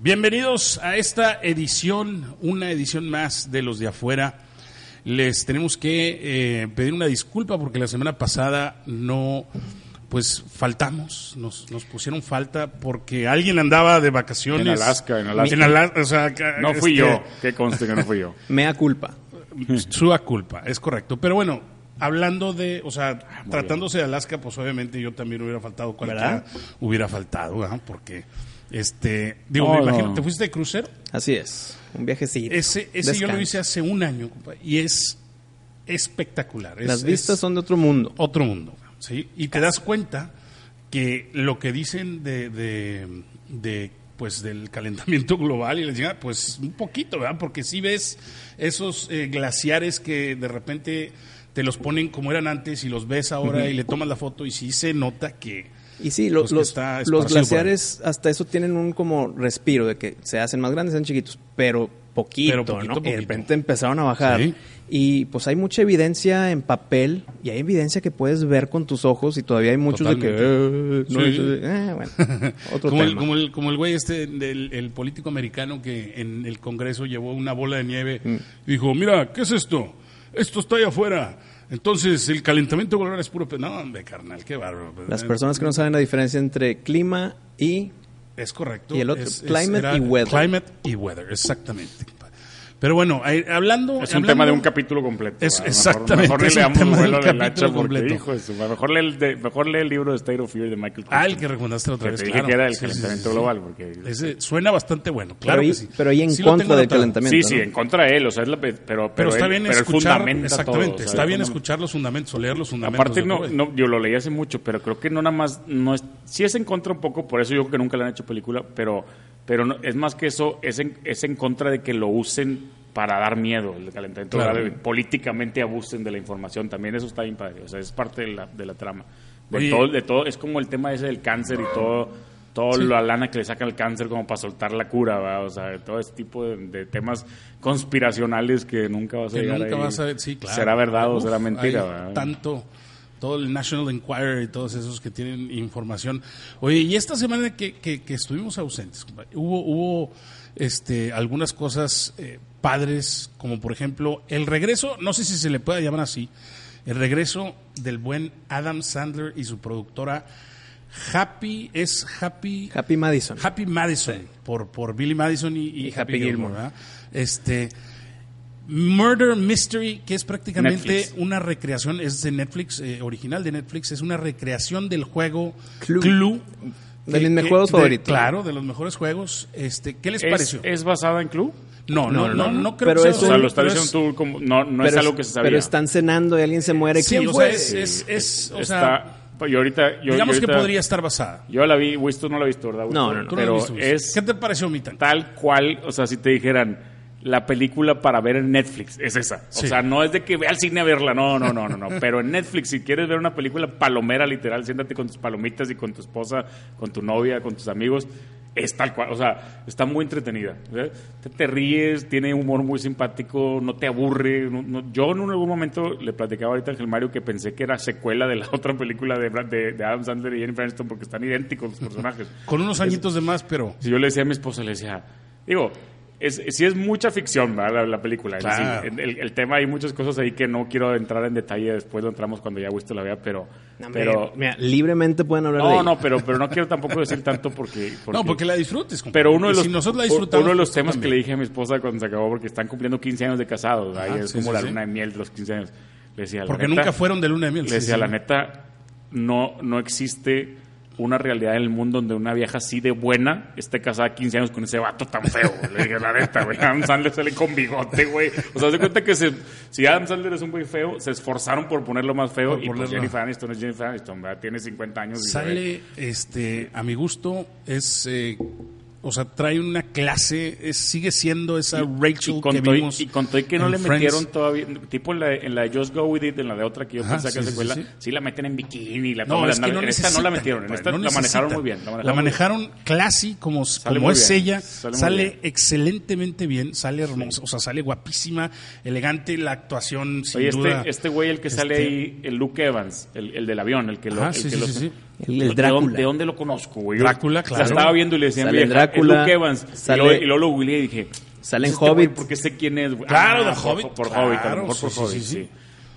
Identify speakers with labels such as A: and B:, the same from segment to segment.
A: Bienvenidos a esta edición, una edición más de los de afuera. Les tenemos que eh, pedir una disculpa porque la semana pasada no, pues faltamos, nos, nos pusieron falta porque alguien andaba de vacaciones.
B: En Alaska, en Alaska.
A: En Alaska, o sea, ca-
B: No fui
A: este,
B: yo, que conste que no fui yo.
C: Mea culpa.
A: Su culpa, es correcto. Pero bueno, hablando de, o sea,
B: Ah,
A: tratándose de Alaska, pues obviamente yo también hubiera faltado, cualquiera
C: ¿Verdad?
A: hubiera faltado, ¿verdad? porque, este, digo,
B: No,
A: me imagino,
B: no.
A: ¿te fuiste de crucero?
C: Así es. Un viajecito.
A: Ese, ese yo
C: Descanso.
A: lo hice hace un año, compa, y es espectacular. Es-
C: Las vistas
A: es
C: son de otro mundo.
A: otro mundo, ¿sí? Y te das cuenta que lo que dicen de, de, de, pues del calentamiento global y les diga, pues un poquito, ¿verdad? Porque si ves esos eh, glaciares que de repente te los ponen como eran antes y los ves ahora y le tomas la foto y sí se nota que
C: Y sí, lo-
A: Pues que
C: los,
A: está
C: los
A: esparcido por ahí.
C: glaciares hasta eso tienen un como respiro de que se hacen más grandes, se hacen chiquitos, pero poquito,
A: Pero poquito,
C: ¿no? Y
A: poquito.
C: de repente empezaron a bajar.
A: Sí.
C: Y pues hay mucha evidencia en papel y hay evidencia que puedes ver con tus ojos y todavía hay muchos de que... eh, no,
A: Sí.
C: eso es- eh, bueno, otro
A: como, El,
C: tema.
A: como, el, como el güey este, del- el político americano que en el Congreso llevó una bola de nieve
C: Mm.
A: y dijo, mira, ¿qué es esto? Esto está ahí afuera. Entonces, el calentamiento global es puro... pe-". No, hombre, carnal, qué bárbaro. pues, eh,
C: Las personas que no saben la diferencia entre clima y...
A: Es correcto.
C: Y el otro,
A: Es- es-
C: climate y weather.
A: Climate y weather, exactamente. Pero bueno, ahí- hablando...
B: Es un
A: hablando-
B: tema de un capítulo completo.
A: Es-
B: ¿verdad?
A: exactamente,
B: Mejor, mejor
A: es
B: le
A: un
B: damos
A: tema de
B: vuelo
A: un
B: de la hacha
A: capítulo
B: porque,
A: completo.
B: hijo de su madre, mejor, lee el de- mejor lee el libro de State of Fear de Michael
A: Ah, el
B: Crichton.
A: que recomendaste la otra
B: Que
A: vez,
B: te dije
A: claro.
B: que era el
A: Sí, sí,
B: calentamiento
A: sí, sí.
B: global. Porque
A: Ese suena bastante bueno, claro
C: pero,
A: que
C: ahí,
A: sí.
C: pero ahí en
A: Sí lo tengo
C: contra del
A: anotado.
C: calentamiento.
B: Sí, sí,
C: ¿no?
B: en contra de él, o sea, es la, pe- pero, pero,
A: Pero está
B: él-
A: bien
B: pero él
A: escuchar,
B: fundamenta todo,
A: exactamente,
B: o sea,
A: está
B: él
A: bien
B: fundamenta-
A: escuchar los fundamentos o leer los fundamentos.
B: Aparte,
A: del
B: no,
A: güey.
B: no, yo lo leí hace mucho, pero creo que no nada más, no es, sí es en contra un poco, por eso yo creo que nunca le han hecho película, pero, pero no- es más que eso, es en, es en contra de que lo usen para dar miedo, el calentamiento
A: Claro.
B: global, políticamente abusen de la información, también eso está bien padre, o sea, es parte de la, de la trama. De
A: Oye.
B: todo, de todo, es como el tema ese del cáncer y todo, toda la lana que le sacan al cáncer como para soltar la cura, ¿va? o sea, todo ese tipo de, de temas conspiracionales que nunca vas a
A: que
B: llegar
A: nunca
B: ahí.
A: vas a ver, sí, claro.
B: Será verdad o
A: Uf,
B: será mentira,
A: hay
B: ¿verdad?
A: Tanto, todo el National Enquirer y todos esos que tienen información. Oye, y esta semana que, que- que estuvimos ausentes, compadre, hubo, hubo este, algunas cosas eh, padres, como por ejemplo el regreso, no sé si se le pueda llamar así, el regreso del buen Adam Sandler y su productora Happy, es Happy...
C: Happy Madison.
A: Happy Madison, por, por Billy Madison y, y
C: Y
A: Happy,
C: Happy
A: Gilmore.
C: Gilmore.
A: ¿verdad? Este, Murder Mystery, que es prácticamente
B: Netflix.
A: una recreación, es de Netflix, eh, original de Netflix, es una recreación del juego Clue.
C: Clue. De mis juegos favoritos.
A: Claro, de los mejores juegos. Este, ¿Qué les
B: ¿Es, eh,
A: pareció?
B: ¿Es basada en club?
A: no, no, no, no, creo
C: pero
A: que
C: es
B: o sea,
C: un-
B: lo está
A: pero
B: diciendo
A: es-
B: tú como... No, no es
C: Pero
B: algo
C: es-
B: que se sabía.
C: Pero están cenando y alguien se muere.
A: Sí,
C: ¿Quién
A: o sea,
C: fue?
A: es- es- es- o sea,
B: está... Yo ahorita... Yo,
A: digamos
B: yo
A: que
B: ahorita-
A: podría estar basada.
B: Yo la vi, Winston no la he visto, ¿verdad? Winston?
C: No, no, no.
A: Tú no lo
B: Pero
A: has visto, Luis.
B: es
A: ¿Qué te pareció, Mitan?
B: tal cual, o sea, si te dijeran... La película para ver en Netflix es esa. O
A: Sí.
B: sea, no es de que ve al cine a verla. No, no, no, no, no. Pero en Netflix, si quieres ver una película palomera, literal, siéntate con tus palomitas y con tu esposa, con tu novia, con tus amigos. Es tal cual. O sea, está muy entretenida. ¿eh? Te, te ríes, tiene humor muy simpático, no te aburre. no- no- Yo en un- algún momento le platicaba ahorita a Ángel Mario que pensé que era secuela de la otra película de, Brad- de, de Adam Sandler y Jennifer Aniston porque están idénticos los personajes.
A: Con unos añitos de más, pero...
B: Si yo le decía a mi esposa, le decía, digo, es, si es mucha ficción ¿verdad? La, la película. en sí.
A: Claro.
B: el, el tema hay muchas cosas ahí que no quiero entrar en detalle, después lo entramos cuando ya Wisto la vea, pero...
C: No, hombre,
B: pero
C: mira, libremente pueden hablar de
B: no,
C: ello.
B: no, pero, pero no quiero tampoco decir tanto porque...
A: no, porque la disfrutes. compadre.
B: Pero uno de
A: Y
B: los,
A: si nosotros la
B: u-
A: disfrutamos,
B: uno de los
A: pues,
B: temas que
A: también.
B: le dije a mi esposa cuando se acabó, porque están cumpliendo 15 años de casados, ahí
A: Ajá,
B: es
A: sí,
B: como
A: sí,
B: la
A: sí.
B: luna de miel de los 15 años. Le decía, la
A: Porque
B: neta-
A: nunca fueron de luna de miel.
B: le
A: sí,
B: decía,
A: sí.
B: la neta, no, no existe una realidad en el mundo donde una vieja así de buena esté casada 15 años con ese vato tan feo. güey. Le dije, la neta, güey, Adam Sandler sale con bigote, güey. O sea, se cuenta que se- si Adam Sandler es un güey feo, se esforzaron por ponerlo más feo
A: Por
B: y pues,
A: ponerlo.
B: Jennifer Aniston es Jennifer Aniston, ¿verdad? Tiene 50 años y se ve-
A: Sale, este, a mi gusto, es, eh, o sea, trae una clase, es- sigue siendo esa Rachel
B: y con
A: que
B: todo y-
A: vimos.
B: y con todo y que no
A: en
B: le
A: Friends.
B: metieron todavía, tipo en la, en la de Just Go With It, en la de otra que yo
A: Ajá,
B: pensaba que
A: sí,
B: era
A: sí,
B: secuela,
A: sí,
B: sí,
A: sí.
B: la meten en bikini, la
A: No,
B: toman
A: es
B: la-
A: que no
B: en esta no la
A: necesitan,
B: metieron, en esta
A: no
B: la manejaron
A: necesitan.
B: muy bien. La manejaron,
A: La
B: muy bien.
A: manejaron classy, como,
B: Sale
A: como
B: muy
A: es
B: bien,
A: ella.
B: sale
A: Sale,
B: muy bien.
A: excelentemente bien, sale hermosa, o sea, sale guapísima, elegante, la actuación, sin
B: Oye,
A: duda.
B: este, este güey, el que sale
A: este-
B: ahí, el Luke Evans, el, el del avión, el que lo.
A: Ajá,
B: el
A: sí,
B: que
A: sí,
B: lo-
A: sí, sí.
C: El, el
B: ¿De
C: Drácula.
B: dónde- ¿De dónde lo conozco, güey?
A: Drácula,
B: La
A: claro.
B: estaba viendo y le decían,
C: Sale el Drácula,
B: Drácula, Luke Evans.
C: sale-
B: y, luego, y luego lo googleé y dije, "Pues este
C: Sale en
B: güey,
C: Hobbit.
B: porque sé quién es, güey. Ah,
A: Claro, de
B: por-
A: Hobbit,
B: Por,
A: claro,
B: Hobbit, a lo mejor
A: sí,
B: por
A: sí,
B: Hobbit,
A: sí,
B: sí.
A: sí.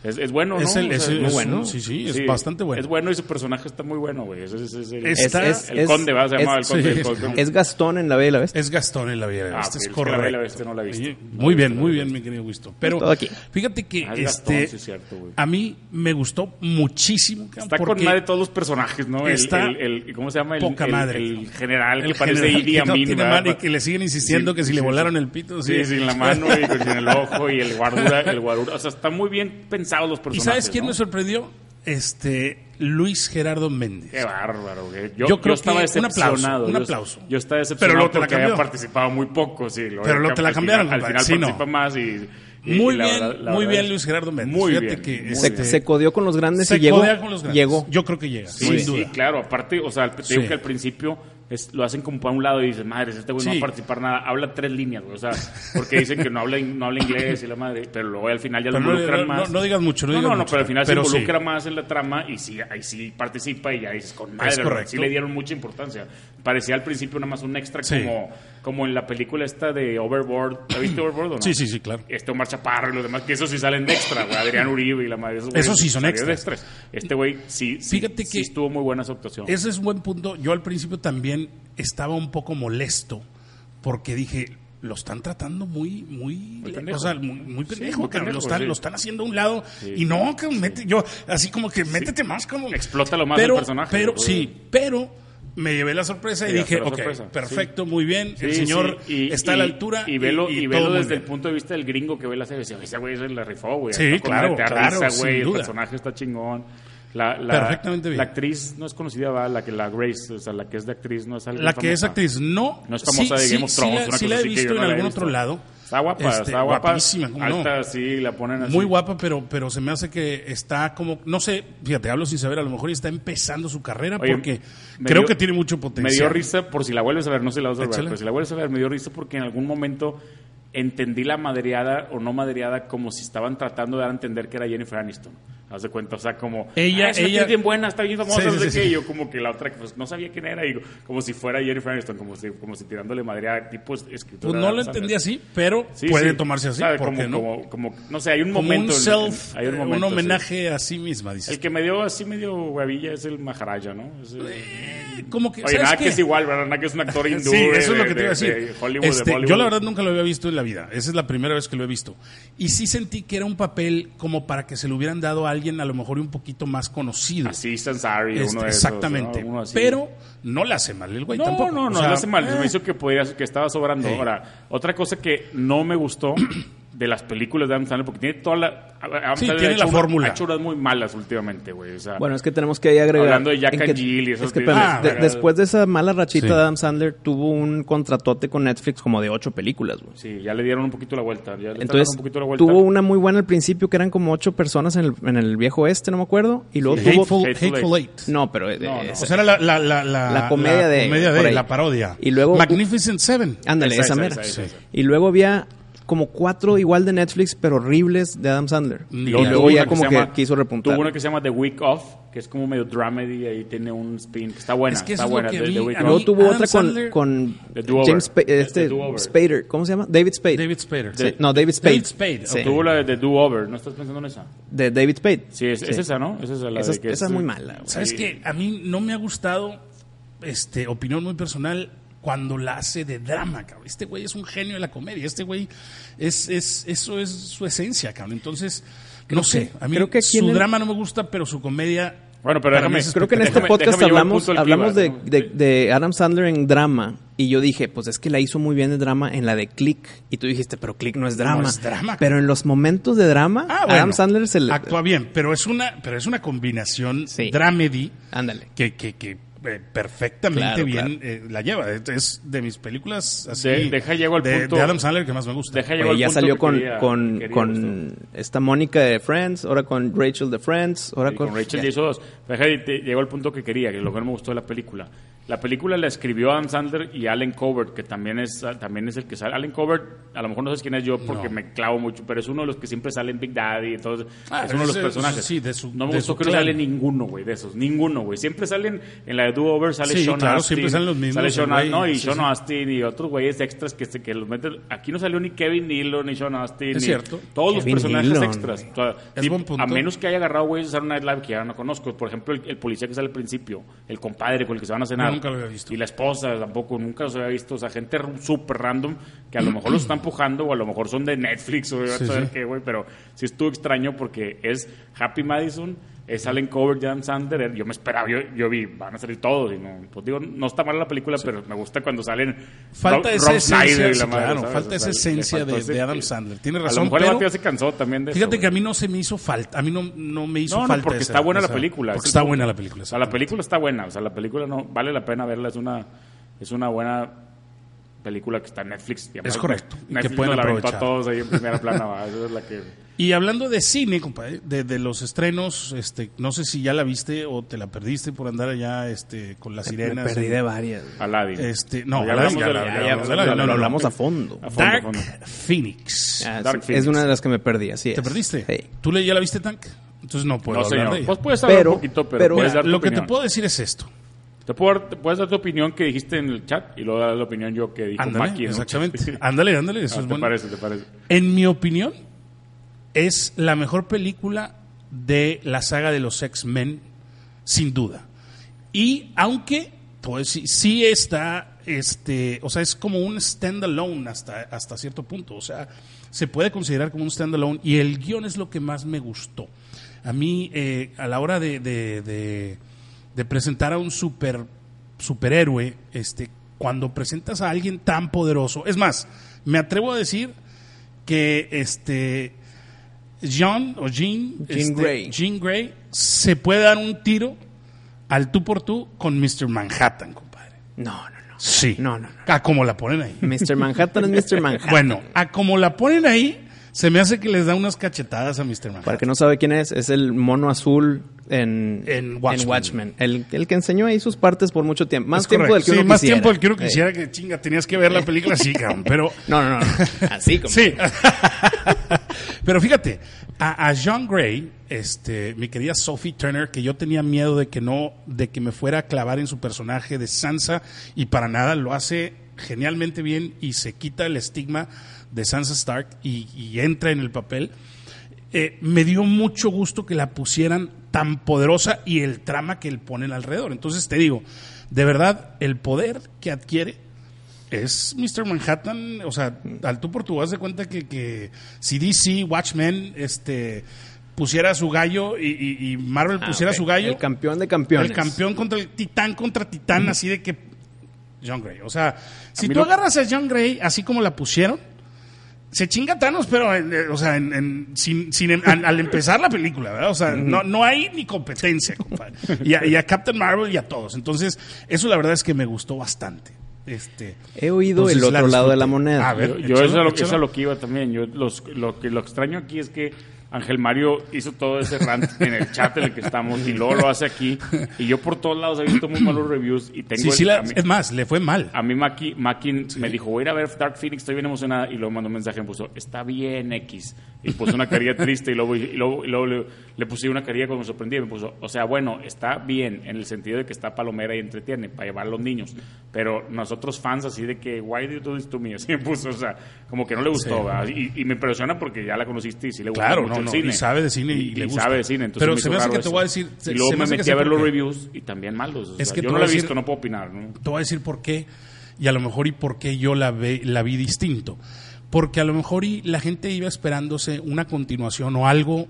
B: Es, es bueno,
A: Es
B: ¿no?
A: el-
B: O sea,
A: es-
B: es muy
A: es-
B: bueno.
A: ¿no? Sí, sí, es bastante bueno.
B: Es bueno y su personaje está muy bueno, güey. Ese- ese- ese-
A: Es-
B: el-
A: Está-
C: es,
B: el
C: es-
B: conde, va, se
C: es-
B: llamaba el conde.
A: sí.
B: el conde.
C: Es Gastón en La Bella y la Bestia.
A: Es Gastón en la Vía de la
B: Ah,
A: Bestia,
B: pues,
A: es
B: es que La Bella y la
A: correcto.
B: Bestia no la he visto.
A: Sí, Muy bien, muy bien, mi querido Wisto. Pero
C: Todo aquí.
A: fíjate que
B: Ah, es Gastón,
A: este,
B: sí es cierto, güey.
A: a mí me gustó muchísimo. cabrón,
B: Está con
A: porque-
B: madre todos los personajes, ¿no? El-
A: Está
B: el, el- ¿Cómo se llama? El,
A: poca
B: el-
A: madre.
B: el general que
A: El
B: parece
A: general
B: Idi
A: que no
B: Amin,
A: tiene
B: ¿verdad?
A: mano y que le siguen insistiendo que si le volaron el pito,
B: Sí,
A: sí.
B: sí, en la mano y con el ojo y el guardura, el guardura. O sea, están muy bien pensados los
A: ¿Y
B: personajes.
A: sabes quién
B: ¿no?
A: me sorprendió? Este Luis Gerardo Méndez.
B: Qué bárbaro, güey. Yo,
A: Yo
B: yo
A: creo
B: estaba
A: que un
B: decepcionado.
A: aplauso, un
B: Yo-
A: aplauso.
B: Yo, estaba
A: Pero
B: decepcionado
A: luego te la
B: porque había
A: cambió.
B: participado muy poco, sí. luego
A: Pero luego
B: al-
A: te la
B: al
A: cambiaron,
B: final- Al final
A: compadre, sí, no.
B: participa más y... y-
A: Muy
B: y la
A: bien,
B: verdad- la
A: muy
B: verdad
A: bien
B: es-
A: Luis Gerardo Méndez.
B: Muy
A: Fíjate
B: bien,
A: que,
B: muy
A: este,
C: Se,
B: bien.
C: se codeó con los grandes
A: Se
C: y llegó.
A: codea con los grandes.
C: Llegó.
A: Yo creo que llega,
B: Sí,
A: sin
B: sí,
A: duda.
B: claro. Aparte, o sea, te digo
A: Sí.
B: que al principio es- lo hacen como para un lado y dices, madre, este güey no va
A: Sí.
B: a participar nada. Habla tres líneas, güey. O sea, porque dicen que no habla, in- no habla inglés y la madre. Pero luego al final ya lo
A: Pero no-
B: involucran
A: no-
B: más.
A: no- no digas mucho, no
B: No,
A: digas
B: no,
A: mucho,
B: pero al final
A: pero
B: se
A: sí.
B: involucra más en la trama y sí, ahí sí participa y ya dices, con madre,
A: Es
B: güey,
A: correcto.
B: sí le dieron mucha importancia. Parecía al principio nada más un extra
A: Sí.
B: como, como en la película esta de Overboard. ¿La viste Overboard o no?
A: Sí, sí, sí, claro.
B: Este Omar Chaparro y los demás, que esos sí salen de extra, güey. Adrián Uribe y la madre. Esos,
A: Esos
B: güeyes
A: sí son
B: salieron de
A: extras.
B: extras. Este güey sí, sí,
A: Fíjate
B: sí
A: que-
B: estuvo muy buena su actuación.
A: Ese es un buen punto. Yo al principio también estaba un poco molesto porque dije, lo están tratando muy, muy,
B: pendejo.
A: o sea, muy, muy pendejo, cabrón.
B: muy pendejo,
A: lo, están,
B: sí.
A: lo están haciendo a un lado. Y no, que mete, yo, así como que métete más, como.
B: Explótalo más
A: pero,
B: el personaje,
A: Pero,
B: güey.
A: sí, pero me llevé la sorpresa y
B: Te llevaste
A: dije,
B: la
A: ok,
B: sorpresa,
A: perfecto, muy bien. el
B: Sí,
A: señor
B: sí, y-
A: está a
B: y-
A: la altura.
B: Y velo, y, velo
A: todo muy
B: desde el
A: bien.
B: punto de vista del gringo que ve la serie. Dice, Ese güey se la rifó, güey.
A: Sí,
B: Está con
A: claro,
B: madre, te da
A: claro,
B: risa, güey,
A: sin
B: El
A: duda.
B: personaje está chingón. La, la-
A: Perfectamente bien.
B: La actriz no es conocida, va, la que la Grace, o sea, la que es de actriz no es alguien
A: La que es
B: famosa.
A: actriz, no.
B: No es famosa
A: sí,
B: de
A: sí,
B: Game of Thrones,
A: Sí, la,
B: una
A: sí
B: cosa
A: la he
B: así que
A: visto
B: yo
A: en
B: no la he
A: algún
B: visto.
A: otro lado.
B: Está guapa,
A: Este,
B: está guapa.
A: Guapísima, ¿cómo no?
B: Alta, sí, la ponen así.
A: Muy guapa, pero, pero se me hace que está como, no sé, fíjate, hablo sin saber, a lo mejor está empezando su carrera
B: Oye,
A: porque
B: me
A: creo
B: dio-
A: que tiene mucho
B: Me
A: potencial.
B: dio risa, por si la vuelves a ver, no sé si la vas a ver,
A: Échale.
B: pero si la vuelves a ver, me dio risa porque en algún momento entendí la madreada o no madreada como si estaban tratando de dar a entender que era Jennifer Aniston. Haz de cuenta, o sea, como.
A: Ella-
B: "Ah, es una
A: ella-
B: actriz bien buena, está bien famosa,
A: Sí,
B: no
A: sí,
B: sé
A: sí,
B: qué",
A: sí.
B: y yo como que la otra, pues no sabía quién era, y digo, como si fuera Jennifer Aniston, como si, como si tirándole madreada, tipo es- escritora.
A: Pues no lo
B: ¿sabes?
A: entendí así, pero
B: Sí,
A: puede
B: sí.
A: tomarse así,
B: Sabe,
A: ¿por
B: como,
A: qué no?
B: Como, como- no sé, hay un
A: Como
B: momento.
A: un
B: en- en-
A: self,
B: hay
A: eh, un,
B: momento, sí.
A: homenaje a sí misma, dices.
B: El que me dio así medio huevilla es el Maharaja, ¿no? Ese-
A: Eh, Como que,
B: Oye,
A: ¿sabes
B: nada
A: qué?
B: que es igual, ¿verdad? Nada que es un actor hindú.
A: Sí,
B: de-
A: eso es lo
B: de-
A: que te iba a
B: de-
A: decir.
B: de Hollywood, de
A: Este,
B: Bollywood.
A: yo la verdad nunca lo había visto en la vida. Esa es la primera vez que lo he visto. Y sí sentí que era un papel como para que se lo hubieran dado a alguien a lo mejor un poquito más conocido.
B: Así, Sansari,
A: Este,
B: uno de esos,
A: exactamente.
B: ¿no? Uno así.
A: Pero no la hace mal el güey
B: No,
A: tampoco.
B: no,
A: O
B: no,
A: sea,
B: no hace mal. Se
A: eh,
B: me hizo que, podía, que estaba sobrando.
A: Sí.
B: Ahora, otra cosa que no me gustó de las películas de Adam Sandler, porque tiene toda la... Adam
A: Sí,
B: Sandler
A: tiene
B: ha
A: la
B: hecho una-
A: fórmula.
B: Ha hecho unas muy malas últimamente, güey. O sea,
C: Bueno, es que tenemos que ahí agregar.
B: Hablando de Jack
C: en
B: and
C: que-
B: Jill y esas
C: es que,
B: cosas.
C: espérame,
B: Ah,
C: de-
B: pero-
C: después de esa mala rachita
A: Sí.
C: de Adam Sandler, tuvo un contratote con Netflix como de ocho películas, güey.
B: sí, ya le dieron un poquito la vuelta. Ya le están dando
C: Entonces,
B: un poquito la vuelta.
C: tuvo una muy buena al principio, que eran como ocho personas en el, en el viejo este, no me acuerdo. Y luego
A: Hateful,
C: tuvo.
B: Hateful
A: Hateful Eight.
C: No, pero. eh,
B: No, no.
A: eh, O
C: esa-
A: sea, era la, la, la, la,
C: La comedia de-
A: comedia
C: por ahí.
A: la parodia.
C: Y luego-
A: Magnificent Seven.
C: Ándale,
B: Esa,
C: esa,
B: esa, esa,
C: mera.
B: esa,
A: esa.
C: Y luego había como cuatro igual de Netflix, pero horribles de Adam Sandler.
A: Mm.
C: Y
A: luego
C: luego,
B: tuvo una
C: ya como
B: se
C: que
B: llama-
C: quiso repuntar.
B: Tuvo una que se llama The Week Off, que es como medio dramedy, ahí tiene un spin, que está buena,
A: Es que eso
B: está
A: es lo
B: buena,
A: que
B: The,
A: vi
B: The Week
A: a
C: Luego
A: mí
B: Off.
C: tuvo
A: Adam
C: otra
A: Sandler-
C: con, con
B: The Do-Over.
C: James Spa-
B: The
C: este,
B: Do-Over.
C: Spader. ¿Cómo se llama? David Spade.
A: David Spade.
C: Sí, no, David Spade.
A: David Spade,
C: Sí.
A: ok.
B: Tuvo la de The Do-Over, ¿no estás pensando en esa?
C: De David Spade.
B: Sí, es, es esa, ¿no? Es esa la
C: Esa,
B: de que
C: esa es muy mala. güey.
A: ¿Sabes qué? A mí no me ha gustado, este, opinión muy personal, cuando la hace de drama, cabrón. Este güey es un genio de la comedia. Este güey es, es, eso es su esencia, cabrón. Entonces, no sé.
C: que-
A: a mí
C: creo que aquí
A: su
C: en el-
A: drama no me gusta, pero su comedia.
B: Bueno, pero
A: para
B: déjame-
A: mí es
C: Creo que en este
B: Déjame-
C: podcast
B: déjame llevar un
C: hablamos,
B: punto al que
C: hablamos
B: iba,
C: de,
B: ¿no?
C: de- de Adam Sandler en drama. Y yo dije, pues es que la hizo muy bien de drama en la de Click. Y tú dijiste, pero Click no es drama.
A: es drama.
C: Pero en los momentos de drama,
A: Ah, bueno,
C: Adam Sandler se le...
A: actúa bien, pero es una, pero es una combinación
C: Sí.
A: dramedy
C: Ándale.
A: que, que, que, eh, perfectamente
C: Claro,
A: bien eh, la lleva. Es de mis películas así.
B: De- deja llego al
A: de-
B: punto-
A: de Adam Sandler que más me gusta.
B: Deja llegó
C: Oye,
B: al
C: ya
B: punto
C: salió
B: que
C: con,
B: quería-
C: con,
B: que quería, justo.
C: con esta Mónica de Friends, ahora con Rachel de Friends, ahora
B: Y con Rachel
C: ya.
B: ya hizo dos. Pero deja- te- llegó al punto que quería, que lo que no me gustó de la película, La película la escribió Adam Sandler y Alan Covert, que también es, también es el que sale. Alan Covert, a lo mejor no sabes quién es yo porque
A: No.
B: me clavo mucho, pero es uno de los que siempre sale en Big Daddy. Entonces,
A: Ah,
B: es uno de los
A: ese-
B: personajes.
A: sí, de su-
B: no me
A: de
B: gustó
A: su
B: que no
A: clan.
B: sale ninguno, güey, de esos. Ninguno, güey. Siempre salen en la de Do Over, sale
A: Sí,
B: Sean
A: claro,
B: Astin,
A: siempre salen los mismos,
B: Sale Sean
A: el güey,
B: Astin, no, y
A: sí,
B: Sean
A: sí.
B: Astin y otros güeyes extras que, se- que los meten. Aquí no salió ni Kevin Dillon, ni Sean Astin.
A: Es
B: ni
A: cierto.
B: Todos
C: Kevin
B: los personajes
C: Dillon,
B: extras.
C: güey.
B: O sea,
A: Es
B: ni-
A: buen punto.
B: A menos que haya agarrado güeyes de Saturday Night Live que ya no conozco. Por ejemplo, el, el policía que sale al principio, el compadre con el que se van a cenar.
A: Nunca lo había visto.
B: Y la esposa tampoco, nunca los había visto. O sea, gente ru- súper random que a lo mejor los están empujando o a lo mejor son de Netflix o de
A: Sí,
B: saber
A: sí.
B: qué, güey. Pero sí estuvo extraño porque es Happy Madison, es Allen Cover, Jan Sander. eh, Yo me esperaba, yo, yo vi, van a salir todos. Y no, pues digo, no está mal la película, pero me gusta cuando salen.
A: Falta
B: Rob-
A: esa
B: Rob Schneider
A: esencia,
B: y
A: sí,
B: la madre,
A: claro,
B: ¿sabes?
A: falta esa
B: le
A: esencia
B: faltó
A: de-
B: ese-
A: de Adam Sandler. Tiene
B: A lo
A: razón,
B: mejor el
A: pero-
B: vato ya se cansó también de eso,
A: Fíjate
B: güey.
A: que a mí no se me hizo falta, a mí no, no me hizo
B: No, no,
A: falta.
B: porque
A: esa-
B: está buena la
A: esa-
B: película, es
A: Porque
B: el
A: está
B: punto.
A: buena la película.
B: O sea, la película está buena, o sea, la película no vale la pena verla, es una es una buena película que está en Netflix. y además
A: Es correcto, y que
B: Netflix
A: pueden
B: nos la aventó
A: aprovechar.
B: a todos ahí en primera plana, va, esa es la que
A: Y hablando de cine, compadre, de, de los estrenos, este, no sé si ya la viste o te la perdiste por andar allá este, con las
C: Me
A: sirenas.
C: perdí de varias. güey.
B: Aladdin. Pues
A: Este, no,
B: Ya
A: Aladdin,
B: hablamos de la-
A: ya,
B: ya
A: ya,
B: hablamos
A: ya,
B: de la-
A: no,
C: Lo
A: no,
C: hablamos
A: no.
C: a fondo.
B: A fondo,
A: Dark
B: fondo.
A: Phoenix.
C: Ah,
B: Dark
C: sí,
B: Phoenix.
C: es una de las que me perdí, así es.
A: ¿Te perdiste?
C: Sí.
A: ¿Tú le, ya la viste, Tank? Entonces no puedo
B: No,
A: hablar
B: señor.
A: de ella.
B: Pues puedes hablar
C: Pero-
B: un poquito, pero,
C: pero-
B: puedes
A: Mira,
B: dar tu
A: lo que te
B: opinión.
A: puedo decir es esto.
B: Te puedo dar- te puedes dar tu opinión que dijiste en el chat y luego dar la opinión yo que dijo
A: Ándale,
B: Maki, ¿no? Sí.
A: exactamente. Ándale, ándale, eso
B: Ah,
A: es
B: te
A: bueno.
B: parece, te parece.
A: En mi opinión, es la mejor película de la saga de los X-Men, sin duda. Y aunque, te voy a decir, sí está, este, o sea, es como un standalone hasta, hasta cierto punto. O sea, se puede considerar como un standalone y el guión es lo que más me gustó. A mí, eh, a la hora de, de- de- de presentar a un super, superhéroe, este, cuando presentas a alguien tan poderoso, es más, me atrevo a decir que este John o Jean,
C: Jean
A: este,
C: Grey.
A: Jean Grey se puede dar un tiro al tú por tú con Mr. Manhattan, compadre.
C: No, no, no.
A: Sí.
C: No, no, no.
A: A como la ponen ahí.
C: Mr. Manhattan es Mr. Manhattan.
A: bueno, a como la ponen ahí, se me hace que les da unas cachetadas a Mr. Manhattan.
C: Para el que no sabe quién es, es el mono azul en,
A: En Watchmen.
C: El, el que enseñó ahí sus partes por mucho tiempo. Más
A: Es
C: tiempo del
A: correcto.
C: que uno
A: Sí, más
C: quisiera.
A: tiempo del que uno
C: Eh,
A: quisiera que chinga, tenías que ver la película así, cabrón. Pero
C: No, no, no. no. Así como.
A: Sí. Pero fíjate, a, a John Gray, este, mi querida Sophie Turner, que yo tenía miedo de que no, de que me fuera a clavar en su personaje de Sansa, y para nada lo hace genialmente bien y se quita el estigma de Sansa Stark y, y entra en el papel. Eh, me dio mucho gusto que la pusieran tan poderosa y el trama que le ponen alrededor. Entonces te digo, de verdad, el poder que adquiere es Mr. Manhattan, o sea, al tú por tú, haz de cuenta que, que si DC, Watchmen, este, pusiera su gallo y, y- y Marvel
C: Ah,
A: pusiera
C: ok.
A: su gallo,
C: El campeón de campeones.
A: el campeón contra el titán contra titán, así de que John Gray. O sea, si
B: mí
A: tú
B: lo-
A: agarras a John Gray así como la pusieron, se chinga a Thanos, pero, en- eh, o sea, en- en- sin, sin em- al, al empezar la película, ¿verdad? O sea, no, no hay ni competencia, compadre. Y a, y a Captain Marvel y a todos. Entonces, eso la verdad es que me gustó bastante. Este,
C: He oído el otro lado de la moneda.
A: A ver,
B: yo, yo eso,
A: échalo,
B: es a lo,
A: échalo.
B: eso a lo que iba también. Yo los, lo que lo extraño aquí es que Ángel Mario hizo todo ese rant en el chat en el que estamos y luego lo hace aquí. Y yo por todos lados he visto muy malos reviews y tengo
A: Sí,
B: el-
A: sí, la-
B: a mí-
A: es más, le fue mal.
B: a mí Maki, Maki me dijo, voy a ir a ver Dark Phoenix, estoy bien emocionada. Y luego mandó un mensaje y me puso, está bien X. Y puso una carilla triste y luego, y luego- y luego le, le puse una carilla cuando me sorprendí y me puso, o sea, bueno, está bien en el sentido de que está palomera y entretiene para llevar a los niños. Pero nosotros fans así de que, why do you do this to me? Así me puso, o sea, como que no le gustó.
A: Sí.
B: ¿verdad? Y, y me impresiona porque ya la conociste y sí le gusta
A: Claro,
B: mucho
A: no,
B: el
A: no,
B: cine.
A: y sabe de cine y le gusta.
B: sabe de cine. entonces
A: Pero se
B: hizo
A: me hace
B: raro
A: que te
B: eso.
A: voy a decir- se-
B: Y luego
A: se me
B: me
A: hace que
B: metí
A: sé
B: a ver
A: por
B: los
A: qué.
B: reviews y también malos. O
A: Es
B: sea,
A: que te
B: yo
A: voy
B: no
A: a
B: lo he
A: decir-
B: visto, no puedo opinar. ¿no?
A: te voy a decir por qué y a lo mejor y por qué yo la ve, la vi distinto. Porque a lo mejor y la gente iba esperándose una continuación o algo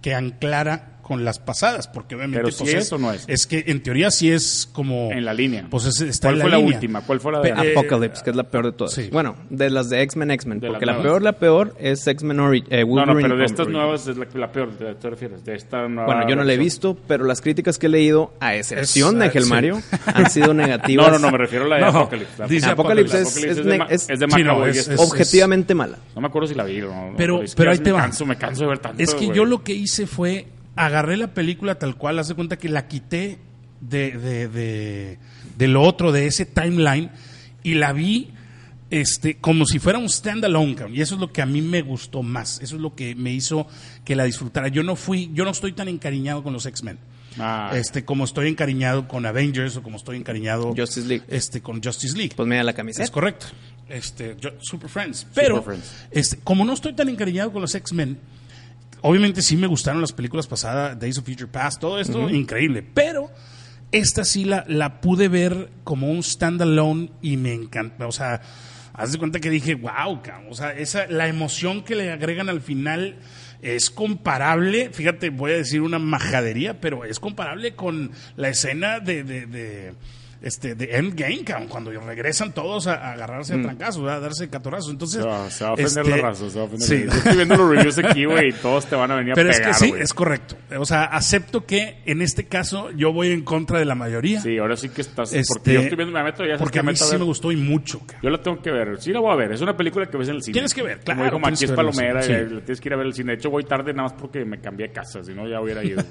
A: que anclara con las pasadas, porque obviamente
B: Pero si
A: pues,
B: es o no es.
A: es que en teoría sí es como
B: En la línea.
A: Pues es- está
B: ¿Cuál
A: en
B: fue la
A: línea.
B: última? ¿Cuál fue la de-
A: Pe- eh,
C: Apocalypse, que es la peor de todas.
A: sí.
C: Bueno, de las de X-Men, X-Men.
B: De las
C: Porque la
B: nuevas.
C: peor, la peor es X-Men Ori- eh,
B: No, no,
C: Wolverine
B: pero de
C: Origin.
B: estas nuevas es la, la peor, ¿de te refieres? De esta nueva
C: Bueno, yo no la he
B: versión.
C: visto, pero las críticas que he leído, a excepción de
A: ah,
C: Ángel
A: sí.
C: Mario, han sido negativas.
B: No, no, no, me refiero a la de
A: No,
B: Apocalypse. La-
A: dice
C: Apocalypse es-
B: Apocalypse
C: es
B: de
C: ne-
B: ma-
C: es-
B: es de
A: Sí, no,
B: Macaboy,
A: es-
B: es-
A: es-
C: Objetivamente mala.
B: No me acuerdo si la vi o no.
A: Pero-
B: es que
A: pero
B: ya
A: ahí
B: me
A: te va.
B: canso, me canso de ver tanto.
A: Es que
B: güey.
A: yo lo que hice fue agarré la película tal cual, haz de cuenta que la quité de, de, de, de lo otro, de ese timeline, y la vi este, como si fuera un standalone, cabrón. Y eso es lo que a mí me gustó más. Eso es lo que me hizo que la disfrutara. Yo no fui, yo no estoy tan encariñado con los X-Men.
B: Ah.
A: Este, como estoy encariñado con Avengers o como estoy encariñado
C: Justice League.
A: Este, con Justice League.
C: Pues mira la camiseta.
A: Es correcto. Este, yo- Super Friends. Pero,
B: Friends.
A: Este, como no estoy tan encariñado con los X-Men, obviamente sí me gustaron las películas pasadas, Days of Future Past, todo esto, increíble. Pero esta sí la, la pude ver como un standalone y me encanta. O sea, haz de cuenta que dije, wow, cabrón. O sea, esa, la emoción que le agregan al final es comparable, fíjate, voy a decir una majadería, pero es comparable con la escena de. de- de, este, de Endgame, cabrón, cuando regresan todos a, a agarrarse a trancazos, a darse catorazos. Entonces,
B: Mm. Se va, se va a ofender
A: este,
B: la raza, se va a ofender
A: sí.
B: la raza. Yo Estoy viendo los reviews aquí, güey, y todos te van a venir
A: Pero
B: a
A: es
B: pegar,
A: que sí,
B: güey.
A: es correcto. O sea, acepto que en este caso yo voy en contra de la mayoría.
B: Sí, ahora sí que estás...
A: Este,
B: porque yo estoy viendo, me meto ya... sabes
A: porque a
B: que me
A: mí
B: meto a
A: sí
B: ver.
A: me gustó y mucho. cabrón.
B: Yo la tengo que ver. Sí la voy a ver. Es una película que ves en el cine.
A: Tienes que ver, claro,
B: Como dijo
A: tienes
B: Maquis
A: que verla,
B: Palomera,
A: sí.
B: eh, la tienes que ir a ver al cine. De hecho, voy tarde nada más porque me cambié de casa. Si no, ya hubiera ido.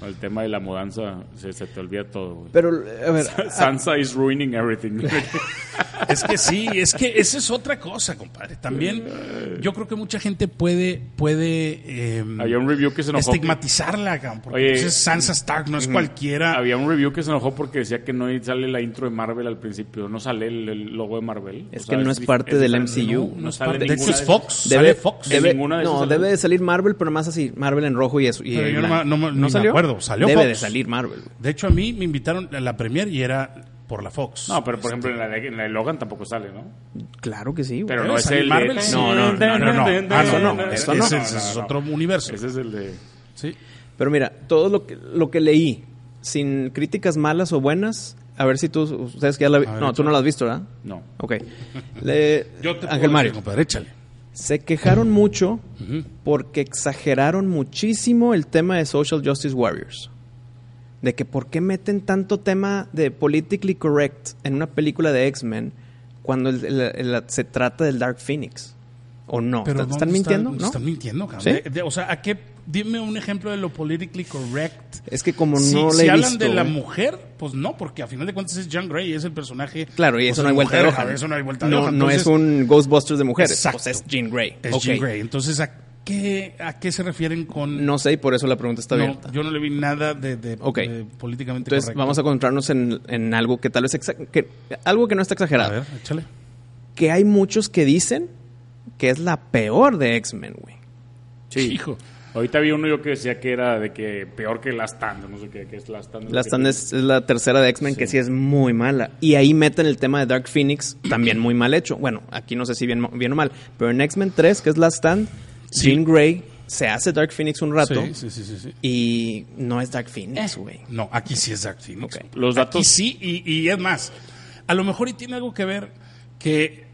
B: Con el tema de la mudanza, se, se te olvida todo, güey.
C: Pero, a ver,
B: Sansa is ruining everything.
A: Es que sí, es que esa es otra cosa, compadre. También yo creo que mucha gente puede, puede eh,
B: Había un review que se enojó.
A: estigmatizarla, cabrón, porque
B: Oye,
A: entonces Sansa Stark no es cualquiera.
B: Había un review que se enojó porque decía que no sale la intro de Marvel al principio. No sale el, el logo de Marvel.
C: Es
B: O
C: que
B: sea,
C: no es parte del
B: diferente,
C: MCU.
B: No,
A: No
B: no
A: es
B: sale
A: parte- de hecho
B: ninguna
A: es Fox, sale Fox.
B: en
C: debe-
B: ninguna de
C: no,
B: esas-
C: debe de salir Marvel, pero más así, Marvel en rojo y eso. y
A: Pero
C: en
A: yo no
C: blanco.
A: me- no me- ni me acuerdo, salió
C: Debe
A: Fox.
C: de salir Marvel. güey.
A: De hecho, a mí me invitaron a la premier y era por la Fox.
B: No, pero por ejemplo en la, de, en la de Logan tampoco sale, ¿no?
C: Claro que sí. güey.
B: Pero
A: Debe
B: no es
A: salir
B: el
A: Marvel,
B: de...
A: sí.
C: No, no, no, no,
A: no, no. Ah, no, no,
C: eso
A: ese-
C: no.
A: ese- ese es otro universo.
B: Ese es el de...
A: Sí.
C: Pero mira, todo lo que, lo que leí, sin críticas malas o buenas, a ver si tú, ustedes que ya la vi-
A: A ver,
C: No, tú no la has visto, ¿verdad?
B: No.
C: Ok. Le-
A: Yo te
C: Ángel Mario,
A: compadre, échale.
C: se quejaron mucho porque exageraron muchísimo el tema de Social Justice Warriors. De que por qué meten tanto tema de politically correct en una película de X-Men cuando el- el- el- se trata del Dark Phoenix. ¿O no?
A: Pero
C: ¿Están,
A: ¿dónde
C: están mintiendo?
A: Están,
C: ¿No?
A: están mintiendo, cabrón.
C: ¿Sí?
A: De- de- o sea, ¿a qué? Dime un ejemplo de lo politically correct.
C: Es que como
A: si
C: no le
A: si
C: he
A: hablan
C: visto, ¿eh?
A: de la
C: güey.
A: mujer, pues no, porque a final de cuentas es John Gray, es el personaje.
C: Claro, y
A: pues,
C: eso no hay vuelta
A: mujer,
C: de hoja.
A: a ver, Eso no hay vuelta de
C: No-
A: hoja.
C: no es
A: Entonces,
C: un Ghostbusters de mujeres.
A: Exacto.
C: Pues es Jean Grey.
A: Es
C: Ok.
A: Jean Grey. Entonces, ¿a qué, ¿a qué se refieren con.?
C: No sé, y por eso la pregunta está
A: No,
C: abierta.
A: yo no le vi nada de, de-
C: Ok.
A: de políticamente
C: Entonces
A: correcto.
C: vamos a concentrarnos en, en algo que tal vez... exa- que- algo que no está
A: A
C: exagerado.
A: ver, échale.
C: que hay muchos que dicen que es la peor de X-Men, güey.
B: Sí.
A: Hijo.
B: Ahorita vi uno yo que decía que era de que peor que Last Stand, no sé qué, que es Last Stand.
C: La stand es, es la tercera de X-Men que sí es muy mala. Y ahí meten el tema de Dark Phoenix, también muy mal hecho. Bueno, aquí no sé si bien, bien o mal, pero en X-Men 3, que es la stand,
A: Sí.
C: Jean Grey se hace Dark Phoenix un rato
A: Sí, Eh. sí, sí, sí, sí.
C: y no es Dark Phoenix, güey.
A: No, aquí sí es Dark Phoenix.
C: Ok.
B: Los
A: Aquí
B: datos-
A: sí, y, y es más, a lo mejor y tiene algo que ver que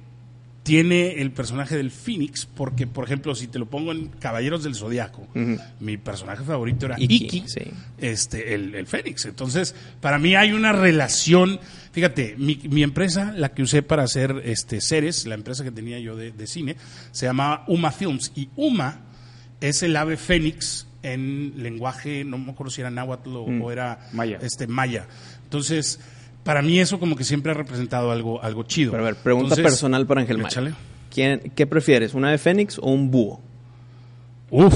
A: tiene el personaje del Phoenix, porque, por ejemplo, si te lo pongo en Caballeros del Zodiaco, mi personaje favorito era
C: Iki,
A: Iki,
C: sí.
A: este, el, el Fénix. Entonces, para mí hay una relación. Fíjate, mi, mi empresa, la que usé para hacer este, seres, la empresa que tenía yo de, de cine, se llamaba Uma Films. Y Uma es el ave Fénix en lenguaje, no me acuerdo si era náhuatl o,
C: Mm,
A: o era
B: Maya.
A: Este, maya. Entonces, para mí eso como que siempre ha representado algo, algo chido.
C: Pero a ver, pregunta
A: Entonces,
C: personal para Ángel Mario.
A: échale.
C: ¿Quién, ¿Qué prefieres, una de Fénix o un búho?
A: Uf,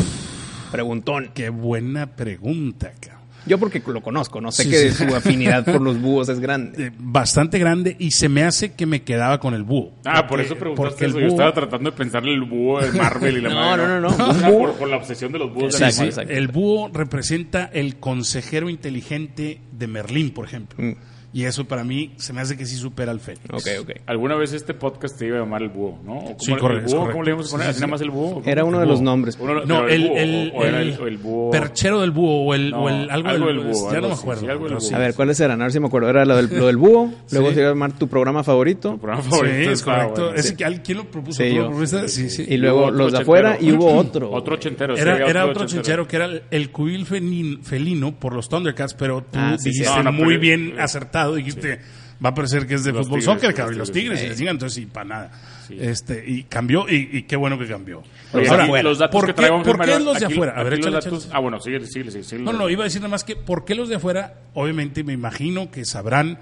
C: Preguntón.
A: qué buena pregunta, cabrón.
C: Yo porque lo conozco, no sé
A: Sí,
C: que
A: sí.
C: su afinidad por los búhos es grande.
A: eh, bastante grande y se me hace que me quedaba con el búho.
B: Ah, por
A: Porque-
B: eso
A: porque
B: preguntaste
A: el
B: eso. Yo
A: búho-
B: estaba tratando de pensar en el búho de Marvel y la
C: No,
B: madre,
C: no, no, no.
B: O sea,
C: Un búho.
B: por, por la obsesión de los búhos de
A: Sí,
B: la
A: sí,
B: madre.
C: Exacto.
A: El búho representa el consejero inteligente de Merlín, por ejemplo.
C: Mm.
A: Y eso para mí se me hace que sí supera al Fénix.
C: Ok, ok.
B: Alguna vez este podcast te iba a llamar el búho, ¿no? ¿O cómo
A: Sí,
B: era? ¿El
A: correcto, es
B: búho?
A: correcto.
B: ¿Cómo le íbamos a
A: Sí,
B: poner?
A: sí,
B: ¿Así nada más el búho?
C: Era uno de los nombres.
B: Uno-
A: No,
B: pero el
A: el,
B: búho,
A: el-
B: o- o era
A: el-
B: el- el búho.
A: perchero del búho o el,
B: No,
A: o el- algo,
B: algo
A: del
B: del búho,
A: Ya
B: algo
A: no me
B: así,
A: acuerdo.
B: sí, algo del
A: pero
B: búho.
A: sí.
C: A ver, ¿cuáles eran? A ver si me acuerdo. Era lo del, lo del búho, luego se iba a armar tu programa favorito.
B: Tu programa
A: Sí,
B: favorito
A: es
B: estaba
A: correcto.
B: bueno.
A: Ese que al- ¿Quién lo propuso?
C: Sí,
A: ¿Tú lo
C: yo.
A: propusiste? Sí, sí.
C: Y luego
B: Hubo otro
C: los de afuera y
B: ochentero.
C: hubo otro.
B: Otro ochentero. sí,
A: Era,
B: había
A: era otro chinchero que era el- el cubil fenin- felino por los Thundercats, pero tú
C: Ah, sí, sí.
A: dijiste
B: No, no,
A: muy
B: pero-
A: bien acertado, dijiste, va a parecer que es de
B: Los
A: fútbol
B: Tigres,
A: soccer,
B: los
A: cabrón, y los
B: Tigres.
A: Tigres, y la chingada, entonces, y para nada. Este, y cambió, y, y qué bueno que cambió.
B: Oye,
A: Ahora,
B: aquí los datos
A: ¿por
B: que
A: qué,
B: traigo,
A: ¿por qué
B: Germán,
A: los de
B: aquí-
A: afuera? A ver,
B: aquí los
A: échale,
B: datos-
A: échale.
B: Ah, bueno, sigue, sigue, sigue, sigue.
A: No, no, iba a decir nada más que por qué los de afuera, obviamente me imagino que sabrán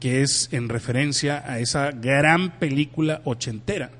A: que es en referencia a esa gran película ochentera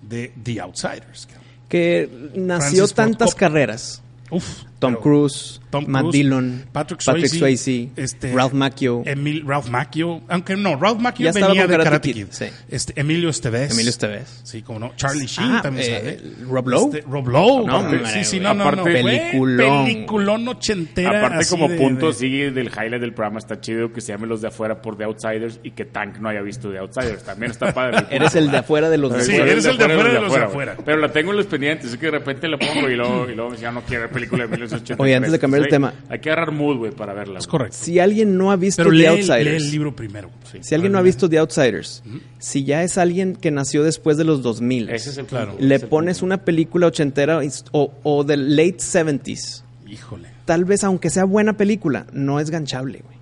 A: de The Outsiders. cabrón.
C: Que nació
A: Francis Ford
C: tantas
A: Coppola.
C: carreras.
A: Uf,
C: Tom
A: pero-
C: Cruise,
A: Tom
C: Matt
A: Cruise,
C: Dillon,
A: Patrick Swayze,
C: Swayze,
A: este,
C: Ralph Macchio.
A: Emil, Ralph Macchio, aunque no, Ralph Macchio
C: Ya estaba
A: venía
C: con
A: de
C: Karate
A: Karate Kid.
C: Kid, sí.
A: Este, Emilio Estevez.
C: Emilio Estevez.
A: Sí, como no. Charlie Sheen
C: Ah,
A: también
C: eh,
A: sale.
C: Rob Lowe.
A: Este, Rob Lowe.
C: No,
A: aparte,
C: hombre,
A: sí, sí, no,
B: güey.
A: no, no.
B: Aparte,
A: güey,
C: peliculón.
A: Peliculón ochentera.
B: Aparte,
A: así
B: como
A: de-
B: punto,
A: de-
B: sigue del highlight del programa, está chido que se llamen los de afuera por The Outsiders y que Tank no haya visto The Outsiders. También está padre.
C: Eres el de afuera de los de
A: Sí,
C: afuera.
A: eres el de afuera de los de afuera.
B: güey. Pero la tengo en los pendientes, es que de repente la pongo y luego, y luego ya no quiero ver película de 1980.
C: Oye, antes de cambiar el tema.
B: Hay que agarrar mood, güey, para verla.
A: Es
B: güey.
A: correcto.
C: Si alguien no ha visto
A: Pero
C: The
A: lee,
C: Outsiders,
A: lee el libro primero. Sí.
C: si alguien no ha visto The Outsiders, si ya es alguien que nació después de los 2000,
B: Ese es el
A: Claro.
B: claro.
C: le pones una película ochentera is- o, o del late 70s,
A: Híjole.
C: tal vez aunque sea buena película, no es ganchable, güey.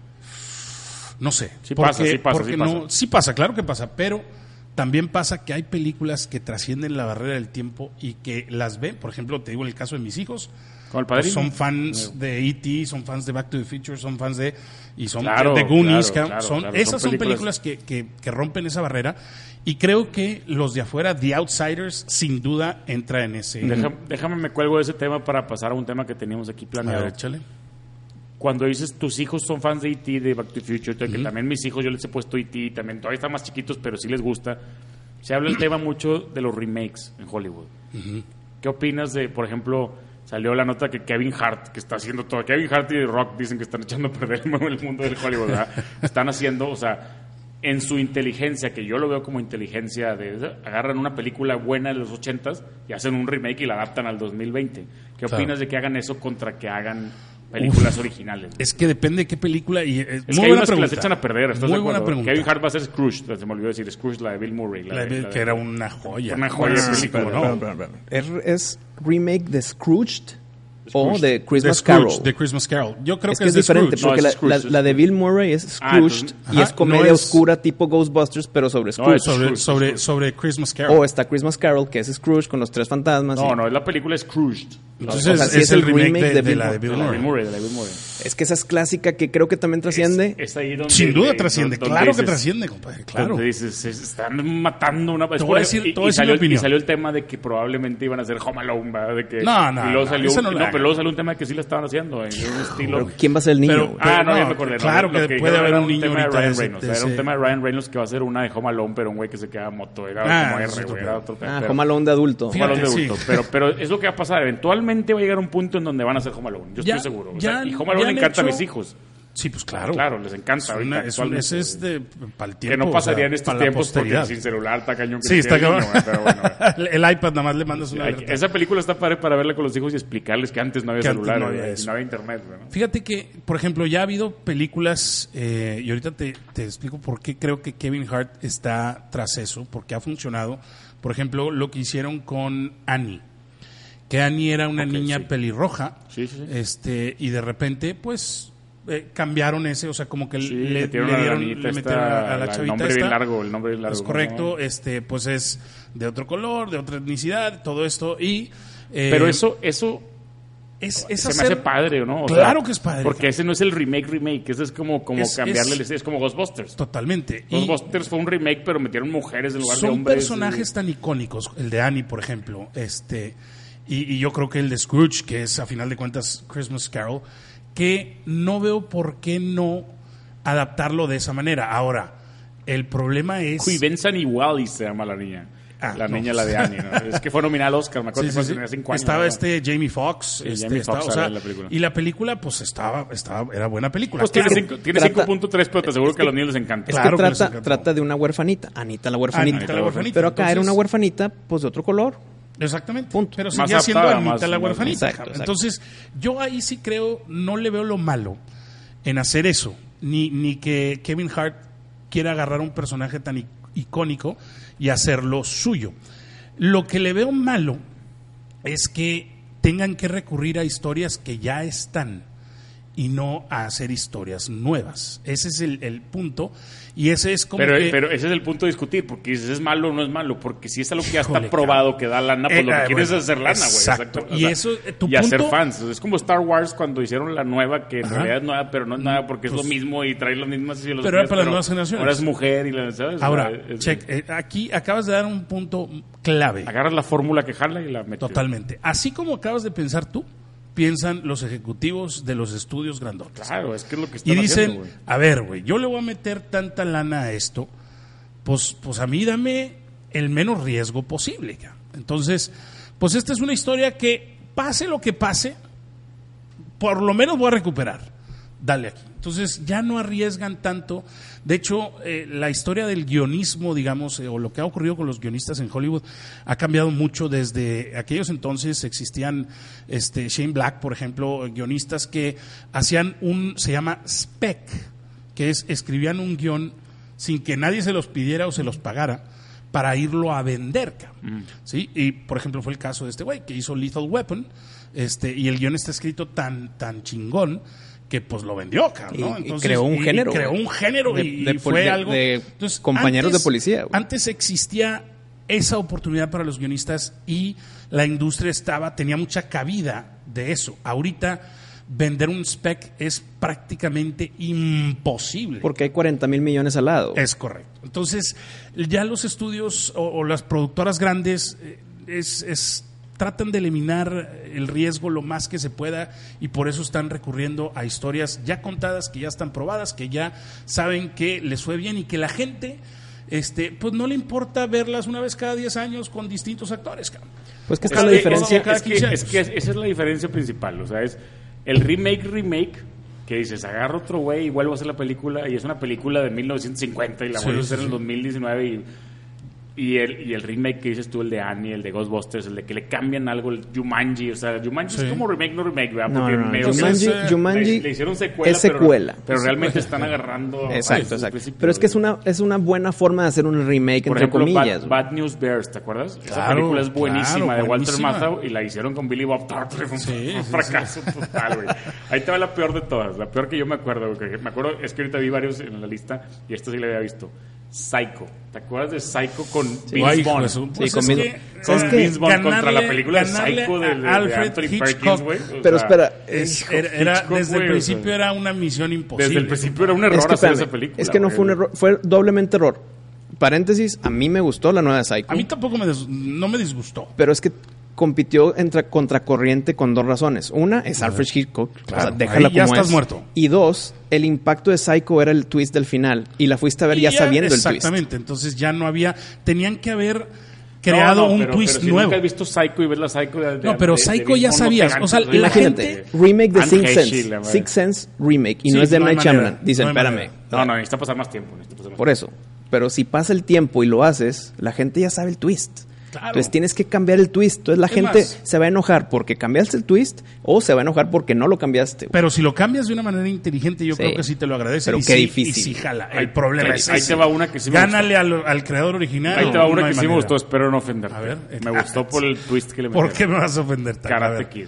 A: No sé.
B: Sí pasa, sí pasa,
A: porque
B: sí
A: no-
B: pasa.
A: sí pasa, claro que pasa, pero también pasa que hay películas que trascienden la barrera del tiempo y que las ven. Por ejemplo, te digo en el caso de mis hijos,
B: Con el padrino.
A: son fans de E.T., son fans de Back to the Future, son fans de. Y son
B: Claro,
A: de Goonies. cabrón.
B: claro, claro,
A: son,
B: claro, son
A: esas son
B: películas-
A: películas, que, que- que rompen esa barrera. Y creo que los de afuera, The Outsiders, sin duda entra en ese.
B: Deja- déjame, me cuelgo de ese tema para pasar a un tema que teníamos aquí
A: A ver,
B: planeado.
A: échale.
B: cuando dices tus hijos son fans de E.T., de Back to the Future, que también mis hijos yo les he puesto E.T., también todavía están más chiquitos, pero sí les gusta. Se habla el tema mucho de los remakes en Hollywood. ¿Qué opinas de, por ejemplo, salió la nota que Kevin Hart, que está haciendo todo, Kevin Hart y The Rock dicen que están echando a perder el mundo del Hollywood, ¿verdad? Están haciendo, o sea, en su inteligencia, que yo lo veo como inteligencia, de, agarran una película buena de los 80s y hacen un remake y la adaptan al 2020. ¿Qué
A: Claro.
B: opinas de que hagan eso contra que hagan películas
A: Uf.
B: originales?
A: Es que depende de qué película. Y, es muy
B: Es que hay
A: buena
B: unas que las
A: pregunta.
B: echan a perder, ¿estás
A: Muy
B: de
A: buena
B: acuerdo?
A: pregunta.
B: Kevin Hart va a ser Scrooge, se me olvidó decir Scrooge, la de Bill Murray. La
A: La
B: de-
A: de-
B: la de-
A: que era una joya.
B: Una joya de
A: Sí,
B: película,
A: cómo no.
B: ¿verdad?
C: Es, es remake de Scrooged, o
B: Scrooged.
C: de
A: The
C: Christmas
A: Scrooge,
C: Carol.
A: de Christmas Carol. Yo creo
C: es
A: que,
C: que es
A: de
C: diferente,
A: Scrooge.
B: No,
C: porque
B: es
C: la-
B: Scrooge,
C: la,
B: es
C: la de Bill Murray es
B: Ah, entonces-
C: Scrooged y
A: Ajá,
C: es comedia
A: no es-
C: oscura tipo Ghostbusters, pero sobre
B: No,
C: Scrooge.
B: es
A: sobre,
B: Scrooge,
A: sobre,
B: Scrooge.
A: sobre Christmas Carol.
C: o está Christmas Carol, que es Scrooge con los tres fantasmas. y-
B: No, no, es la película Scrooge.
A: Entonces
C: o sea,
A: es,
C: sí es
A: el
C: el
A: remake,
C: remake
A: de,
C: de
A: de la de
C: Bill
A: Bill
B: de la de
A: Murray.
B: Bill Murray, de la de Bill Murray.
C: Es que esa es clásica que creo que también trasciende.
B: Es ahí donde-
A: Sin duda
B: donde-
A: trasciende,
B: donde
A: claro que
B: dices-
A: trasciende, compadre, claro.
B: Donde dices, se están matando una... es
A: voy
B: por
A: a
B: eso-
A: decir-
B: y-
A: te voy a
B: y
A: decir
B: salió-
A: mi opinión.
B: Y salió el tema de que probablemente iban a hacer Home Alone, ¿verdad? De que,
A: No, no,
B: y luego
A: no,
B: salió,
A: esa no la
B: y no,
A: hagan.
B: pero luego salió un tema que sí la estaban haciendo, en un estilo...
C: Pero ¿quién va a ser el niño?
A: Pero-
C: güey?
B: Ah, no,
A: Pero
B: ya
A: no,
B: me acordé. no,
A: claro
B: lo
A: que puede
B: yo
A: haber
B: era
A: un niño
B: tema de
A: ahorita
B: Ryan
A: de ese-
B: Reynolds.
A: de
B: Era un
A: ese-
B: tema de Ryan Reynolds que va a ser una de Home Alone, pero un güey que se queda moto. Era
A: Ah,
B: como
A: eso es
B: R,
A: otro
B: güey.
A: pedo.
B: Era otro tema.
C: Ah,
B: pero-
C: Home Alone de adulto.
B: Home Alone de
A: Fíjate,
B: adulto.
A: sí.
B: Pero, pero es lo que va a pasar. Eventualmente va a llegar un punto en donde van a ser Home Alone. Yo
A: Ya-
B: estoy seguro. O
A: ya-
B: sea, y Home Alone
A: ya
B: le
A: han
B: encanta a
A: hecho-
B: mis hijos.
A: Sí, pues claro.
B: Claro, les encanta
A: Es
B: ahorita,
A: una- es un-
B: actualmente.
A: ese es de, para el
B: Que
A: tiempo.
B: no
A: o
B: pasaría
A: sea,
B: en estos
A: para la
B: tiempos porque
A: posteridad.
B: sin celular está cañón. que
A: Sí,
B: se
A: está
B: quede el
A: cabrón.
B: niño, pero bueno.
A: el iPad nada más le mandas una
B: Hay-
A: alerta.
B: Esa película está padre para verla con los hijos y explicarles que antes no había
A: Que antes
B: celular,
A: no
B: no
A: había
B: había,
A: eso.
B: no había internet. güey, ¿no?
A: Fíjate que, por ejemplo, ya ha habido películas, eh, y ahorita te, te explico por qué creo que Kevin Hart está tras eso, porque ha funcionado. Por ejemplo, lo que hicieron con Annie. Que Annie era una
B: Ok,
A: niña
B: sí.
A: pelirroja,
B: Sí, sí, sí.
A: este y de repente, pues, eh, cambiaron ese, o sea, como que
B: Sí,
A: le,
B: metieron
A: le
B: a la
A: dieron-
B: niñita
A: le
B: esta,
A: metieron a, a la
B: la- el
A: chavita
B: nombre bien
A: esta.
B: largo, el nombre bien largo,
A: Es
B: ¿no?
A: correcto, este, pues es de otro color, de otra etnicidad, todo esto, y... eh,
B: Pero eso, eso
A: es, es
B: se me
A: hacer-
B: hace padre, ¿no? O
A: Claro que es padre.
B: Porque ese no es el remake remake, ese es como, como
A: Es-
B: cambiarle,
A: es-
B: el- es, como Ghostbusters.
A: Totalmente. Y-
B: Ghostbusters fue un remake, pero metieron mujeres en lugar de
A: son
B: hombres. eh,
A: personajes tan icónicos, el de Annie, por ejemplo, este, y, y yo creo que el de Scrooge, que es a final de cuentas Christmas Carol, que no veo por qué no adaptarlo de esa manera. Ahora, el problema es...
B: Uy, Benson y Wally se llama la niña.
A: Ah,
B: la
A: no.
B: niña, la de Annie. ¿no? Es que fue nominada al Oscar, me
A: Sí,
B: acuerdo
A: sí,
B: que
A: sí.
B: tenía cinco años.
A: estaba
B: ¿no?
A: este Jamie Foxx
B: Sí,
A: este,
B: Jamie
A: estaba, o
B: Foxx
A: sea,
B: sale en la película.
A: y la película pues estaba estaba era buena película
B: Pues tiene
A: Claro,
B: cinco- tiene
C: Trata-
B: 5.3, pero te aseguro que a los niños les encanta.
C: Es
A: Claro
C: que
A: que les
C: trata,
A: encantó.
C: trata de una huerfanita. Anita la huerfanita.
A: Anita la huerfanita,
C: Pero acá era
A: entonces-
C: una huerfanita, pues de otro color.
A: Exactamente.
C: Punto.
A: Pero
B: Más
A: seguía siendo
B: adaptada,
A: Anita
B: más-
A: la huerfanita.
C: Exacto, exacto.
A: Entonces, yo ahí sí creo, no le veo lo malo en hacer eso, ni, ni que Kevin Hart quiera agarrar un personaje tan i- icónico y hacerlo suyo. Lo que le veo malo es que tengan que recurrir a historias que ya están y no a hacer historias nuevas. Ese es el, el punto y ese es como
B: Pero,
A: que-
B: pero ese es el punto de discutir, porque dices, ¿es malo o no es malo? Porque si es algo que ya
A: Híjole,
B: está probado que da lana, pues
A: Eh,
B: lo que
A: eh,
B: quieres
A: bueno,
B: es hacer lana, güey.
A: exacto.
B: Exacto.
A: Y eso, eh, tu
B: y hacer
A: punto-
B: fans. Es como Star Wars cuando hicieron la nueva, que en
A: Ajá.
B: realidad es nueva, pero no es nada porque es
A: Pues-
B: lo mismo y trae las mismas ideologías.
A: Pero era para las nuevas generaciones.
B: Ahora es mujer y la, ¿sabes?
A: Ahora,
B: Ahora es-
A: check, eh, aquí acabas de dar un punto clave.
B: Agarras la fórmula que jala y la metes.
A: Totalmente. Así como acabas de pensar tú, piensan los ejecutivos de los estudios grandotes.
B: Claro, es que es lo que están
A: y dicen,
B: haciendo, güey.
A: a ver, güey, yo le voy a meter tanta lana a esto, pues, pues a mí dame el menos riesgo posible. ca. Entonces, pues esta es una historia que pase lo que pase, por lo menos voy a recuperar. Dale aquí. Entonces ya no arriesgan tanto. De hecho, eh, la historia del guionismo, digamos, eh, o lo que ha ocurrido con los guionistas en Hollywood, ha cambiado mucho desde aquellos entonces. Existían este, Shane Black, por ejemplo, eh, guionistas que hacían un, se llama spec, que es escribían un guión sin que nadie se los pidiera o se los pagara para irlo a vender.
C: Mm.
A: cabrón. ¿Sí? Y por ejemplo fue el caso de este güey que hizo Lethal Weapon este, y el guión está escrito tan, tan chingón que pues lo vendió. cabrón, ¿no?
C: Y- y creó un género,
A: creó
C: güey.
A: un género
C: De-
A: y,
C: de
A: y
C: pol-
A: fue
C: de-
A: algo...
C: de compañeros de policía, güey.
A: Antes existía esa oportunidad para los guionistas y la industria estaba, tenía mucha cabida de eso. Ahorita vender un spec es prácticamente imposible.
C: Porque hay 40 mil millones al lado.
A: Es correcto. Entonces, ya los estudios o, o las productoras grandes eh, es, es- tratan de eliminar el riesgo lo más que se pueda y por eso están recurriendo a historias ya contadas, que ya están probadas, que ya saben que les fue bien y que la gente... Este, pues no le importa verlas una vez cada 10 años con distintos actores. cabrón.
C: Pues que
B: Es
C: está la
B: que-
C: diferencia.
A: cada
B: Es que,
A: 15
B: es que
A: años.
B: esa es la diferencia principal. O sea, es el remake, remake, que dices, agarro otro güey y vuelvo a hacer la película. Y es una película de 1950 y la
A: Sí,
B: vuelvo a
A: sí,
B: hacer en
A: sí.
B: el 2019. Y, y el, y el remake que dices tú, el de Annie, el de Ghostbusters, el de que le cambian algo, el Jumanji. O sea, Jumanji
A: Sí.
B: es como remake, no remake, ¿verdad?
C: No,
B: Porque
C: no, no.
B: medio que-
A: es,
C: Jumanji,
A: eh,
C: Jumanji
B: le, le hicieron secuela.
C: es secuela.
B: Pero, pero realmente están agarrando.
C: Exacto,
B: desde el
C: exacto.
B: principio,
C: Pero es que
B: güey.
C: es una, es una buena forma de hacer un remake,
B: Por
C: entre
B: ejemplo,
C: comillas.
B: Bad,
C: güey.
B: Bad News Bears, ¿te acuerdas? Esa
A: Claro,
B: película es buenísima
A: claro,
B: de Walter
A: buenísima.
B: Matthau y la hicieron con Billy Bob Thornton. Fue un,
A: Sí,
B: un
A: sí,
B: fracaso total, güey. Ahí te va la peor de todas, la peor que yo me acuerdo. güey, que me acuerdo, es que ahorita vi varios en la lista y esta sí la había visto. Psycho. ¿Te acuerdas de Psycho con
A: Ay,
B: Vince
A: hijo
B: Vaughn?
A: de su- pues
C: con
A: es
C: Vince-
A: que-
C: ¿Sabes
A: eh,
C: qué?
B: Vince Vaughn contra la
A: ganarle-
B: película de
A: ganarle
B: Psycho de,
A: a
B: de- de
A: Alfred
B: Anthony
A: Hitchcock.
B: Perkins, güey. O
C: Pero
B: sea,
C: espera,
A: Es-
C: hijo,
A: era, era-
B: Hitchcock,
A: desde el
B: güey, o sea.
A: principio era una misión imposible.
B: Desde el principio era un error
C: es que,
B: hacer
C: espérame,
B: esa película.
C: es que no
B: güey.
C: fue un error, fue doblemente error. Paréntesis, a mí me gustó la nueva de Psycho.
A: A mí tampoco me des- no me disgustó.
C: pero es que compitió entre contracorriente con dos razones. Una es Alfred Hitchcock, o sea,
A: Claro,
C: déjala
A: ahí ya
C: como
A: estás
C: es.
A: muerto.
C: Y dos, el impacto de Psycho era el twist del final y la fuiste a ver
A: Y
C: ya, sabiendo el twist.
A: Exactamente, entonces ya no había, tenían que haber creado
B: No, no,
A: un
B: pero-
A: twist
B: pero si
A: nuevo.
B: Nunca has visto Psycho y ves la Psycho de, de-
A: No, pero
B: de- de
A: Psycho
B: Vince
A: ya
B: Vaughn, no
A: sabías,
B: te
A: o sea,
B: ganas, güey.
A: la
C: Imagínate,
A: gente-
C: remake de
B: Anne
C: Sixth
B: Heschel, la
C: Sense.
B: madre.
C: Sixth Sense remake y
A: Sí,
C: no es de
A: no hay
C: Night
A: manera,
C: Shyamalan. Dicen,
A: no hay
C: espérame,
A: manera.
B: No, no, necesita pasar más tiempo. necesita pasar más
C: por eso. Pero si pasa el tiempo y lo haces, la gente ya sabe el twist.
A: Claro.
C: Entonces tienes que cambiar el twist. Entonces la
A: ¿Qué
C: gente
A: más?
C: se va a enojar porque cambiaste el twist o se va a enojar porque no lo cambiaste. güey.
A: Pero si lo cambias de una manera inteligente, yo
C: Sí.
A: creo que sí te lo agradece.
C: Pero
A: y
C: qué
A: sí,
C: difícil.
A: Y sí jala.
B: Ahí-
A: el problema
B: ahí-
A: es
B: ahí
A: ese.
B: te va una que sí me
A: Gánale al, al creador original.
B: Ahí te va
A: No,
B: una
A: no hay
B: que sí me
A: manera.
B: gustó, este espero no ofender.
A: A ver. eh,
B: me gustó por el twist que le metieron.
A: ¿Por qué me vas a ofender? tan? A,
B: Karate
A: ver.
B: Kid.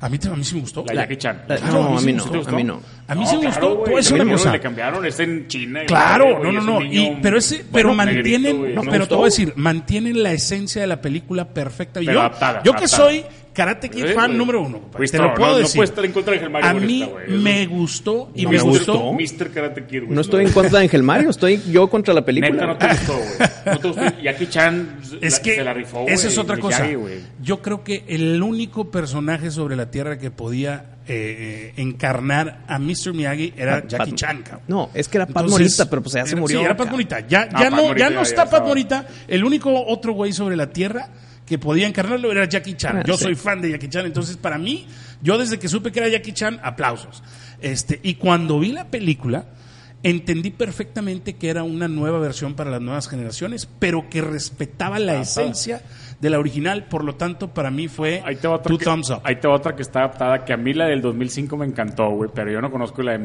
A: a mí te- a mí sí me gustó.
B: La Jackie Chan.
C: la-
A: Claro,
C: no, a
A: sí
C: mí
A: me
C: no,
A: gustó.
C: a mí no.
A: A mí sí me
B: claro,
A: gustó,
B: güey,
A: pues,
B: le
A: una
B: metieron,
A: cosa.
B: Le cambiaron, es en China. y
A: Claro,
B: madre,
A: no,
B: güey,
A: no,
B: es
A: no.
B: un niño
A: Y- pero ese, pero
B: bueno, negrito,
A: mantienen,
B: güey,
A: no,
B: me
A: pero te
B: gustó.
A: voy a decir, mantienen la esencia de la película perfecta. Y
B: Pero
A: yo,
B: adaptada,
A: yo que
B: adaptada.
A: soy Karate Kid
B: Sí,
A: fan
B: güey.
A: número uno, compadre,
B: Pues
A: te
B: no,
A: lo puedo
B: no, no
A: decir.
B: puedes estar en contra de Germán
A: A
B: con
A: mí
B: esta, güey. Es
A: me gustó y
C: No
A: me
C: me
A: gustó.
B: Mr. Karate Kid, güey.
C: No estoy en contra de Ángel Mario, estoy yo contra la película.
B: Neta, no te gustó, güey. No te gustó. Jackie Chan
A: Es
B: la-
A: que
B: se la rifó, güey.
A: esa es otra cosa.
B: Miyagi, güey.
A: Yo creo que el único personaje sobre la Tierra que podía eh, eh, encarnar a Mr. Miyagi era
C: Pat-
A: Jackie
C: Pat-
A: Chan. cabrón.
C: No, es que era Pat Morita, pero pues ya se
A: era-
C: murió,
A: Sí, era Pat
C: cabrón.
A: Morita. Ya,
B: Ah,
A: ya
B: Pat
A: no,
B: Morita
A: ya no
B: ya
A: está Pat
B: estaba.
A: Morita. El único otro güey sobre la Tierra que podía encarnarlo era Jackie Chan.
C: Ah,
A: yo
C: sí.
A: soy fan de Jackie Chan. Entonces, para mí, yo desde que supe que era Jackie Chan, aplausos. Este, y cuando vi la película, entendí perfectamente que era una nueva versión para las nuevas generaciones, pero que respetaba la esencia de la original. Por lo tanto, para mí fue
B: Ahí te, va otra
A: two
B: que,
A: thumbs up.
B: ahí te va otra que está adaptada, que a mí la del 2005 me encantó, güey, pero yo no conozco la de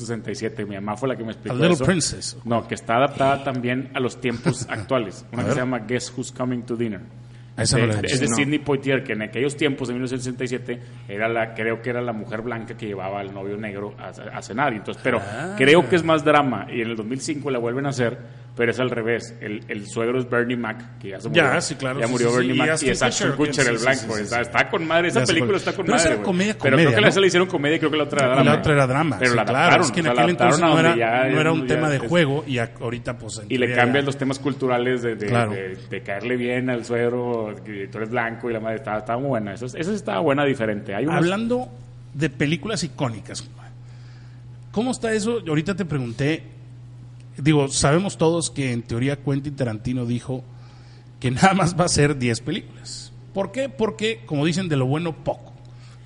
B: 1967. Mi mamá fue la que me explicó
A: A Little
B: eso.
A: Princess.
B: No, que está adaptada también a los tiempos actuales. Una que se llama Guess Who's Coming to Dinner.
A: A esa
B: de-
A: no la he
B: de-
A: visto.
B: es de
C: No.
B: Sidney Poitier, que en aquellos tiempos, en 1967, era la, creo que era la mujer blanca que llevaba al novio negro a, a cenar. Y Entonces, pero
A: Ah.
B: creo que es más drama. Y en el 2005 la vuelven a hacer, pero es al revés. El, el suegro es Bernie Mac, que ya se murió.
A: Ya, sí, claro,
B: Ya
A: sí,
B: murió
A: sí, sí.
B: Bernie
A: Y
B: Mac y
A: Ashton
B: es Ashton
A: Kutcher,
B: Kutcher
A: sí,
B: el
A: sí,
B: blanco.
A: sí, sí,
B: está,
A: sí.
B: está con madre. Esa
A: Ya sé
B: película
A: cuál.
B: está con
A: Pero esa
B: madre.
A: era
B: güey.
A: comedia,
B: pero creo
A: comedia,
B: que la-
A: ¿no?
B: esa le hicieron comedia y creo que la otra era
A: Y
B: drama.
A: la otra era drama.
B: Pero
A: sí,
B: la
A: claro,
B: adaptaron,
A: es que en
B: o sea, la
A: aquel entonces
B: adaptaron a
A: no
B: donde
A: era,
B: ya-
A: no era un
B: ya
A: tema de
B: es-
A: juego y a- ahorita pues... en
B: Y le
A: teoría
B: cambias
A: ya-
B: los temas culturales de, de-
A: Claro.
B: de- de caerle bien al suegro, que tú eres blanco y la madre. Estaba, estaba muy buena. Eso, eso estaba buena, diferente. Hay unas-
A: Hablando de películas icónicas, ¿cómo está eso? Ahorita te pregunté, digo, sabemos todos que en teoría Quentin Tarantino dijo que nada más va a ser 10 películas. ¿Por qué? Porque, como dicen, de lo bueno poco,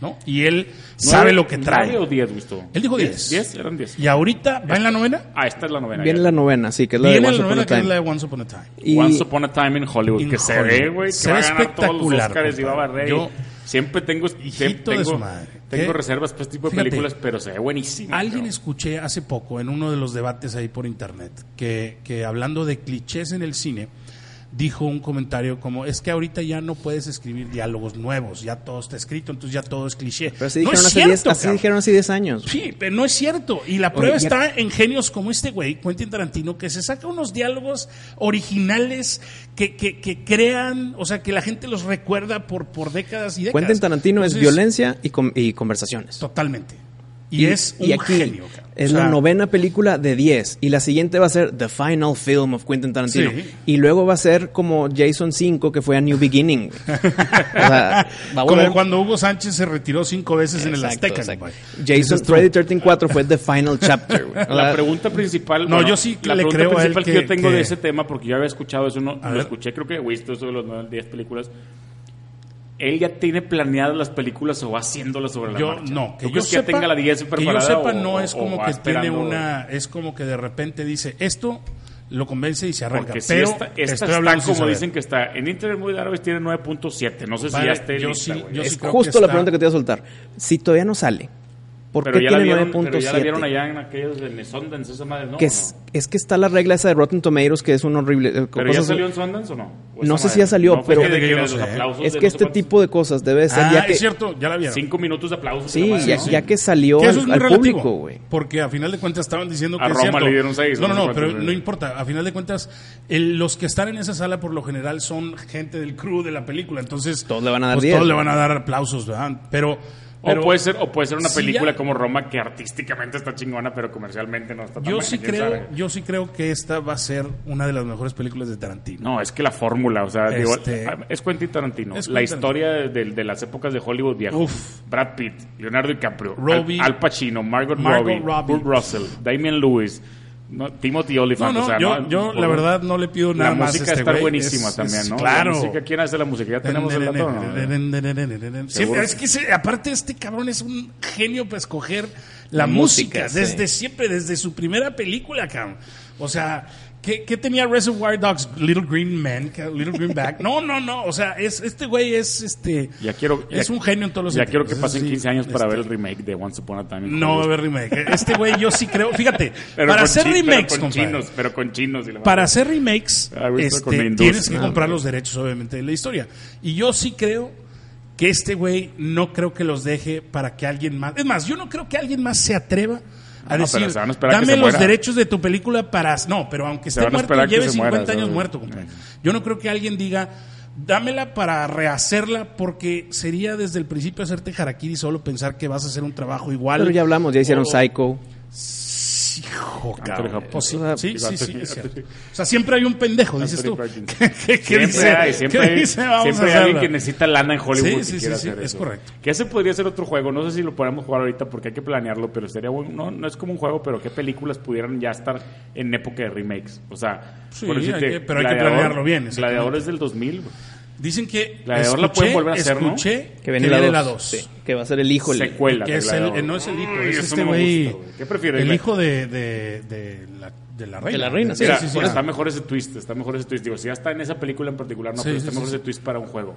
A: ¿no? Y él sabe
B: ¿Nueve-
A: lo que trae.
B: ¿Nueve o diez, Gustavo?
A: Él dijo 10.
B: Diez, diez, eran diez.
A: Y ahorita va en la novena.
B: Ah, esta es la novena.
C: Viene
B: ya.
C: la novena, sí, que es la de
A: Viene
C: Once
A: la
C: Upon
A: novena
C: a
A: que es la de
C: Time.
A: Once Upon a Time.
C: Y
B: Once Upon a Time in Hollywood.
A: In
B: que se
A: Hollywood.
B: ve, güey.
A: Se
B: Que va a
A: ve
B: ganar todos los
A: espectacular,
B: Oscars y va a
A: compadre.
B: barrer.
A: Yo-
B: Siempre tengo,
A: Hijito de
B: tengo,
A: su madre.
B: tengo
A: ¿Qué?
B: reservas para este tipo de
A: Fíjate.
B: películas, pero se ve buenísimo.
A: Alguien
B: cabrón.
A: escuché hace poco en uno de los debates ahí por internet que, que hablando de clichés en el cine, dijo un comentario como, es que ahorita ya no puedes escribir diálogos nuevos, ya todo está escrito, entonces ya todo es cliché.
C: Pero así
A: no
C: dijeron
A: es
C: hace 10
A: cierto,
C: así
A: cabrón.
C: dijeron hace 10 años.
A: Sí, pero no es cierto. Y la prueba
C: ya-
A: está en genios como este güey, Quentin Tarantino, que se saca unos diálogos originales que, que, que crean, o sea, que la gente los recuerda por, por décadas y décadas.
C: Quentin Tarantino es
A: Entonces,
C: violencia y, com- y conversaciones.
A: Totalmente. Y, es un
C: y aquí
A: genio. cabrón.
C: Es
A: O sea,
C: la novena película de 10 y la siguiente va a ser The Final Film of Quentin Tarantino
A: Sí.
C: y luego va a ser como Jason 5 que fue a New Beginning. güey. o sea, va a volver-
A: Como cuando Hugo Sánchez se retiró cinco veces en el
C: Exacto,
A: Azteca.
C: exacto.
A: güey.
C: Jason Freddy 13 4 fue The Final Chapter. güey. O
B: La
C: sea,
B: pregunta principal.
A: No, yo sí
B: la
A: le
B: pregunta
A: creo a él
B: principal
A: que-
B: que, yo tengo
A: que-
B: de ese tema, porque yo había escuchado eso, no,
A: A
B: lo
A: ver.
B: escuché, creo que he visto eso de los 9 10 películas. Él ya tiene planeadas las películas o va haciéndolas sobre la
A: Yo
B: marcha.
A: no,
B: ¿Tú
A: que yo
B: crees que ya
A: sepa,
B: tenga la 10
A: que yo
B: preparada
A: sepa
B: o-
A: no es
B: o- o
A: como
B: va
A: que tiene
B: esperando?
A: una, es como que de repente dice esto, lo convence y se arranca.
B: Porque si
A: pero
B: esta, esta
A: estoy
B: está
A: hablando
B: como
A: sin saber.
B: dicen que está. En Internet Movie Árabes tiene 9.7. No sé si
A: Vale,
B: ya esté
A: yo
B: lista,
A: sí-
B: güey.
A: yo
C: es
A: sí creo
C: justo
A: que
C: la
A: está-
C: pregunta que te iba a soltar. Si todavía no sale, ¿por
B: Pero
C: qué
B: ya, la
C: tiene
B: vieron, pero ya la vieron
C: 9.7?
B: allá en aquellos de Sundance, esa madre, ¿no?
C: Que
B: ¿O
C: es,
B: no?
C: es que está la regla esa de Rotten Tomatoes que es un horrible eh,
B: ¿Pero ya
C: cosas-
B: salió en Sundance o no? ¿O
C: No
B: esa
C: sé si ya salió,
B: fue
C: pero-
B: de que
A: Yo no
B: los
A: sé.
B: aplausos
C: es
B: de
C: que
B: no sé
C: este
B: cuántos-
C: tipo de cosas debe ser
A: Ah,
C: ya que
A: es cierto, ya la vieron.
B: Cinco minutos de aplausos. de
C: Sí,
B: la madre,
C: ya,
B: ¿no?
C: ya que salió
A: Que eso es
C: al-
A: muy
C: al
A: relativo,
C: público, güey.
A: Porque a final de cuentas estaban diciendo que
B: A
A: es
B: Roma
A: cierto.
B: le dieron seis,
A: No,
B: no
A: no,
B: sé
A: no, pero
B: cuántos,
A: no
B: eh.
A: importa. A final de cuentas, el- los que están en esa sala por lo general son gente del crew de la película. Entonces,
C: Todos le van a dar
A: pues,
C: diez,
A: todos le
C: ¿no?
A: van a dar aplausos, ¿verdad? Pero.
B: O
A: pero
B: puede, ser, o puede ser una
A: Sí,
B: película
A: ya.
B: como Roma que artísticamente está chingona, pero comercialmente no está tan
A: Yo
B: buena,
A: sí,
B: quién sabe.
A: creo, yo sí creo que esta va a ser una de las mejores películas de Tarantino.
B: No, es que la fórmula, o sea, digo, ah,
A: Este-
B: es Quentin Tarantino.
A: Es
B: la
A: Quentin
B: historia de, de las épocas de Hollywood viajó.
A: Uf.
B: Brad Pitt, Leonardo DiCaprio,
A: Robbie-
B: Al, Al Pacino, Margot,
A: Margot
B: Robbie,
A: Robbie.
B: Kurt Russell, Damian Lewis, no, Timothy
A: No,
B: Oliphant.
A: no,
B: o sea,
A: yo,
B: no,
A: yo
B: por-
A: la verdad no le pido nada
B: la
A: más. a
B: música
A: este
B: está
A: güey.
B: buenísima
A: Es-
B: también,
A: es-
B: ¿no?
A: Claro.
B: La música, ¿quién hace la música? Ya tenemos el dato, ¿no?
A: Sí,
B: Seguro.
A: es que se- aparte este cabrón es un genio para escoger la,
C: La
A: música,
C: música,
A: desde siempre, desde su primera película, cabrón. O sea, ¿qué, qué tenía Reservoir Dogs? Little Green Man, ca- Little Green Back. No, no, no. O sea, es, este güey es este.
B: Ya quiero,
A: es
B: ya-
A: un genio en todos los
B: Ya
A: sentidos.
B: quiero que pasen
A: Sí,
B: 15 años para
A: este,
B: ver el remake de Once Upon a Time. in
A: No va a
B: Hollywood.
A: haber remake. Este güey yo sí creo. Fíjate,
B: Pero
A: para
B: con
A: hacer
B: chi- pero
A: remakes,
B: con
A: compadre,
B: chinos, pero con chinos. y la
A: para
B: madre.
A: hacer remakes,
B: Ah, güey, esto
A: este,
B: con la industria.
A: tienes que
B: Ah,
A: comprar los derechos, obviamente, de la historia. Y yo sí creo que este güey no creo que los deje para que alguien más. Es más, yo no creo que alguien más se atreva a
B: No,
A: decir,
B: pero se van a esperar a que
A: dame
B: se
A: los
B: muera".
A: derechos de tu película para. No, pero aunque esté
B: van a
A: muerto,
B: esperar a que
A: lleve
B: se muera,
A: 50 años
B: ¿sabes? Eh.
A: muerto, compadre. Yo no creo que alguien diga. Dámela para rehacerla porque sería desde el principio hacerte harakiri solo pensar que vas a hacer un trabajo igual.
C: Pero ya hablamos, ya hicieron
A: O-
C: Psycho.
A: Hijo,
B: Anthony
A: cabrón.
B: Hopkins.
A: Pues sí,
C: O sea,
A: sí,
B: digo,
A: sí,
B: Anthony-
A: sí, es cierto. O sea, siempre hay un pendejo, dices tú.
B: Anthony Hopkins.
A: ¿Qué- qué- qué
B: Siempre
A: dice?
B: hay, siempre,
A: ¿Qué
B: hay-
A: dice? Vamos a
B: siempre hay alguien
A: hacerla.
B: que necesita lana en Hollywood
A: Sí, sí,
B: y
A: sí,
B: quiere
A: sí,
B: hacer
A: es
B: eso.
A: correcto.
B: Que ese podría ser otro juego, no sé si lo podemos jugar ahorita porque hay que planearlo, pero sería bueno, no, no es como un juego, pero qué películas pudieran ya estar en época de remakes. O sea,
A: Sí,
B: por decirte,
A: hay que- pero hay que
B: Gladiador-
A: planearlo bien, exactamente.
B: Gladiador es del 2000. güey.
A: Dicen que
B: La de ahora la pueden volver a hacer, ¿no?
A: escuché que
C: Que
A: viene
C: viene
A: la
C: dos.
A: 2.
C: Sí, que va a ser el hijo. el-
B: Secuela.
A: Que
B: de
A: es el,
B: Gladiador.
A: eh, no es el hijo,
B: Uy,
A: es
B: eso
A: este
B: no me
A: güey.
B: gusta, ¿Qué prefieres?
A: El
B: la-
A: hijo de, de, de, la, de la reina.
C: la reina,
A: sí,
B: Mira,
A: sí, sí,
B: bueno,
A: sí.
B: está mejor ese twist, está mejor ese twist. Digo, si ya está en esa película en particular, no,
A: Sí,
B: pero
A: sí,
B: está
A: sí,
B: mejor
A: sí.
B: ese twist para un juego.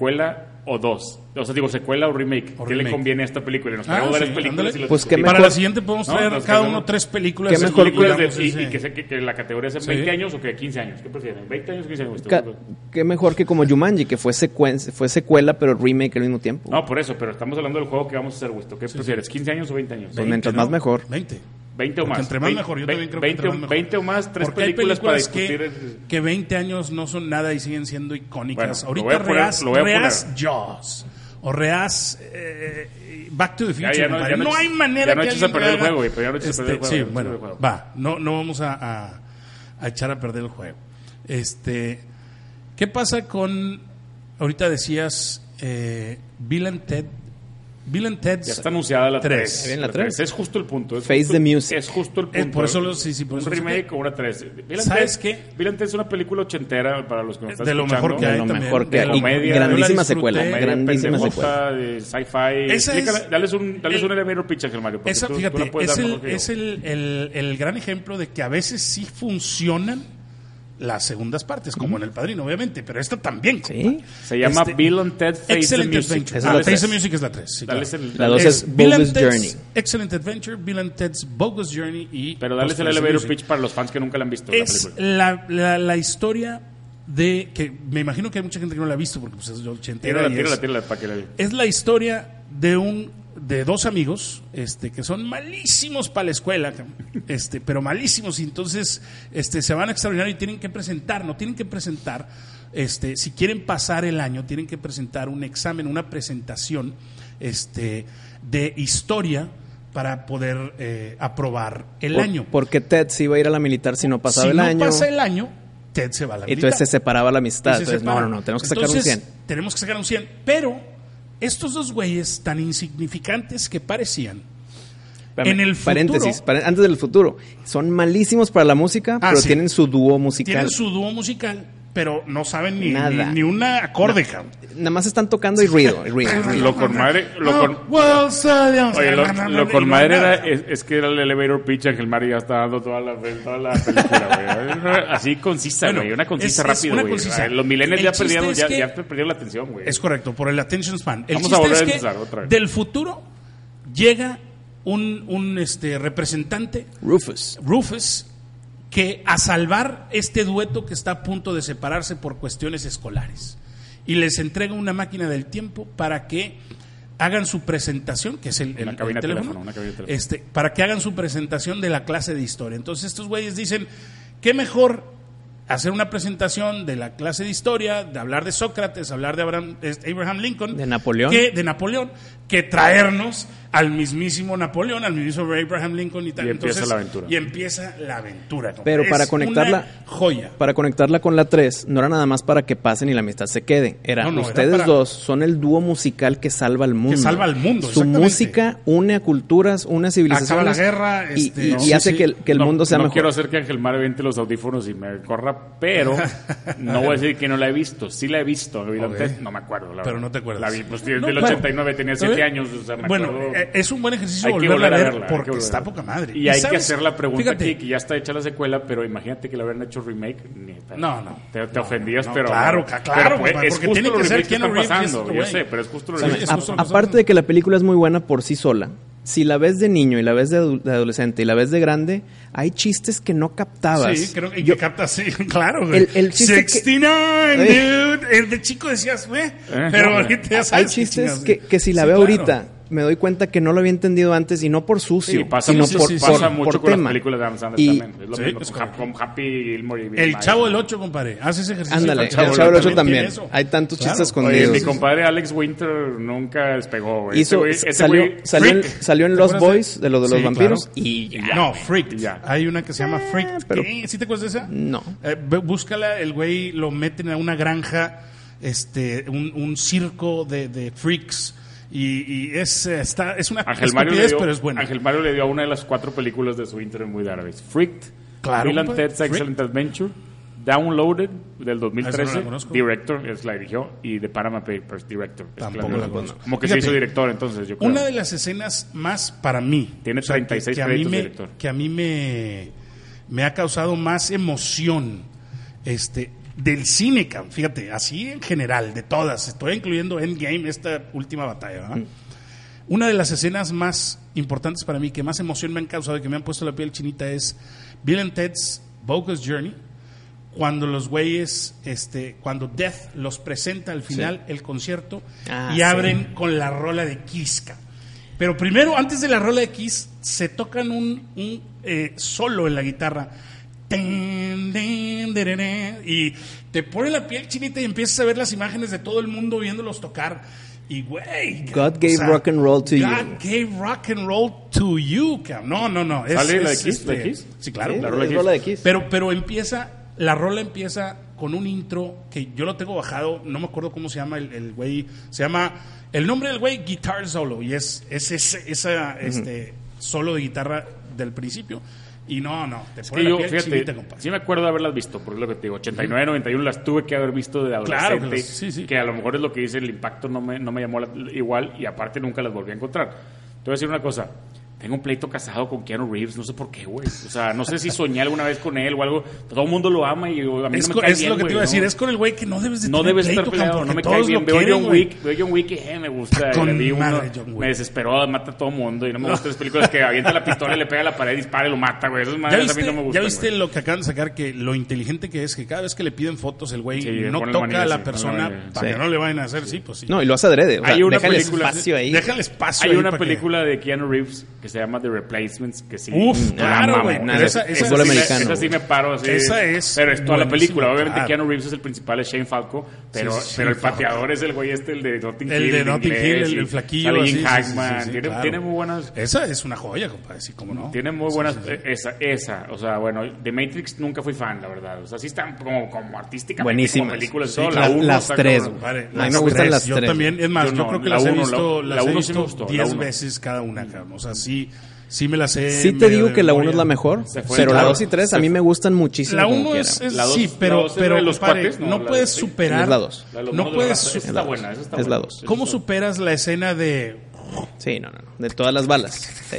B: secuela o dos. O sea, digo, secuela o remake.
A: O
B: ¿Qué le
A: remake.
B: conviene a esta película? Y Nos
A: Ah,
B: traemos varias
A: sí,
B: películas
A: ándale.
B: y las
C: Pues qué
B: discutimos.
A: Para
C: mejor-
A: la siguiente podemos
B: No,
A: traer
B: nos
A: cada
B: quedamos-
A: uno tres películas.
C: qué
A: y
C: mejor
B: películas de-
A: jugamos
B: y,
A: ese.
B: y que, se- que- que la categoría sea
A: Sí.
B: 20 años o que 15 años. ¿Qué prefieren? ¿20 años Pues, o 15 años?
C: Ca- Qué mejor que como Jumanji, que fue, secuen- fue secuela pero remake al mismo tiempo.
B: No, por eso, pero estamos hablando del juego que vamos a hacer, Wisto. ¿Qué prefieres? ¿15 años o 20 años?
C: Pues mientras más mejor.
A: 20.
B: 20 o
A: Porque
B: más.
A: entre más
B: Vein-
A: mejor, yo
B: vein-
A: también creo que
B: 20,
A: entre más mejor.
B: o más, tres
A: Porque hay
B: películas, para
A: películas que-
B: discutir. el-
A: Que, 20 años no son nada y siguen siendo icónicas.
B: Bueno, lo voy
A: Ahorita
B: a poner-
A: Reas,
B: lo voy a
A: Reas Jaws. O Reas eh, Back to the
B: Ya,
A: Future.
B: ya no-
A: compadre.
B: ya no
A: no, hay
B: eches-
A: manera
B: ya no
A: que
B: eches a
A: alguien
B: perder el
A: haga-
B: juego, güey, pero ya no eches a perder el
A: Este,
B: juego,
A: Sí,
B: ya no eches a
A: bueno,
B: perder el
A: va. No, no vamos a, a- a echar a perder el juego. Este, ¿Qué pasa con... Ahorita decías eh, Bill and Ted... Bill and Ted's...
B: Ya está anunciada la
A: Tres.
B: 3.
C: Ahí viene la tres.
B: Es justo el punto. es
C: Face
B: justo-
C: the Music.
B: Es justo el
A: Eh,
B: punto.
A: por eso lo- sí, sí, por eso lo
B: Un remake
A: saqué.
B: o una 3.
A: ¿Sabes qué?
B: es una película ochentera para los que nos están
A: De lo mejor que
B: escuchando.
A: hay
C: lo
A: también.
C: mejor que
A: De
C: hay.
A: lo
C: Y
A: media. Yo la
C: grandísima
A: disfruté.
C: secuela,
B: Comedia,
C: grandísima
B: pendejosa,
C: secuela.
B: de sci-fi.
A: Esa
B: Explícala-
A: es-
B: dales un, dales
A: eh,
B: un elevator pitch, Ángel Mario. porque
A: Esa,
B: tú- tú la
A: fíjate,
B: puedes
A: es,
B: dar
A: el,
B: mejor que yo.
A: es el, el- el gran ejemplo de que a veces sí funcionan las segundas partes, como en El Padrino, obviamente, pero esta también.
C: Sí.
A: compa.
B: Se llama
A: Este,
B: Bill and Ted Face the
A: Excellent
B: Music.
A: Adventure.
C: Esa
A: Ah,
C: es la
A: Face the
C: tres.
A: Music es la 3.
B: Dales el-
C: La dos es Bogus Journey.
A: Excellent Adventure, Bill and Ted's Bogus Journey y.
B: Pero dales el
A: Face the
B: elevator
A: Music.
B: pitch para los fans que nunca la han visto. la
A: Es
B: película.
A: la, la, la historia de. que Me imagino que hay mucha gente que no la ha visto porque pues, es ochentera.
B: Tírala,
A: y es-
B: tírala, tírala para que la
A: es la historia de un de dos amigos este que son malísimos para la escuela cabrón, este pero malísimos y entonces este se van a extraordinar y tienen que presentar no tienen que presentar este si quieren pasar el año tienen que presentar un examen una presentación este de historia para poder eh, aprobar el
C: Por-
A: año
C: Porque Ted se iba a ir a la militar si no pasaba
A: si
C: el
A: no
C: año.
A: pasa el año Ted se va a la
C: Entonces se
A: mitad.
C: separaba la amistad.
A: Y se
C: Entonces, no,
A: separa.
C: no, no, tenemos que
A: "Ah, Entonces,
C: sacar un 100.
A: Tenemos que sacar un 100. Pero estos dos güeyes tan insignificantes que parecían.
C: Espérame,
A: en el futuro-
C: paréntesis, pare- antes del futuro. Son malísimos para la música,
A: Ah,
C: pero
A: sí.
C: tienen su dúo musical.
A: Tienen su dúo musical, pero no saben ni,
C: Nada.
A: ni, ni una acorde, cabrón.
C: Nada más están tocando y ruido, y ruido, y ruido.
B: Lo con madre. Lo
A: No,
B: con,
A: well, so-
B: Oye,
A: na, na,
B: lo,
A: na,
B: lo
A: na,
B: con
A: y no
B: madre
A: nada.
B: era, es, es que era el elevator pitch, Ángel Mario ya está dando toda la, toda la película, güey. Así concisa,
A: Bueno,
B: güey. Una concisa
A: es- es
B: rápida,
A: una
B: güey.
A: concisa.
B: Los millennials
A: El
B: ya
A: chiste
B: perdieron,
A: es
B: ya,
A: que-
B: ya perdieron la atención, güey.
A: Es correcto, por el attention span. El
B: Vamos
A: chiste
B: a volver
A: es
B: a
A: que
B: empezar otra vez.
A: del futuro llega un, un este, representante
C: Rufus.
A: Rufus que a salvar este dueto que está a punto de separarse por cuestiones escolares y les entrega una máquina del tiempo para que hagan su presentación, que es el, el-
B: Una cabina
A: el
B: de
A: teléfono,
B: teléfono, una cabina de teléfono.
A: Este, para que hagan su presentación de la clase de historia. Entonces estos güeyes dicen, ¿qué mejor hacer una presentación de la clase de historia, de hablar de Sócrates, hablar de Abraham, este, Abraham Lincoln,
C: De Napoleón.
A: que- de Napoleón, que traernos al mismissimo Napoleón, al mismísimo Abraham Lincoln y tal.
B: Y empieza la aventura.
A: Y empieza la aventura. compa.
C: Pero para
A: Es
C: conectarla-
A: una joya.
C: Para conectarla con la 3, no era nada más para que pasen y la amistad se quede. Era
A: No, no, era
C: ustedes
A: para-
C: dos son el dúo musical que salva al mundo.
A: salva al mundo,
C: Su
A: exactamente.
C: música une a culturas, une a
A: Acaba la
C: civilizaciones.
A: guerra.
C: y-
A: este,
C: y,
A: no,
C: y
A: sí,
C: hace
A: sí.
C: que el, que el
B: No-
C: mundo sea
B: no
C: mejor.
B: quiero hacer que Ángel Mario vente los audífonos y me corra, pero no voy a decir que no la he visto. Sí la he visto, evidentemente.
A: Ok.
B: No me acuerdo, la
A: Pero
B: verdad.
A: no te acuerdas.
B: La vi, pues, desde
A: No,
B: el
A: bueno.
B: 89 tenía 7
A: ¿Sabe?
B: años. O sea, me
A: bueno,
B: acuerdo.
A: eh, es un buen ejercicio
B: Hay que
A: volverla a
B: volver a
A: ver
B: verla, hay que
A: porque
B: volver a
A: está
B: verla.
A: poca madre.
B: Y, hay que
A: sabes?
B: hacer la pregunta
A: Fíjate,
B: aquí, que ya está hecha la secuela, pero imagínate que le hubieran hecho remake. ni-
A: No, no.
B: Te, te ofendías,
A: no,
B: pero.
A: claro, ca- claro,
B: pero, pues,
A: compadre,
B: es
A: porque
B: justo
A: tiene
B: lo
A: que ser
B: remake que
A: Keanu
B: están
A: Reeves y
B: pasando.
A: este
B: Yo
A: güey.
B: sé, pero es justo lo
A: Sí,
B: remake.
A: es
C: A-
A: justo lo que
C: aparte
A: estamos-
C: de que la película es muy buena por sí sola, si la ves de niño y la ves de, adu- de adolescente y la ves de grande, hay chistes que no captabas.
A: Sí, creo y
C: Yo-
A: que capta, sí, claro. güey.
C: El- el chiste que-
A: 69,
C: Eh.
A: dude. El de chico decías, güey.
B: Eh, no,
A: pero ahorita ya sabes.
C: hay
A: qué
C: chistes
A: chingados,
C: que,
A: güey.
C: que si la
A: Sí,
C: veo
A: claro.
C: ahorita me doy cuenta que no lo había entendido antes y no por sucio,
B: Sí, pasa
C: sino
B: mucho,
C: por,
B: sí,
C: por-
B: pasa mucho
C: por
B: con
C: tema.
B: las películas de Adam Sandler
C: Y-
B: también. Es lo
A: Sí,
B: mismo
A: es
B: con, Hap- con Happy Gilmore y Bill
A: El
B: Nye.
A: Chavo del 8, compadre. Hace ese ejercicio.
C: Ándale, el
A: Chavo del
C: Chavo del
A: Ocho
C: Ocho también.
A: tiene eso.
C: Hay tantos
A: Claro.
C: chistes con-
B: Oye,
C: Sí,
B: mi
C: sí,
B: compadre Alex Winter nunca despegó, güey.
C: hizo-
B: ese güey, ese
C: salió,
B: güey-
C: salió, en-
A: Freak.
C: salió en
A: ¿Te
C: Los
A: acuerdas de-
C: Boys, de lo de los
A: Sí,
C: vampiros,
A: claro.
C: y ya.
A: no, Freak.
B: ya. Ah,
A: Hay una que se llama Freak.
C: pero-
A: ¿Qué? ¿Sí te acuerdas de esa?
C: No.
A: Eh, ve- búscala, el güey lo meten a una granja, este, un, un circo de, de freaks. Y, y es, eh, está, es una
B: Ángel Mario, le dio,
A: pero es buena.
B: Ángel Mario le dio a una de las cuatro películas de su intro en Muy Árabes. Freaked,
A: Claro,
B: Bill and
A: compadre,
B: Ted's Excellent Adventure, Downloaded, del
A: Ah, esa no
B: 2013,
A: la conozco.
B: Director, es la dirigió, y The Paramount Papers, Director. es
A: Tampoco
B: la-
A: la conozco.
B: Como que
A: Fíjate,
B: se hizo director entonces, yo creo.
A: Una de las escenas más para mí.
B: Tiene 36
A: que, que a mí
B: créditos,
A: me,
B: director.
A: Que a mí me, me ha causado más emoción. Este, del cine, cabrón, fíjate, así en general, de todas, estoy incluyendo Endgame, esta última batalla,
B: Mm.
A: ¿verdad? Una de las escenas más importantes para mí, que más emoción me han causado y que me han puesto la piel chinita es Bill and Ted's Bogus Journey, cuando los güeyes, este, cuando Death los presenta al final el concierto
C: Ah,
A: y
C: sí.
A: abren con la rola de Kiss. cabrón. Pero primero, antes de la rola de Kiss, se tocan un, un, eh, solo en la guitarra. Ten, ten, tereré. Y te pone la piel chinita y empiezas a ver las imágenes de todo el mundo viéndolos tocar. Y güey.
C: God gave rock and roll to you.
A: God gave rock and roll to you. cabrón. No, no, no. es-
B: ¿Sale la de
A: es,
B: Kiss? ¿La de
A: este,
B: Kiss?
A: Sí, claro.
C: Sí,
B: la rola de
C: es
B: Kiss.
C: rola de Kiss.
A: Pero, pero empieza, la rola empieza con un intro que yo lo tengo bajado, no me acuerdo cómo se llama el, el güey, se llama, el nombre del güey, Guitar Solo, y es, es ese esa, este, solo de guitarra del principio. Y no, no, te
B: Es
A: pone
B: que
A: la
B: yo,
A: piel
B: fíjate,
A: chinita, compadre.
B: sí me acuerdo de haberlas visto, por lo que te digo, 89, 91 las tuve que haber visto de
A: que
B: adolescente,
A: las- sí, sí.
B: que a lo mejor es lo que dice, el impacto no me, no me llamó la- igual y aparte nunca las volví a encontrar. Te voy a decir una cosa, tengo un pleito casado con Keanu Reeves, no sé por qué, güey. O sea, no sé si soñé alguna vez con él o algo, todo el mundo lo ama y güey, a mí
A: Es,
B: no me
A: con-
B: cae
A: es
B: bien,
A: lo que te
B: güey,
A: iba a decir,
B: ¿no?
A: es con el güey que no debes de
B: No
A: tener
B: debes estar
A: pleito,
B: peleado,
A: cabrón,
B: no me
A: porque
B: cae
A: todos
B: bien.
A: lo
B: Veo a
A: quieren,
B: John
A: güey.
B: Wick, veo a John Wick y eh, me gusta.
A: Está con
B: le vi uno,
A: madre John Wick.
B: me desesperó, mata a todo mundo y no me gustan las películas que avienta la pistola y le pega a la pared, dispara y lo mata, güey. Esas
A: ¿Ya
B: madres
A: viste,
B: Ah, a mí no me
A: ya
B: gustan.
A: viste
B: güey.
A: lo que acaban de sacar? Que lo inteligente que es, que cada vez que le piden fotos, el güey
B: Sí, le
A: no
B: ponen
A: toca
B: manilla
A: a la
B: así,
A: persona
B: no, no,
A: para
C: sí.
A: que no le vayan a hacer, sí, pues sí.
C: No, y lo hace adrede. O sea,
B: Hay una
C: déjale
B: película-
C: espacio ahí.
A: Déjale espacio.
B: Hay
A: ahí
B: una
A: para que-
B: película de Keanu Reeves que se llama The Replacements, que sí.
A: Uf,
B: la
A: claro,
B: mamo,
A: güey,
B: güey.
C: pero
B: Esa esa
C: esa- esa
B: sí
C: sí-
B: me-
C: americano,
B: esa sí
C: güey.
B: me paro así.
A: Esa es
B: Pero es toda la
A: buenísima,
B: película. Obviamente
A: claro.
B: Keanu Reeves es el principal, es Shane Falco, pero,
A: Sí, sí,
B: pero el
A: Shane Falco.
B: pateador es el güey este, el de Notting Hill.
A: El de Notting Hill,
B: inglés,
A: el,
B: y
A: el flaquillo.
B: sale Gene
A: así, sí, sí, sí,
B: Hackman.
A: sí,
B: tiene,
A: claro.
B: tiene muy buenas...
A: Esa es una joya, compadre, sí, cómo no.
B: Tiene muy
A: Sí,
B: buenas.
A: sí, sí.
B: eh, Esa, esa. O sea, bueno, de Matrix nunca fui fan, la verdad. O sea, sí están como, como artísticamente.
C: Buenísimas.
B: Como películas
C: Sí,
B: solas.
C: claro.
B: La uno
C: Las
B: está
C: tres,
B: cabrón.
A: Compadre,
C: A mí me gustan las
A: yo
C: tres.
A: también, es más,
B: Yo
A: yo,
B: no,
A: creo que
B: la
A: las he
B: uno,
A: visto,
B: la-
A: las
B: la
A: he
B: uno sí me
A: visto
B: gustó, la
A: 10
B: uno.
A: veces cada una, cabrón. O sea, sí, sí me las he.
C: Sí te
A: medio
C: digo
A: de
C: que la 1 es
A: memoria.
C: la mejor,
B: Se fue,
C: pero la
B: claro.
C: 2 y 3 a mí me gustan muchísimo.
A: La
C: como
A: 1
C: quiera.
A: es, es-
B: La dos-
A: sí, pero,
B: la dos es la
A: pero
B: de los
A: compadre,
B: cuates, no,
A: no,
B: la
A: puedes
B: de- sí.
A: superar.
C: Es la dos.
B: La de los
A: No
B: monos
A: puedes.
B: de la raza, esa
A: su-
B: está buena, esa está
C: Es la
B: buena.
C: dos.
B: Esa
A: ¿Cómo
B: está-
A: superas la escena de
C: Sí, no, no, no. De todas las balas. Sí.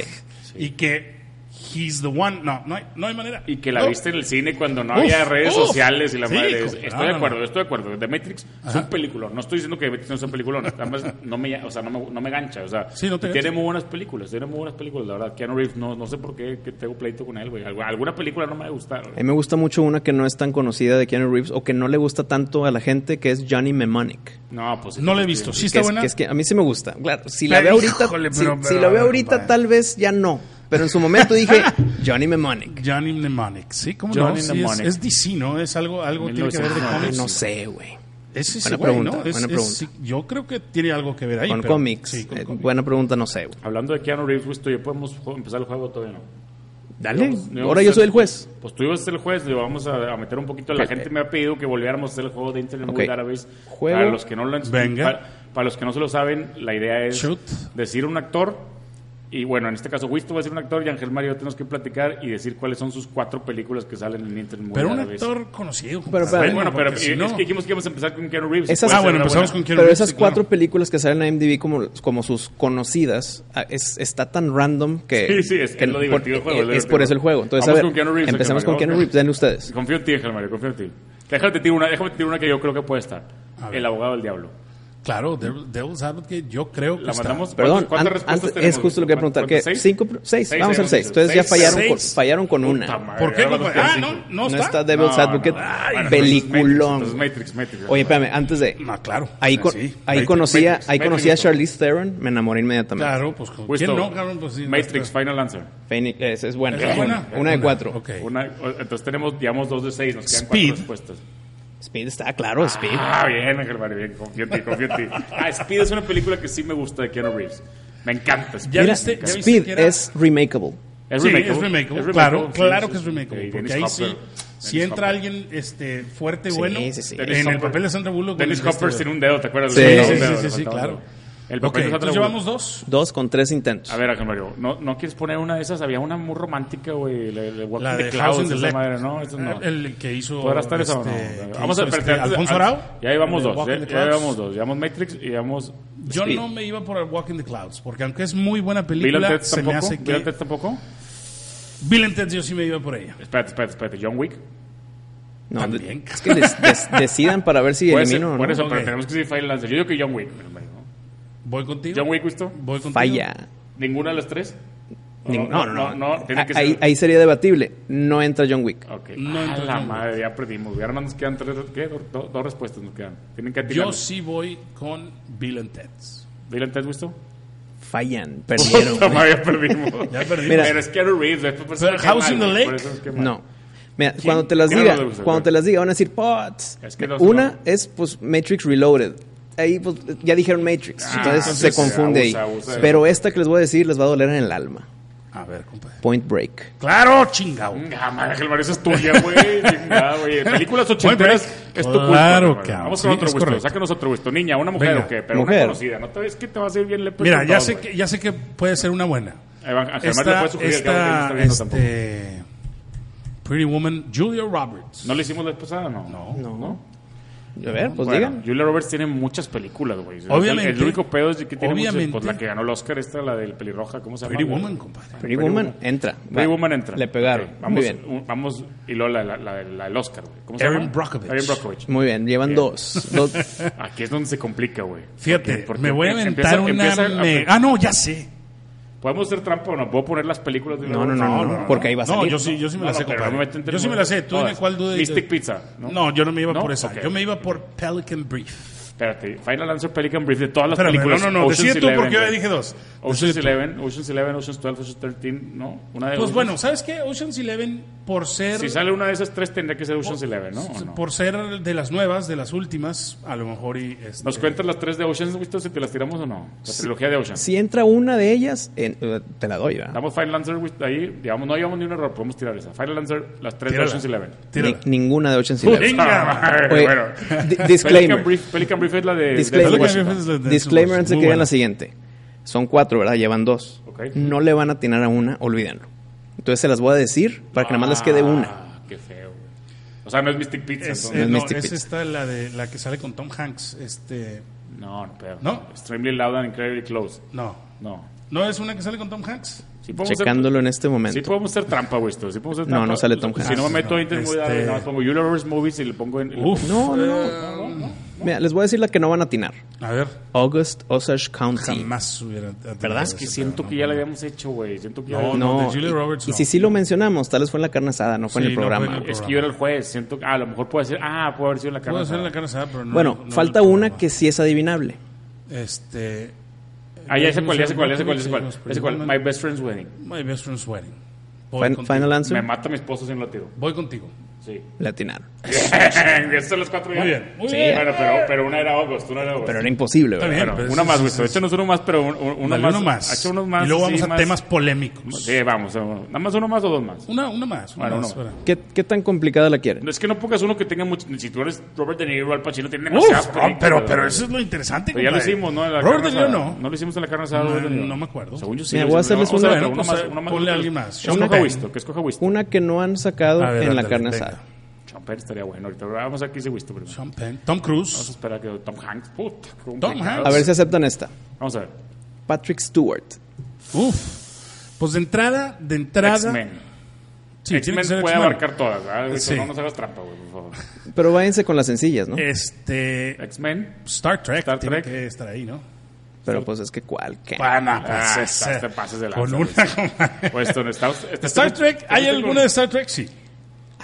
A: y que he's the one? No, no hay, no hay manera.
B: Y que la
A: No.
B: viste en el cine cuando no
A: Uf,
B: había redes
A: uf.
B: sociales y la
A: Sí,
B: madre.
A: compadre,
B: estoy de
A: no,
B: acuerdo,
A: no.
B: estoy de acuerdo. The Matrix es un peliculón. No estoy diciendo que The Matrix no es un peliculón. Además, no me, o sea, no me, no me gancha. O sea,
A: Sí, no te
B: y tiene
A: gancha.
B: muy buenas películas. Tiene muy buenas películas, la verdad. Keanu Reeves, no, no sé por qué que tengo pleito con él, güey. Algu- Alguna película no me ha gustado.
A: Em-
C: A mí me gusta mucho una que no es tan conocida de Keanu Reeves o que no le gusta tanto a la gente, que es Johnny Mnemonic.
B: No, pues.
A: No la he visto. Sí
C: Que
A: está
C: es-
A: buena.
C: que es que a mí sí me gusta. Claro, si la
A: Pero,
C: veo ahorita,
A: híjole,
C: si,
A: pero-
C: si
A: pero,
C: la
A: a
C: veo
A: ver,
C: ahorita
A: compadre.
C: tal vez ya no, pero en su momento dije Johnny Mnemonic.
A: Johnny Mnemonic, sí, ¿cómo
B: Johnny
A: no? Sí, es,
B: Mnemonic.
A: es DC, ¿no? Es algo, algo tiene que ver de
B: 1990.
A: cómics.
C: No sé, güey.
A: Es ese
C: Buena
A: güey,
C: pregunta,
A: ¿no? Es-
C: buena
A: es-
C: pregunta.
A: sí, yo creo que tiene algo que ver ahí.
C: Con
A: pero-
C: cómics.
A: sí, con
C: Eh,
A: cómics.
C: Buena pregunta, no sé, güey.
B: Hablando de Keanu Reeves, güey, ya podemos jo- empezar el juego todavía, ¿no?
C: Dale.
B: Pues, no,
C: Ahora yo
B: pues,
C: soy el juez.
B: Pues tú ibas a ser el juez, le vamos a, a meter un poquito. La
C: Ok.
B: gente me ha pedido que volviéramos a hacer el juego de Internet
C: Eh, Ok.
B: Movie Database.
C: Juego.
B: Para los que no lo han-
A: Venga.
B: Para, para los que no se lo saben, la idea es
A: Shoot.
B: decir un actor. Y bueno, en este caso, Wisto va a ser un actor y Ángel Mario tenemos que platicar y decir cuáles son sus cuatro películas que salen en Internet Movie
A: Pero un
B: Database.
A: actor conocido.
C: Pero,
A: compadre.
C: pero-
B: Bueno, pero
A: porque
B: eh,
A: si no-
B: es que dijimos que íbamos a empezar con Keanu Reeves.
C: Esas-
B: Puede
A: Ah,
B: ser
A: bueno,
B: una
A: empezamos
B: buena-
A: con Keanu
C: Pero
A: Reeves,
C: esas
A: sí, claro.
C: cuatro películas que salen en IMDb como, como sus conocidas, ah, es, está tan random que...
B: Sí, sí, es que
C: que
B: es lo divertido del
C: porque
B: juego, es lo
C: Es,
B: divertido.
C: por eso el juego. Entonces,
B: Vamos
C: a ver,
B: con Keanu Reeves,
C: empezamos
B: ok,
C: con
B: ok.
C: Keanu Reeves, denle ustedes.
B: Confío en ti, Ángel Mario, confío en ti. Déjate tirar una, déjame tirar una que yo creo que puede estar.
A: A ver.
B: El abogado del diablo.
A: Claro, Devil- Devil's Advocate, yo creo que
B: La
A: está.
B: mandamos.
C: Perdón,
B: ¿Cuántas- cuántas
C: an-
B: respuestas
C: antes-
B: tenemos?
C: es justo lo que voy a
B: ¿Cuántas-
C: preguntar. ¿qué?
B: cuántas?
C: ¿Cinco? pro- ¿Seis?
B: Seis,
C: Vamos a
B: seis,
C: hacer seis. Entonces
B: seis,
C: ya fallaron,
A: seis.
C: Con, fallaron con una.
B: Puta madre,
A: ¿Por qué?
B: ahora nos
A: compadre?
B: quedan
A: Ah,
B: cinco.
A: no,
C: no
A: no
C: está,
A: está.
C: Devil's
B: No,
C: Advocate.
B: no, no. Ah, bueno,
C: Peliculón.
B: entonces Matrix, Matrix,
C: Oye,
B: Matrix.
C: espérame, antes de...
A: No, claro.
C: Ahí, con-
A: Sí.
C: ahí
A: Matrix,
C: conocía,
B: Matrix,
C: ahí
B: Matrix.
C: conocía a Charlize Theron, me enamoré inmediatamente.
A: Claro, pues ¿con
B: Justo.
A: ¿quién no, cabrón? Pues, sí,
B: Matrix,
A: no está.
B: Final Answer.
C: Phoenix- es, es buena.
A: ¿Es buena?
C: Una de cuatro.
A: Ok.
B: Una, o- entonces tenemos, digamos, dos de seis, nos quedan
A: Speed.
B: cuatro respuestas.
C: Speed está claro, Speed.
B: Ah, bien, Ángel Mario, bien, confío en ti, confío en ti. Ah, Speed es una película que sí me gusta de Keanu Reeves. Me encanta. Speed.
A: Ya
C: Mira,
A: viste- ya viste
C: Speed
A: que era-
C: es remakeable.
A: Sí,
B: remakeable.
A: es remakeable,
B: Es remakeable,
A: Claro,
B: sí,
A: claro
B: sí,
A: que es
B: sí.
A: remake. Porque
B: Y Dennis
A: ahí
B: Hopper.
A: sí, si
B: Dennis
A: entra
B: Hopper.
A: alguien este, fuerte,
C: Sí,
A: bueno,
C: sí, sí.
B: Dennis
A: en el
B: Hopper.
A: papel de Sandra Bullock.
B: Dennis
A: bueno,
B: Hopper
A: este-
B: sin un dedo, ¿te acuerdas?
C: Sí,
B: Le faltaba
C: sí,
B: un
A: sí,
B: dedo,
A: sí,
B: le
A: sí,
B: faltaba
A: claro.
B: un dedo. El
A: Ok,
B: papel de Sandra
A: entonces
B: Bullock.
A: llevamos dos.
C: Dos con tres intentos.
B: A ver, Ángel Mario, ¿no, ¿no quieres poner una de esas? Había una muy romántica, güey. La, de Walking
A: La
B: the
A: de
B: Clouds,
A: House in the
B: esa
A: Lake.
B: madre, ¿no? Esa no.
A: El que hizo.
B: ¿Podrá estar esa o no?
A: este, que
B: Vamos a
A: hizo,
B: espérate,
A: este,
B: antes de-
A: Alfonso
B: an-
A: Arau.
B: Ya llevamos
A: de
B: dos. ¿eh?
A: Walk
B: Ya,
A: in the
B: ya
A: Clouds.
B: llevamos dos. Llevamos Matrix y llevamos.
A: Yo
C: Speed.
A: no me iba por Walk in the Clouds, porque aunque es muy buena
B: Bill and
A: película,
B: Ted
A: se me
B: tampoco.
A: hace
B: Bill and Ted
A: que.
B: tampoco.
A: Bill and Ted, yo sí me iba por ella.
B: Espérate, espérate, espérate. John Wick.
C: No,
A: También.
C: de- es que des- des- decidan para ver si
B: Puede ser,
C: elimino o
B: por
C: no.
B: eso, pero
A: Ok.
B: tenemos que decir Lancer. Yo digo que John Wick. mi hermano, ¿no?
A: ¿Voy contigo?
B: John Wick, ¿visto?
A: Voy contigo.
C: Falla.
B: ¿Ninguna de las tres?
C: Ni- No, no, no.
B: tiene que
C: ahí,
B: ser.
C: ahí sería debatible. No entra John Wick.
B: Ok.
A: Ah, No,
B: Ah,
A: entonces
B: la
A: no.
B: madre, ya perdimos. Y ahora nos quedan tres, ¿qué? Do- do- dos respuestas nos quedan. Tienen que atinar.
A: Yo sí voy con Bill and Ted's.
B: Dile antes, ¿visto?
C: Fallan. Perdieron.
B: Puta
C: güey.
B: madre, ya perdimos.
A: Ya perdimos.
C: Mira.
B: Pero es Keanu Reeves. güey, por eso
A: Pero
B: me cae
A: House
B: mal,
A: in the
B: güey,
A: Lake.
B: por eso es que mal.
C: No. Mira, cuando te las
B: ¿Quién
C: diga,
B: no le gusta,
C: cuando
B: güey?
C: te las diga, van a decir, pots.
B: Es que los
C: Una
B: no.
C: es, pues, Matrix Reloaded. Ahí, pues, ya dijeron Matrix.
B: Ah,
C: entonces,
B: entonces,
C: se confunde
B: abusa,
C: ahí.
B: abusa.
C: Pero esta que les voy a decir les va a doler en el alma.
A: A ver, compadre.
C: Point Break.
A: ¡Claro, chingao!
B: Ah, madre, Ángel, Mario, esa es tuya, güey. Chingada, güey. Películas ochenteras es tu culpa.
A: Claro,
B: güey.
A: cabrón.
B: Vamos
A: Sí,
B: con otro
A: es
B: gusto.
A: correcto.
B: Sácanos otro gusto. Niña, una mujer
A: Venga.
B: o qué, pero una
C: Mujer.
B: conocida. No te ves que te vas a ir bien lepe
A: Mira,
B: con
A: ya
B: todo,
A: sé,
B: güey.
A: que, ya sé que puede ser una buena.
B: Ahí va, Ángel Mario le
A: Esta,
B: puede sugerir que
A: esta,
B: alguien no está viendo
A: este, Pretty Woman, Julia Roberts.
B: ¿No le hicimos la vez pasada? No.
A: No.
B: No.
C: A ver, pues
B: Bueno,
C: digan.
B: Julia Roberts tiene muchas películas, güey. Es el-
A: Obviamente.
B: El, único pedo es de que tiene muchas.
A: Obviamente.
B: Pues la que ganó el Oscar, esta, la del pelirroja, ¿cómo se llama?
A: Pretty
B: güey?
A: Woman, compadre.
C: Pretty Woman entra.
B: Pretty
C: Va.
B: Woman entra.
C: Le pegaron.
B: Ok,
C: Muy
B: vamos,
C: bien.
B: un- vamos, y luego la, la, la- la del Oscar, güey. ¿Cómo se
A: Erin
B: llama?
A: Brockovich.
B: Erin Brockovich.
C: Muy bien, llevan
B: Bien.
C: dos. dos.
B: Aquí es donde se complica, güey.
A: Fíjate,
B: Porque- porque
A: me voy a
B: empieza-
A: inventar una...
B: empieza a-
A: me- Ah, no, ya sé.
B: ¿Podemos hacer trampa o no? ¿Puedo poner las películas de
C: No, no, no, no, no, porque ahí va a
A: No,
C: salir.
A: yo sí, yo sí me
B: No,
A: la
B: no,
A: sé,
B: pero
A: compadre.
B: no me meten
A: yo sí me la sé. ¿Tú
B: todas.
A: dime cuál duda?
B: Mystic Pizza, ¿no?
A: ¿no? yo no me iba
B: ¿No?
A: por esa.
B: Ok.
A: Yo me iba por Pelican Brief.
B: Espérate, Final Answer Pelican Brief de todas las
A: Espérame, no,
B: películas.
A: no, no. Decide
B: Ocean's
A: tú porque yo ya
B: Eleven,
A: dije dos.
B: güey. Ocean's Eleven, Ocean's Eleven, Ocean's 12, Ocean's 13, ¿no? Una de
A: Pues
B: Ocean's-
A: bueno, ¿sabes qué? Ocean's Eleven, por ser...
B: Si sale una de esas tres, tendría que ser Ocean's Eleven, ¿no? ¿O no?
A: Por ser de las nuevas, de las últimas, a lo mejor y... este,
B: ¿Nos cuentas las tres de Ocean's, visto si te las tiramos o no? La trilogía de Ocean's.
C: Si entra una de ellas, en- eh, te la doy, ¿verdad?
B: Damos Final Answer with- ahí, digamos, no llevamos ni un error, podemos tirar esa. Final Answer, las tres
A: Tírala.
B: de Ocean's Eleven.
A: Tírala.
C: Ni- ninguna de Ocean's Eleven.
A: Venga.
B: Ah, madre,
C: Oye,
B: bueno.
C: di- disclaimer.
B: Pelican Brief, Pelican Brief es la de...
C: Disclaimer,
B: de-
A: Pelican Brief es la de-
C: disclaimer antes de
A: Muy
C: que digan
A: buena.
C: la siguiente. Son cuatro, ¿verdad? Llevan dos.
B: Ok.
C: No le van a atinar a una, olvídenlo. Entonces se las voy a decir para que nada más les quede una.
B: Ah, qué feo. güey. O sea, no es Mystic Pizza.
A: Es,
B: entonces.
A: eh, no,
C: Mystic
A: es
C: Pizza.
A: esta la de la que sale con Tom Hanks. Este,
B: no, no, pero...
A: ¿No?
B: Extremely Loud and Incredibly Close.
A: no,
B: No.
A: no es una que sale con Tom Hanks.
B: Sí podemos hacer-
C: Checándolo en este
B: Sí
C: momento.
B: podemos hacer trampa, güey, esto. Sí podemos hacer
C: No,
B: trampa.
C: no sale Tom
B: Si
C: Hanks.
B: no me meto a
A: Este-
B: Internet, nada más pongo Julia Roberts Movies y le pongo en... en-
A: Uf,
C: No, no, no. Mira, les voy a decir la que no van a atinar.
A: a ver,
C: August Osage County.
A: jamás hubiera. atendido
C: ¿Verdad?
A: ese
B: Es que
A: pedo,
B: siento
A: no,
B: que ya la
A: no.
B: habíamos hecho, güey. Siento que ya...
A: No,
C: No,
A: de Julia
C: y-
A: Roberts,
C: y,
A: no.
C: si sí lo mencionamos, tal vez fue en la carne asada, no fue en
A: Sí,
C: el
A: no fue en
C: programa.
A: el
C: güey.
B: Es que yo era el juez, siento que... Ah, a lo mejor puede ser... Ah, puede haber sido la cara.
A: Puedo hacer la cara asada, pero no-
C: Bueno,
A: no
C: falta
A: en el
C: una
A: programa.
C: que sí es adivinable.
A: Este.
B: Ah, ya sé cuál, ya sé cuál, ya sé cuál, ya sé cuál. Ya sé cuál. My Best Friend's Wedding.
A: My best friend's wedding. Voy
C: Fin-
A: contigo.
C: Final
B: Me
C: answer,
B: mata mi esposo si no la tiro.
A: Voy contigo.
B: Sí.
C: le atinaron.
B: Estos son los cuatro ya.
A: Muy bien, muy
C: Sí.
A: bien.
B: Bueno, pero, pero una era August, una era August.
C: Pero era imposible,
A: Está
C: ¿verdad?
A: bien, pues, pero
B: Bueno, una
A: sí,
B: más,
A: sí,
B: güey.
A: sí, sí.
B: Échanos uno más, pero un- un- uno
A: Dale,
B: más.
A: uno más.
B: Echa unos más.
A: Y luego
B: sí,
A: vamos a
B: más.
A: temas polémicos.
B: Sí, vamos. vamos. Nada más uno más o dos más.
A: Una, una más. Una
B: Bueno,
A: más,
B: no.
A: espera.
C: ¿Qué, qué tan complicada la quieren?
B: No, Es que no pongas uno que tenga mucho. Si tú eres Robert De Niro, Al Pacino, tiene demasiadas
A: Uf, ah,
B: películas,
A: pero,
B: güey.
A: pero eso es lo interesante.
B: Pero ya lo
A: compadre.
B: hicimos, ¿no? En la
A: Robert
B: carne
A: De Niro
B: asada.
A: no.
B: No lo hicimos en la carne asada.
A: No,
B: Robert De Niro.
A: no me acuerdo.
B: Según yo sí.
C: Mira,
B: lo
C: voy a
B: hicimos.
C: hacerles
B: Vamos a
A: una-
B: ver,
A: Bueno, pues, ponle a alguien más. Sean
B: Que escoja
A: Penn.
B: Wisto, que escoja Wisto.
C: Una que no han sacado
A: A ver,
C: en la
A: ándale,
C: carne
A: venga.
C: asada.
B: Sean Penn estaría bueno ahorita. pero Vamos aquí ese Wisto primero.
A: Sean Penn. Tom
B: Vamos a
A: Cruise.
B: esperar a que Tom Hanks. Puta, qué
A: Tom
B: complicado.
A: Hanks.
C: A ver si aceptan esta.
B: Vamos a ver.
C: Patrick Stewart.
A: Uf. Pues de entrada, de entrada.
B: X-Men.
A: Sí, tiene que
B: X-Men
A: ser
B: puede
A: X-Men.
B: abarcar todas, ¿verdad? Eso,
A: Sí.
B: No nos hagas trampa, güey, por favor.
C: Pero váyanse con las sencillas, ¿no?
A: Este.
B: X-Men.
A: Star Trek.
B: Star
A: tiene
B: Trek.
A: que estar ahí, ¿no?
C: Pero pues es que cuál, qué.
A: Pana,
B: Ah, estás- te pases de lanza,
A: Con
B: güey.
A: una comadre.
B: Pues este, esto no está. está-
A: Star
B: está-
A: Trek,
B: está-
A: ¿hay
B: está-
A: alguna de Star Trek? Sí.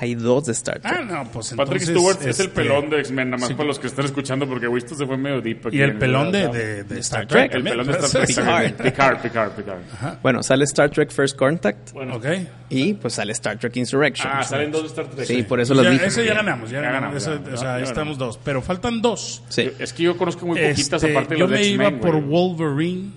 C: Hay dos de Star Trek.
A: Ah, no, pues entonces.
B: Patrick Stewart es el
A: este,
B: pelón de X-Men, nada más para los que están escuchando, porque Wisto se fue medio deep. aquí
A: Y
B: en
A: el pelón de,
B: ¿verdad?
A: de- de Star
C: Trek.
A: Trek.
B: El
A: también.
B: pelón de Star Trek. también. Picard, Picard, Picard.
A: Ah.
C: Bueno, sale Star Trek First Contact
B: Bueno,
A: Ok.
C: y pues sale Star Trek Insurrection.
B: Ah, salen dos de Star Trek.
C: sí, por eso
A: Ya,
C: las dije.
A: ese ya ganamos, ya,
B: Ya
A: ganamos.
B: ganamos,
A: ese-
B: ya,
A: o
B: ya
A: sea, ahí estamos
B: ganamos.
A: dos. Pero faltan dos.
C: Sí.
B: Es que yo conozco muy poquitas
A: Este,
B: aparte de
A: yo
B: los de
A: me iba
B: X-Men.
A: por
B: güey.
A: Wolverine,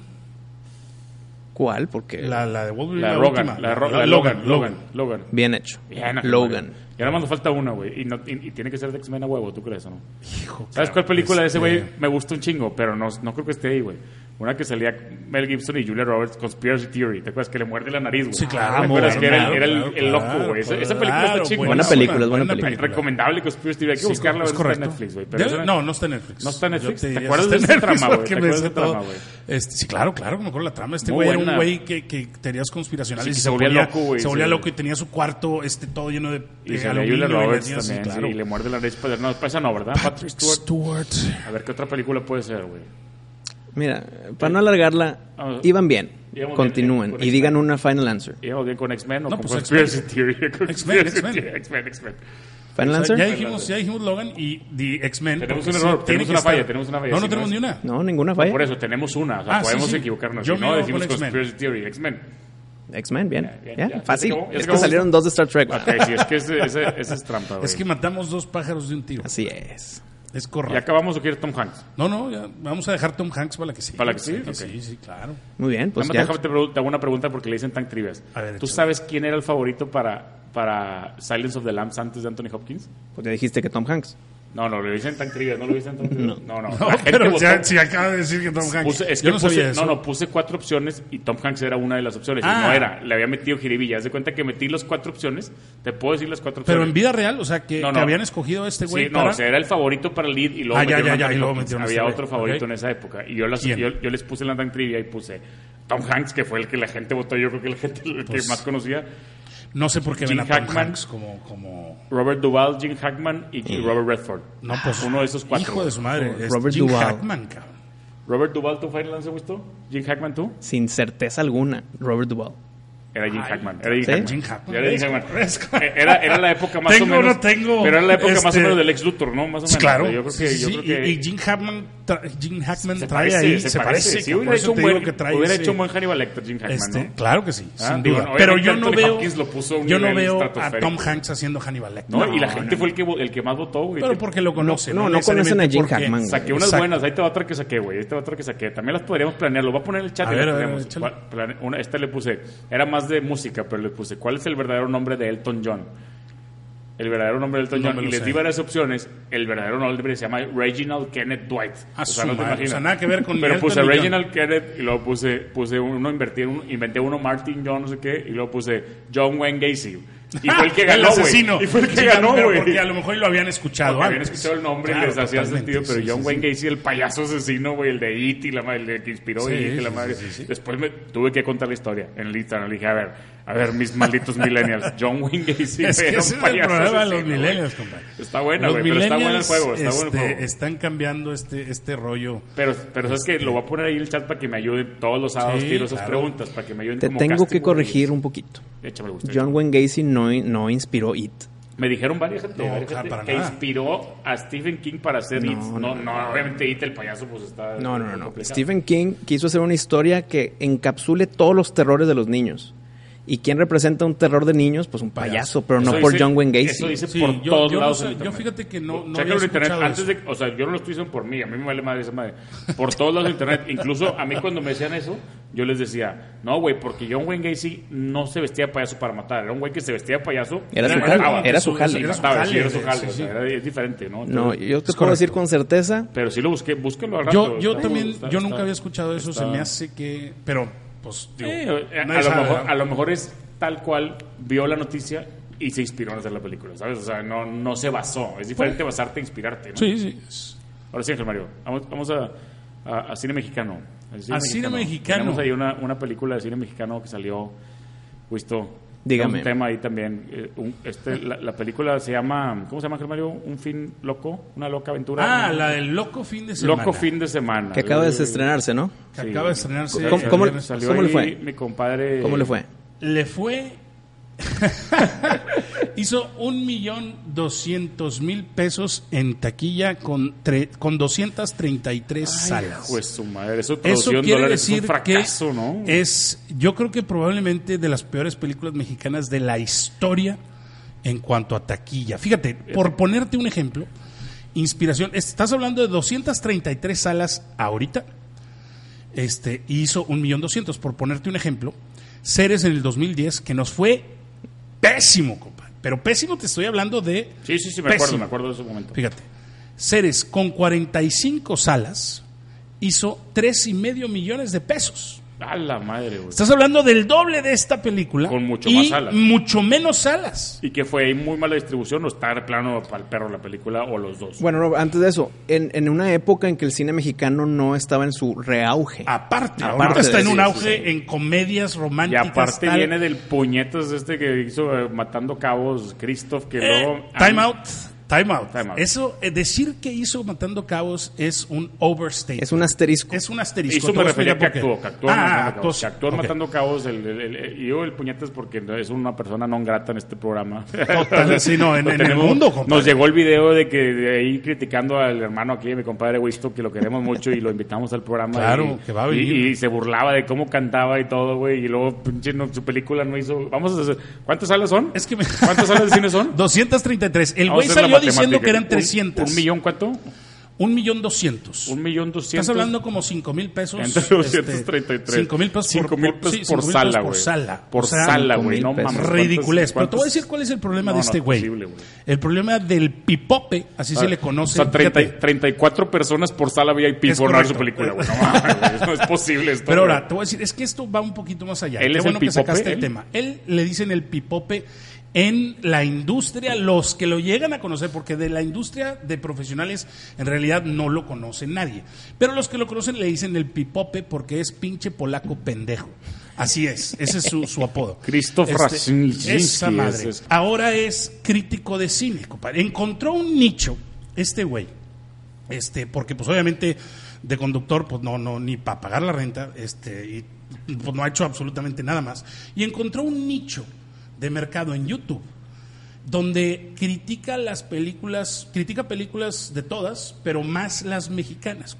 C: ¿Cuál? Porque
A: la, la de Wolverine.
B: La
A: última.
B: Rogan, la Ro- la Logan, Logan, Logan.
C: bien hecho.
B: Bien, acá,
C: Logan.
B: güey. Y ahora más nos falta una, güey. Y, no- y- y tiene que ser de X-Men a huevo, ¿tú crees o no?
C: Pues
A: Hijo,
B: ¿Sabes
A: cabrón,
B: cuál película de ese güey
A: este,
B: me gusta un chingo? Pero no, no creo que esté ahí, güey. Una que salía Mel Gibson y Julia Roberts, Conspiracy Theory. ¿Te acuerdas que le muerde la nariz, güey?
A: Sí, claro.
B: ¿Te acuerdas
A: claro,
B: que era,
A: claro,
B: el- era el,
A: claro,
B: el loco,
A: claro,
B: güey? Esa, esa
A: claro,
B: película está chingona.
C: Buena película, es buena película.
B: Recomendable Conspiracy Theory. Hay que
A: Sí, es
B: buscarla, güey, está en
A: correcto.
B: Netflix, güey.
A: Debe-
B: Pero esa-
A: no, no está en Netflix.
B: No está en
A: Yo
B: Netflix. ¿Te
A: diría,
B: acuerdas
A: está
B: de
A: en
B: esa
A: Netflix
B: trama, güey?
A: porque
B: ¿Te
A: me
B: acuerdas de
A: sé
B: esa
A: todo.
B: trama, güey?
A: Este, sí, claro, claro, que me acuerdo la trama. Este
B: Muy
A: güey era un
B: buena.
A: güey que, que teorías conspiracionales
B: Sí, que
A: y
B: se volvía
A: ponía-
B: loco, güey,
A: Se volvía
B: sí.
A: loco y tenía su cuarto este, todo lleno de
B: Y se
A: eh,
B: Sale
A: Halloween,
B: Julia
A: güey,
B: Roberts
A: la niña, sí,
B: también, sí,
A: claro.
B: y le muerde la nariz. Pues, no, esa no, ¿verdad? Patrick Stewart.
A: Stewart.
B: A ver, ¿qué otra película puede ser, güey?
C: Mira, para no alargarla,
B: Ah,
C: iban bien.
B: íbamos bien,
C: Continúen
B: eh, por
C: y
B: esta.
C: digan una final answer.
B: Íbamos bien con X-Men ¿Eh?
A: No,
B: o con
A: pues,
B: Conspiracy Theory.
A: X-Men,
B: Conspiracy
A: X-Men.
B: Theory, X-Men, X-Men.
C: Final
A: O sea,
C: answer.
A: ya dijimos, ya dijimos Logan y The X-Men.
B: Tenemos
A: porque
B: un error,
A: tiene
B: tenemos
A: que
B: una
A: estar.
B: falla, tenemos una falla,
A: No,
B: si
A: no
B: no
A: tenemos
B: es-
A: ni una.
C: No, ninguna falla.
B: Por eso tenemos una. O sea,
A: Ah, sí,
B: podemos
A: sí.
B: equivocarnos.
A: Yo
B: si
A: me
B: no,
A: voy
B: decimos
A: con X-Men.
B: Conspiracy Theory, X-Men.
C: X-Men, bien.
B: Ya, ya,
C: Ya,
B: ya se
C: fácil.
B: acabó, ya se
C: es que
B: acabó.
C: salieron dos de Star Trek. güey.
B: Ok, Eh, sí, es que ese, ese, ese es trampa, güey.
A: Es que matamos dos pájaros de un tiro.
C: Así es.
A: Es
B: ¿Ya
A: correcto.
B: acabamos o quieres Tom Hanks?
A: No, no, ya vamos a dejar Tom Hanks para la que sí.
B: Para la que sigue, ok.
A: Sí, sí, claro.
C: Muy bien, pues
B: Nada
C: ya.
B: más déjame te, pregun- te hago una pregunta porque le dicen tan trivias.
A: A ver,
B: ¿Tú
A: échale.
B: sabes quién era el favorito para, para Silence of the Lambs antes de Anthony Hopkins?
C: Pues ya dijiste que Tom Hanks.
B: No, no, lo dicen tan trivias, no lo dicen tan trivias. No, no.
A: No,
B: la gente
A: pero
B: votó.
A: ya- si acaba de decir que Tom Hanks.
B: Puse- es que
A: Yo no
B: puse-
A: sabía eso.
B: no, no, puse cuatro opciones y Tom Hanks era una de las opciones. y
A: Ah.
B: no era, le había metido jiribilla. Haz de cuenta que metí las cuatro opciones, te puedo decir las cuatro
A: Pero en
B: opciones.
A: vida real, o sea, que,
B: No,
A: que
B: no.
A: habían escogido a este güey.
B: Sí, no,
A: para-
B: o sea, era el favorito para el lead y luego,
A: Ah, ya,
B: metieron
A: ya, ya,
B: a Anthony
A: y luego
B: Hopkins.
A: metieron a
B: Había
A: este
B: otro
A: güey.
B: favorito
A: Ok.
B: en esa época. Y yo, las-
A: ¿Quién?
B: yo, yo les puse en la Dan Trivia y puse Tom Hanks, que fue el que la gente votó, yo creo que la gente el que
A: Pues-
B: más conocía.
A: no sé por qué
B: Jim
A: ven a Tom
B: Hackman.
A: Hanks como, como...
B: Robert Duvall, Jim Hackman y Robert Redford.
A: No, pues
B: uno de esos cuatro.
A: Hijo de su madre. es
C: Robert
A: Jim
C: Duvall.
A: Hackman, cabrón.
B: Robert Duvall, ¿tú Final Answer gustó? ¿Jim Hackman tú?
C: Sin certeza alguna, Robert Duvall.
B: Era Jim Hackman. Era
C: ¿sí?
A: Jim Hackman.
B: Era Jim
A: Es
B: Hackman.
A: correcto.
B: Eh, Era, era la época más
A: Tengo
B: o menos.
A: o no tengo,
B: Pero era la época más o
A: este,
B: menos del ex Luthor, ¿no? Más o menos.
A: Claro.
B: Yo creo que.
A: Sí,
B: yo
A: sí,
B: creo
A: y-
B: que
A: Y Jim Hackman, tra- Jim Hackman
B: se
A: trae
B: parece,
A: ahí.
B: se parece.
A: que
B: Si
A: por
B: hubiera
A: eso
B: hecho un
A: te digo
B: buen-
A: que trae
B: hubiera
A: ese-
B: hecho un buen Hannibal Lecter, Jim Hackman,
A: Este,
B: ¿no?
A: Claro que sí,
B: Ah,
A: sin
B: digo,
A: duda.
B: no,
A: Pero
B: obviamente
A: yo no
B: Anthony
A: veo,
B: Hopkins lo puso a un
A: yo no
B: nivel
A: veo a
B: estratosférico.
A: Tom Hanks haciendo Hannibal Lecter.
B: ¿no? y la gente fue el que, vo- el que más votó, güey.
A: Pero
B: Que-
A: porque lo conoce.
C: no, no conocen a
A: necesariamente
C: Jim
A: porque-
C: Hackman, güey.
B: Saqué unas
A: Exacto.
B: buenas, ahí te va otra que saqué, güey. Ahí te va otra que saqué. También las podríamos planear. Lo voy a poner en el chat.
A: A
B: y
A: ver,
B: las
A: a ver,
B: planeamos.
A: échale.
B: ¿Cuál- plane- una- esta le puse, era más de música, pero le puse, ¿cuál es el verdadero nombre de Elton John? El verdadero nombre de Elton
A: No me
B: John.
A: lo
B: Y les
A: sé.
B: di varias opciones. El verdadero nombre se llama Reginald Kenneth Dwight.
A: A su madre, o sea, nada que ver con
B: Pero
A: Elton
B: puse
A: ni John.
B: Reginald Kenneth y luego puse, puse uno, invertí, un- inventé uno Martin John, no sé qué, y luego puse John Wayne Gacy. Y fue el que ganó,
A: El asesino.
B: güey. Y fue el que
A: Sí,
B: ganó,
A: pero
B: güey.
A: Porque a lo mejor lo habían escuchado
B: Porque habían
A: antes.
B: escuchado el nombre y
A: Claro,
B: les hacía
A: totalmente,
B: sentido, pero
A: sí,
B: John
A: sí,
B: Wayne Gacy, el payaso asesino, güey, el de E.T., la madre, el de que inspiró
A: Sí,
B: E.T., la
A: sí,
B: madre.
A: sí, sí, sí.
B: Después me tuve que contar la historia en el Instagram. Le dije, a ver, a ver, mis malditos millennials. John Wayne Gacy
A: Es que ese
B: era un
A: es el
B: payaso
A: problema de los
B: asesino,
A: millennials,
B: güey.
A: compadre.
B: Está buena,
A: Los
B: güey, pero está bueno el
A: millennials,
B: juego, está bueno
A: este,
B: el juego.
A: Están cambiando este, este rollo.
B: Pero, pero sabes que lo voy a poner ahí en el chat para que me ayuden todos los sábados,
A: Sí,
B: tiro esas
A: claro.
B: preguntas, para que me ayuden
C: Te
B: como
C: tengo
B: casting,
C: que
B: güey.
C: corregir un poquito.
B: Échamelo, gusto.
C: John Wayne Gacy no, no inspiró It.
B: Me dijeron varias gente,
A: No,
B: varias
A: ja,
B: gente
A: para
B: que
A: nada.
B: inspiró a Stephen King para hacer
C: No,
B: It. No, no,
C: no,
B: obviamente It, el payaso, pues está...
C: No, no, no, no.
B: complicado.
C: Stephen King quiso hacer una historia que encapsule todos los terrores de los niños. ¿Y quién representa un terror de niños? Pues un payaso, pero no
B: Eso
C: por
B: dice-
C: John Wayne
B: Eso
C: Gacy.
B: dice
A: Sí,
B: por
A: yo-
B: todos
A: yo no
B: lados.
A: sé,
B: en
A: yo
B: internet.
A: fíjate que no- no había
B: Chécalo en internet.
A: escuchado
B: Antes de, o sea, yo no lo estoy diciendo por mí, a mí me vale madre esa madre. Por todos lados de internet. Incluso a mí cuando me decían eso, yo les decía, no, güey, porque John Wayne Gacy no se vestía de payaso para matar. Era un güey que se vestía de payaso.
C: Era su
B: y
C: jale,
B: mataba.
C: era su jale.
B: Y
A: Era su
B: mataba,
A: jale,
B: sí, era su
A: sí,
B: jale,
A: sí,
B: o sea,
A: sí.
B: era- es diferente, ¿no?
C: No,
B: Entonces,
C: yo te
A: Es
C: puedo decir
A: correcto.
C: con certeza,
B: Pero sí lo busqué, búsquenlo al rato,
A: Yo, yo
B: está-
A: también,
B: está-
A: yo
B: está-
A: nunca había escuchado eso, se
B: está-
A: me hace que... Pero, pues, digo,
B: Sí, a,
A: nadie
B: a lo
A: sabe,
B: mejor,
A: ¿verdad?
B: a lo mejor es tal cual vio la noticia y se inspiró en hacer la película, ¿sabes? O sea, no, no se basó. Es diferente basarte e inspirarte, ¿no?
A: Pues, Sí, sí. es-
B: Ahora sí, Ángel Mario, vamos, vamos a, a- a cine mexicano.
A: A cine mexicano.
B: Tenemos ahí una, una película de cine mexicano que salió, Wisto.
C: Dígame.
B: Un tema ahí también. eh, un- este, la, la película se llama, ¿cómo se llama, Ángel Mario? Un fin loco, una loca aventura.
A: Ah,
B: Un
A: la del loco fin de semana.
B: Loco fin de semana.
C: que acaba de
B: Eh,
C: estrenarse, ¿no?
A: Que
B: Sí.
A: acaba de estrenarse.
C: ¿Cómo-
A: el
C: cómo-
A: viernes.
B: Salió
C: ¿Cómo le
B: ahí
C: fue?
B: Mi compadre.
C: ¿Cómo le fue?
A: le fue hizo un millón doscientos mil pesos en taquilla con tre- con 233 salas
B: Pues su madre, eso
A: eso
B: traducido en
A: quiere
B: dólares es
A: decir
B: un fracaso,
A: que
B: ¿no?
A: es yo creo que probablemente de las peores películas mexicanas de la historia en cuanto a taquilla fíjate
B: Eh.
A: por ponerte un ejemplo inspiración estás hablando de 233 salas ahorita este hizo un millón doscientos por ponerte un ejemplo Ceres en el 2010 que nos fue pésimo compadre pero pésimo te estoy hablando de
B: sí, sí, sí, me acuerdo,
A: pésimo.
B: me acuerdo de ese momento.
A: Fíjate, Ceres con 45 salas hizo 3,5 millones de pesos.
B: A la madre, güey.
A: Estás hablando del doble de esta película.
B: Con mucho
A: y
B: más salas.
A: mucho menos salas.
B: Y que fue ahí muy mala distribución o está de plano para el perro la película o los dos.
C: Bueno, Rob, antes de eso, en, en una época en que el cine mexicano no estaba en su reauge.
A: Ah, Aparte,
C: Aparte
A: ahorita
C: de
A: está en
C: eso,
A: un
C: sí,
A: auge en comedias
B: y
A: románticas.
B: aparte
A: tal.
B: viene del puñetas este que hizo eh, Matando Cabos, Christoph, que
A: Eh,
B: luego... ah,
A: time, out, time out.
B: Time out.
A: Eso, eh, decir que hizo Matando Cabos es un overstatement.
C: Es un asterisco.
A: Es un asterisco.
B: Eso
A: Te
B: me
A: voy a
B: refería que
A: explicar por
B: actuó,
A: qué.
B: que actuó,
A: ah,
B: matando, cabos,
A: actuó,
B: que actuó
A: ok.
B: matando cabos. El, el, el- el- y yo el puñetas porque es una persona non grata en este programa.
A: Total, sí, no, en-
B: Lo
A: en el mundo, compadre.
B: Nos llegó el video de que de ahí criticando al hermano aquí, de mi compadre Wisto, que lo queremos mucho y lo invitamos al programa.
A: Claro,
B: y,
A: que va a venir.
B: Y, y se burlaba de cómo cantaba y todo, güey. Y luego, pinche, no, su película no hizo. Vamos a hacer. ¿Cuántas salas son?
A: Es que me-
B: ¿Cuántas salas de cine son? Ah,
A: 233. El
B: Vamos a
A: güey
B: hacer la
A: salió diciendo
B: matemática.
A: que eran
B: Un-
A: 300.
B: ¿Un, millón cuánto?
A: Un millón doscientos.
B: Un millón doscientos.
A: Estás hablando como 5 mil pesos.
B: Entre 233.
A: 5 mil pesos
B: Cinco mil pesos
A: sí,
B: por
A: cinco mil
B: sala,
A: Por
B: güey.
A: sala.
B: Por
A: O sea,
B: sala,
C: con
B: güey.
C: mil
B: No
C: pesos.
B: mames. ¿cuántos-
A: Ridiculez. Pero te voy a
B: cuántos-
A: decir cuál es el problema
B: No,
A: de
B: no,
A: este
B: es
A: güey.
B: posible, güey.
A: el problema del pipope, así se le conoce.
B: O sea, 30 y-
A: Fíjate.
B: 34 personas por sala VIP
A: Es
B: por ver su
A: correcto.
B: película, güey. No mames, güey, eso No es posible esto.
A: Pero
B: güey.
A: ahora, te voy a decir, es que esto va un poquito más allá. Qué
B: ¿Él es el
A: bueno que
B: pipope,
A: sacaste
B: él?
A: el tema. Él le dicen el pipope en la industria, los que lo llegan a conocer, porque de la industria de profesionales en realidad no lo conoce nadie. Pero los que lo conocen le dicen el pipope porque es pinche polaco pendejo. Así es, ese es su, su apodo.
B: Krzysztof Raczynski,
A: Este, Esa madre.
B: ese es.
A: Ahora es crítico de cine, compadre. Encontró un nicho, este güey este porque pues obviamente de conductor pues no no ni para pagar la renta este y pues, no ha hecho absolutamente nada más y encontró un nicho de mercado en YouTube donde critica las películas critica películas de todas pero más las mexicanas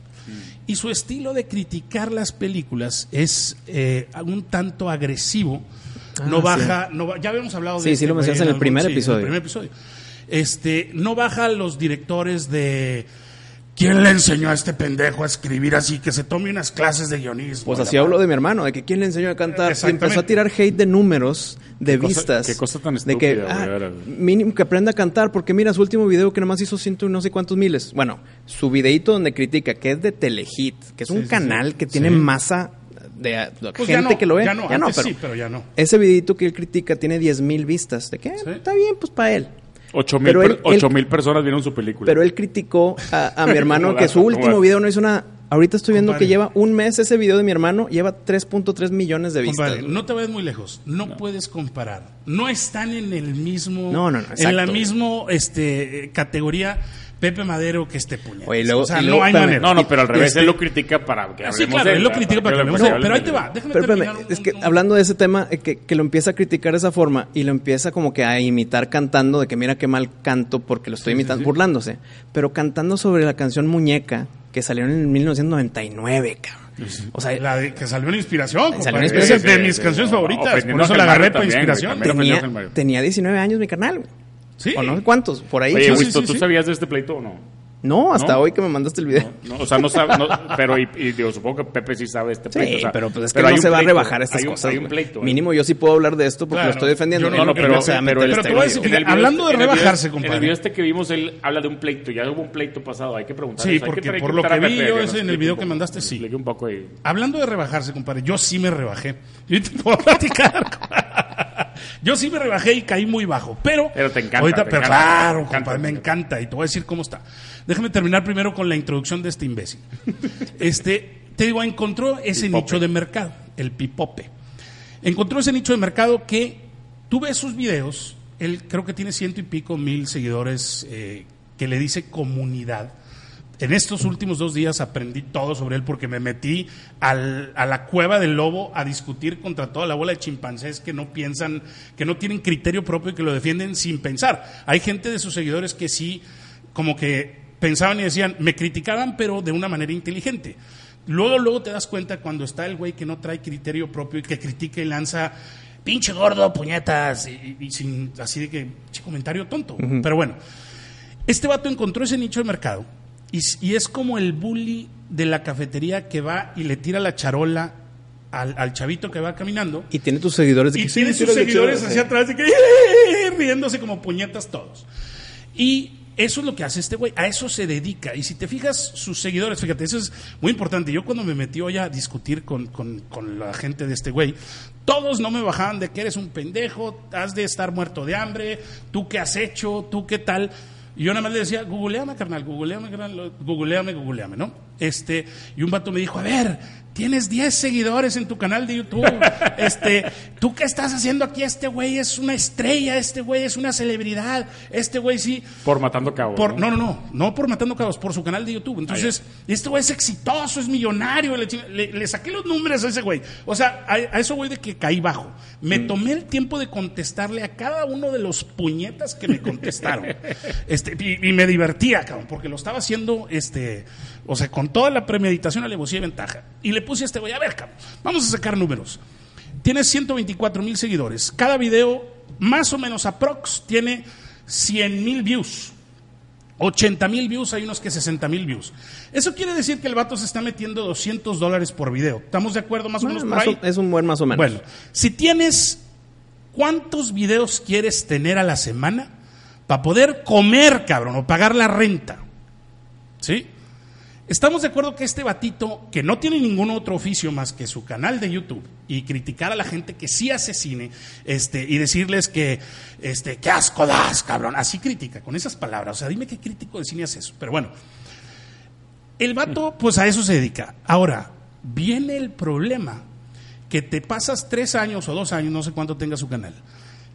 A: y su estilo de criticar las películas es eh, un tanto agresivo
C: Ah,
A: no
C: sí.
A: baja no ba- ya habíamos hablado
C: Sí,
A: de este
C: sí, lo
A: güey
C: mencionas en el
A: algún-
C: primer
A: sí, en
C: episodio.
A: primer episodio. Este, no baja a los directores de. ¿Quién le enseñó a este pendejo a escribir así? Que se tome unas clases de guionismo.
C: Pues así hablo de mi hermano, de que quién le enseñó a cantar. Y
A: Exactamente.
C: empezó a tirar hate de números, de
B: cosa-
C: vistas.
B: qué cosa tan
C: De que,
B: estúpida,
C: ah,
B: güey, ahora, güey.
C: mínimo que aprenda a cantar, porque mira, su último video que nomás hizo ciento y no sé cuántos miles. Bueno, su videito donde critica, que es de Telehit, que es un
A: sí,
C: canal
A: sí.
C: que tiene
A: Sí.
C: masa de, de
A: Pues ya
C: gente
A: no,
C: que lo ve.
A: ya no, antes sí, pero ya no.
C: Ese videito que él critica tiene 10 mil vistas. ¿De qué?
A: Sí.
C: Está bien, pues para él.
B: Ocho mil,
C: Pero
B: per-
C: él-
B: ocho
C: él-
B: mil personas vieron su película.
C: Pero él criticó a, a mi hermano
B: Como
C: que su
B: gato, como
C: último
B: gato.
C: video no hizo nada. Ahorita estoy viendo
A: Compadre.
C: que lleva un mes ese video de mi hermano, lleva 3.3 millones de vistas.
A: Compadre, no te vayas muy lejos. No, puedes comparar. No están en el mismo.
C: No, no, no,
A: En la
C: exacto.
A: misma este, eh, categoría Pepe Madero que este puñal.
C: Oye, y luego-
A: o sea,
C: y luego,
A: no hay
C: espérame.
A: manera.
B: no, no, pero al revés,
A: Este,
B: él lo critica para que hablemos
A: Sí, claro,
B: de
A: él lo
B: la-
A: critica para que
B: la-
A: hablemos.
B: la-
A: No, pero ahí te va. Déjame
C: Pero espérame,
A: terminar un-
C: es que
A: un-
C: hablando de ese tema, eh, que, que lo empieza a criticar de esa forma y lo empieza como que a imitar cantando, de que mira qué mal canto porque lo estoy imitando, burlándose, pero cantando sobre la canción Muñeca que salió en el 1999, cabrón. O sea,
A: La de- que salió una inspiración.
C: Salió
A: compadre.
C: una inspiración.
A: Esa es de
B: Sí,
A: mis
B: sí,
A: canciones
B: sí.
A: favoritas.
B: Ofendiendo
A: Por eso
B: a
A: la agarré
B: Germán
A: para
B: también, güey,
A: inspiración.
B: también.
C: tenía,
B: Ángel Mario.
C: tenía 19 años mi carnal, güey.
A: Sí.
C: O no sé cuántos, por ahí.
B: Oye,
A: Sí, sí,
B: Wisto,
A: sí,
B: ¿tú
A: sí.
B: sabías de este pleito o no?
C: no, hasta
B: ¿no?
C: hoy que me mandaste el video.
B: No, o sea, no sabe, no- pero y, y digo, supongo que Pepe sí sabe de este
C: Sí,
B: pleito. o sea,
C: pero pues es que
B: hay
C: no
B: un
C: se va a
B: pleito,
C: rebajar estas
B: hay un-
C: cosas.
B: Hay un
C: güey.
B: pleito. ¿eh? güey.
C: Mínimo yo sí puedo hablar de esto porque
A: Claro.
C: lo estoy defendiendo.
A: Yo no, no,
C: Él- él
B: pero-
C: se va a meter
B: pero él
C: este
A: Pero te voy a
C: rollo.
A: decir,
B: En
A: mira,
B: el video-
A: hablando de
B: en el video-
A: rebajarse,
B: En el video
A: compadre.
B: este que vimos, él habla de un pleito. Ya hubo un pleito pasado, hay que preguntar.
A: Sí, porque por lo que vi yo ese en el video que mandaste, sí.
B: Explique un poco ahí.
A: Hablando de rebajarse, compadre, yo sí me rebajé. Yo te puedo platicar. yo sí me rebajé y caí muy bajo. Pero,
B: Pero te encanta,
A: ahorita-
B: te
A: pero
B: encanta,
A: claro,
B: te encanta,
A: compadre, me
B: te
A: encanta. Y te voy a decir cómo está. Déjame terminar primero con la introducción de este imbécil. este, te digo, encontró ese
B: Pipope.
A: nicho de mercado, el pipope. Encontró ese nicho de mercado que tú ves sus videos, él creo que tiene ciento y pico mil seguidores eh, que le dice comunidad. En estos últimos dos días aprendí todo sobre él porque me metí al- a la cueva del lobo a discutir contra toda la bola de chimpancés que no piensan, que no tienen criterio propio y que lo defienden sin pensar. Hay gente de sus seguidores que sí, como que pensaban y decían, me criticaban, pero de una manera inteligente. Luego, luego te das cuenta cuando está el güey que no trae criterio propio y que critica y lanza pinche gordo, puñetas, y, y- y sin así de que, "Che, comentario tonto. Pero bueno, este vato encontró ese nicho de mercado y, s- y es como el bully de la cafetería que va y le tira la charola al, al chavito que va caminando.
C: Y tiene tus seguidores. de
A: Y
C: que,
A: tiene
C: sí,
A: sus
C: sí, sí,
A: seguidores
C: sí.
A: hacia atrás de que riéndose como puñetas todos. Y Eso es lo que hace este güey, a eso se dedica. Y si te fijas, sus seguidores, fíjate, eso es muy importante. Yo cuando me metí hoy a discutir con, con- con la gente de este güey, todos no me bajaban de que eres un pendejo, has de estar muerto de hambre, tú qué has hecho, tú qué tal. Y yo nada más le decía, googleame, carnal, googleame, carnal, lo- googleame, googleame, ¿no? Este, y un vato me dijo, a ver, tienes 10 seguidores en tu canal de YouTube. Este, ¿tú qué estás haciendo aquí? Este güey es una estrella, este güey es una celebridad, este güey sí.
B: Por matando cabos.
A: Por- no, no, no, no por Matando Cabos, por su canal de YouTube. Entonces, este güey es exitoso, es millonario. Le, chi- le- le saqué los números a ese güey. O sea, a, a eso güey de que caí bajo. Me tomé el tiempo de contestarle a cada uno de los puñetas que me contestaron. este, y, y me divertía, cabrón, porque lo estaba haciendo, este, o sea, con toda la premeditación, alevosía y ventaja. Y le puse a este güey, a ver, cabrón, vamos a sacar números. Tienes 124 mil seguidores. Cada video, más o menos aprox, tiene 100 mil views. 80 mil views, hay unos que 60 mil views. Eso quiere decir que el vato se está metiendo 200 dólares por video. ¿Estamos de acuerdo más o
C: Bueno,
A: menos por
C: más
A: ahí?
C: o- es un buen más o menos.
A: Bueno, si tienes, ¿cuántos videos quieres tener a la semana para poder comer, cabrón, o pagar la renta? ¿Sí? Estamos de acuerdo que este batito, que no tiene ningún otro oficio más que su canal de YouTube y criticar a la gente que sí hace cine este, y decirles que, este, qué asco das, cabrón. Así critica, con esas palabras. O sea, dime qué crítico de cine hace eso. Pero bueno, el vato, pues a eso se dedica. Ahora, viene el problema que te pasas tres años o dos años, no sé cuánto tenga su canal,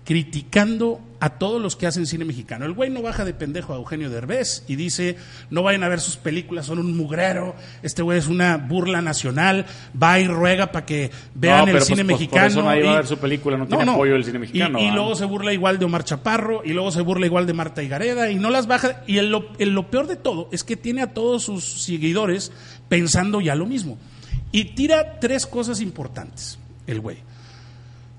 A: criticando a todos los que hacen cine mexicano. El güey no baja de pendejo a Eugenio Derbez y dice, no vayan a ver sus películas, son un mugrero, este güey es una burla nacional, va y ruega para que vean el
B: pero
A: cine
B: pues- pues por
A: mexicano.
B: eso nadie va a
A: y-
B: ver su película, no tiene apoyo del cine mexicano,
A: Y, y
B: ¿ah?
A: luego se burla igual de Omar Chaparro, y luego se burla igual de Marta Higareda, y no las baja. Y el lo, el lo peor de todo es que tiene a todos sus seguidores pensando ya lo mismo. Y tira tres cosas importantes, el güey.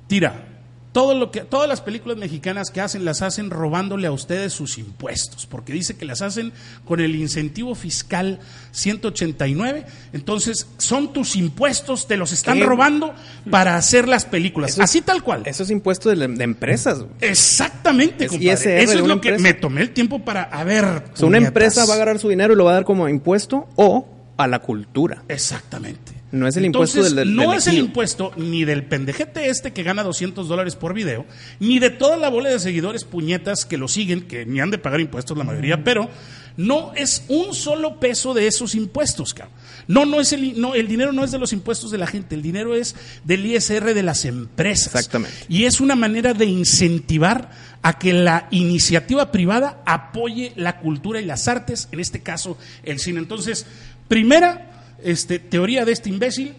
A: Tira. Todo lo que, todas las películas mexicanas que hacen las hacen robándole a ustedes sus impuestos, porque dice que las hacen con el incentivo fiscal 189, entonces son tus impuestos, te los están
C: ¿Qué?
A: robando para hacer las películas.
C: Eso es-
A: Así tal cual.
C: Eso es impuesto de, la- de empresas. güey.
A: Exactamente,
C: Es
A: compadre.
C: ISR
A: Eso
C: de
A: es
C: una
A: lo que
C: empresa.
A: me tomé el tiempo para. A ver.
C: O sea, una
A: puñetas.
C: empresa va a agarrar su dinero y lo va a dar como impuesto o a la cultura.
A: Exactamente.
C: No es el
A: Entonces,
C: impuesto del- del-
A: No
C: del
A: es el
C: ejido.
A: impuesto ni del pendejete este que gana 200 dólares por video, ni de toda la bola de seguidores puñetas que lo siguen, que ni han de pagar impuestos la
C: Mm.
A: mayoría, pero no es un solo peso de esos impuestos, cabrón. No, no es el, no, el dinero no es de los impuestos de la gente, el dinero es del ISR de las empresas.
C: Exactamente.
A: Y es una manera de incentivar a que la iniciativa privada apoye la cultura y las artes, en este caso el cine. Entonces, primera este, teoría de este imbécil,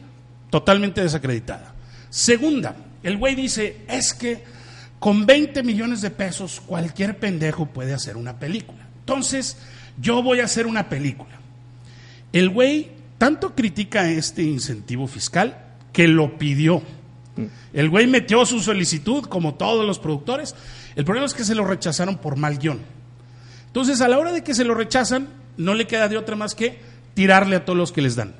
A: totalmente desacreditada. Segunda, el güey dice, es que con 20 millones de pesos cualquier pendejo puede hacer una película. Entonces, yo voy a hacer una película. El güey tanto critica este incentivo fiscal que lo pidió. El güey metió su solicitud, como todos los productores. El problema es que se lo rechazaron por mal guión. Entonces, a la hora de que se lo rechazan, no le queda de otra más que tirarle a todos los que les dan.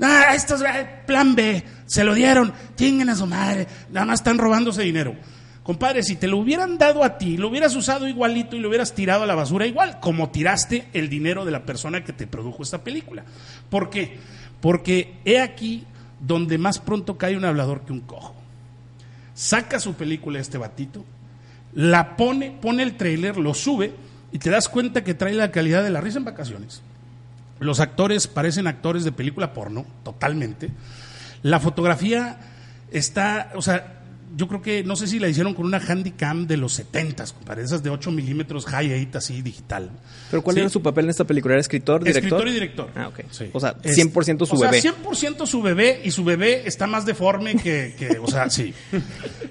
A: Ah, estos, eh, plan B, se lo dieron, chinguen a su madre, nada más están robándose dinero. Compadre, si te lo hubieran dado a ti, lo hubieras usado igualito y lo hubieras tirado a la basura igual, como tiraste el dinero de la persona que te produjo esta película. ¿Por qué? Porque he aquí donde más pronto cae un hablador que un cojo. Saca su película este batito, la pone, pone el trailer, lo sube y te das cuenta que trae la calidad de la risa en vacaciones. Los actores parecen actores de película porno, totalmente. La fotografía está, o sea, yo creo que, no sé si la hicieron con una handycam de los 70s, compadre, esas de 8 milímetros high-eight así digital.
C: ¿Pero cuál
A: Sí.
C: era su papel en esta película? ¿Era escritor, director?
A: Escritor y director.
C: Ah, ok.
A: Sí.
C: O sea,
A: Es-
C: 100% su
A: o sea,
C: bebé.
A: 100% su bebé y su bebé está más deforme que, que, o sea, sí.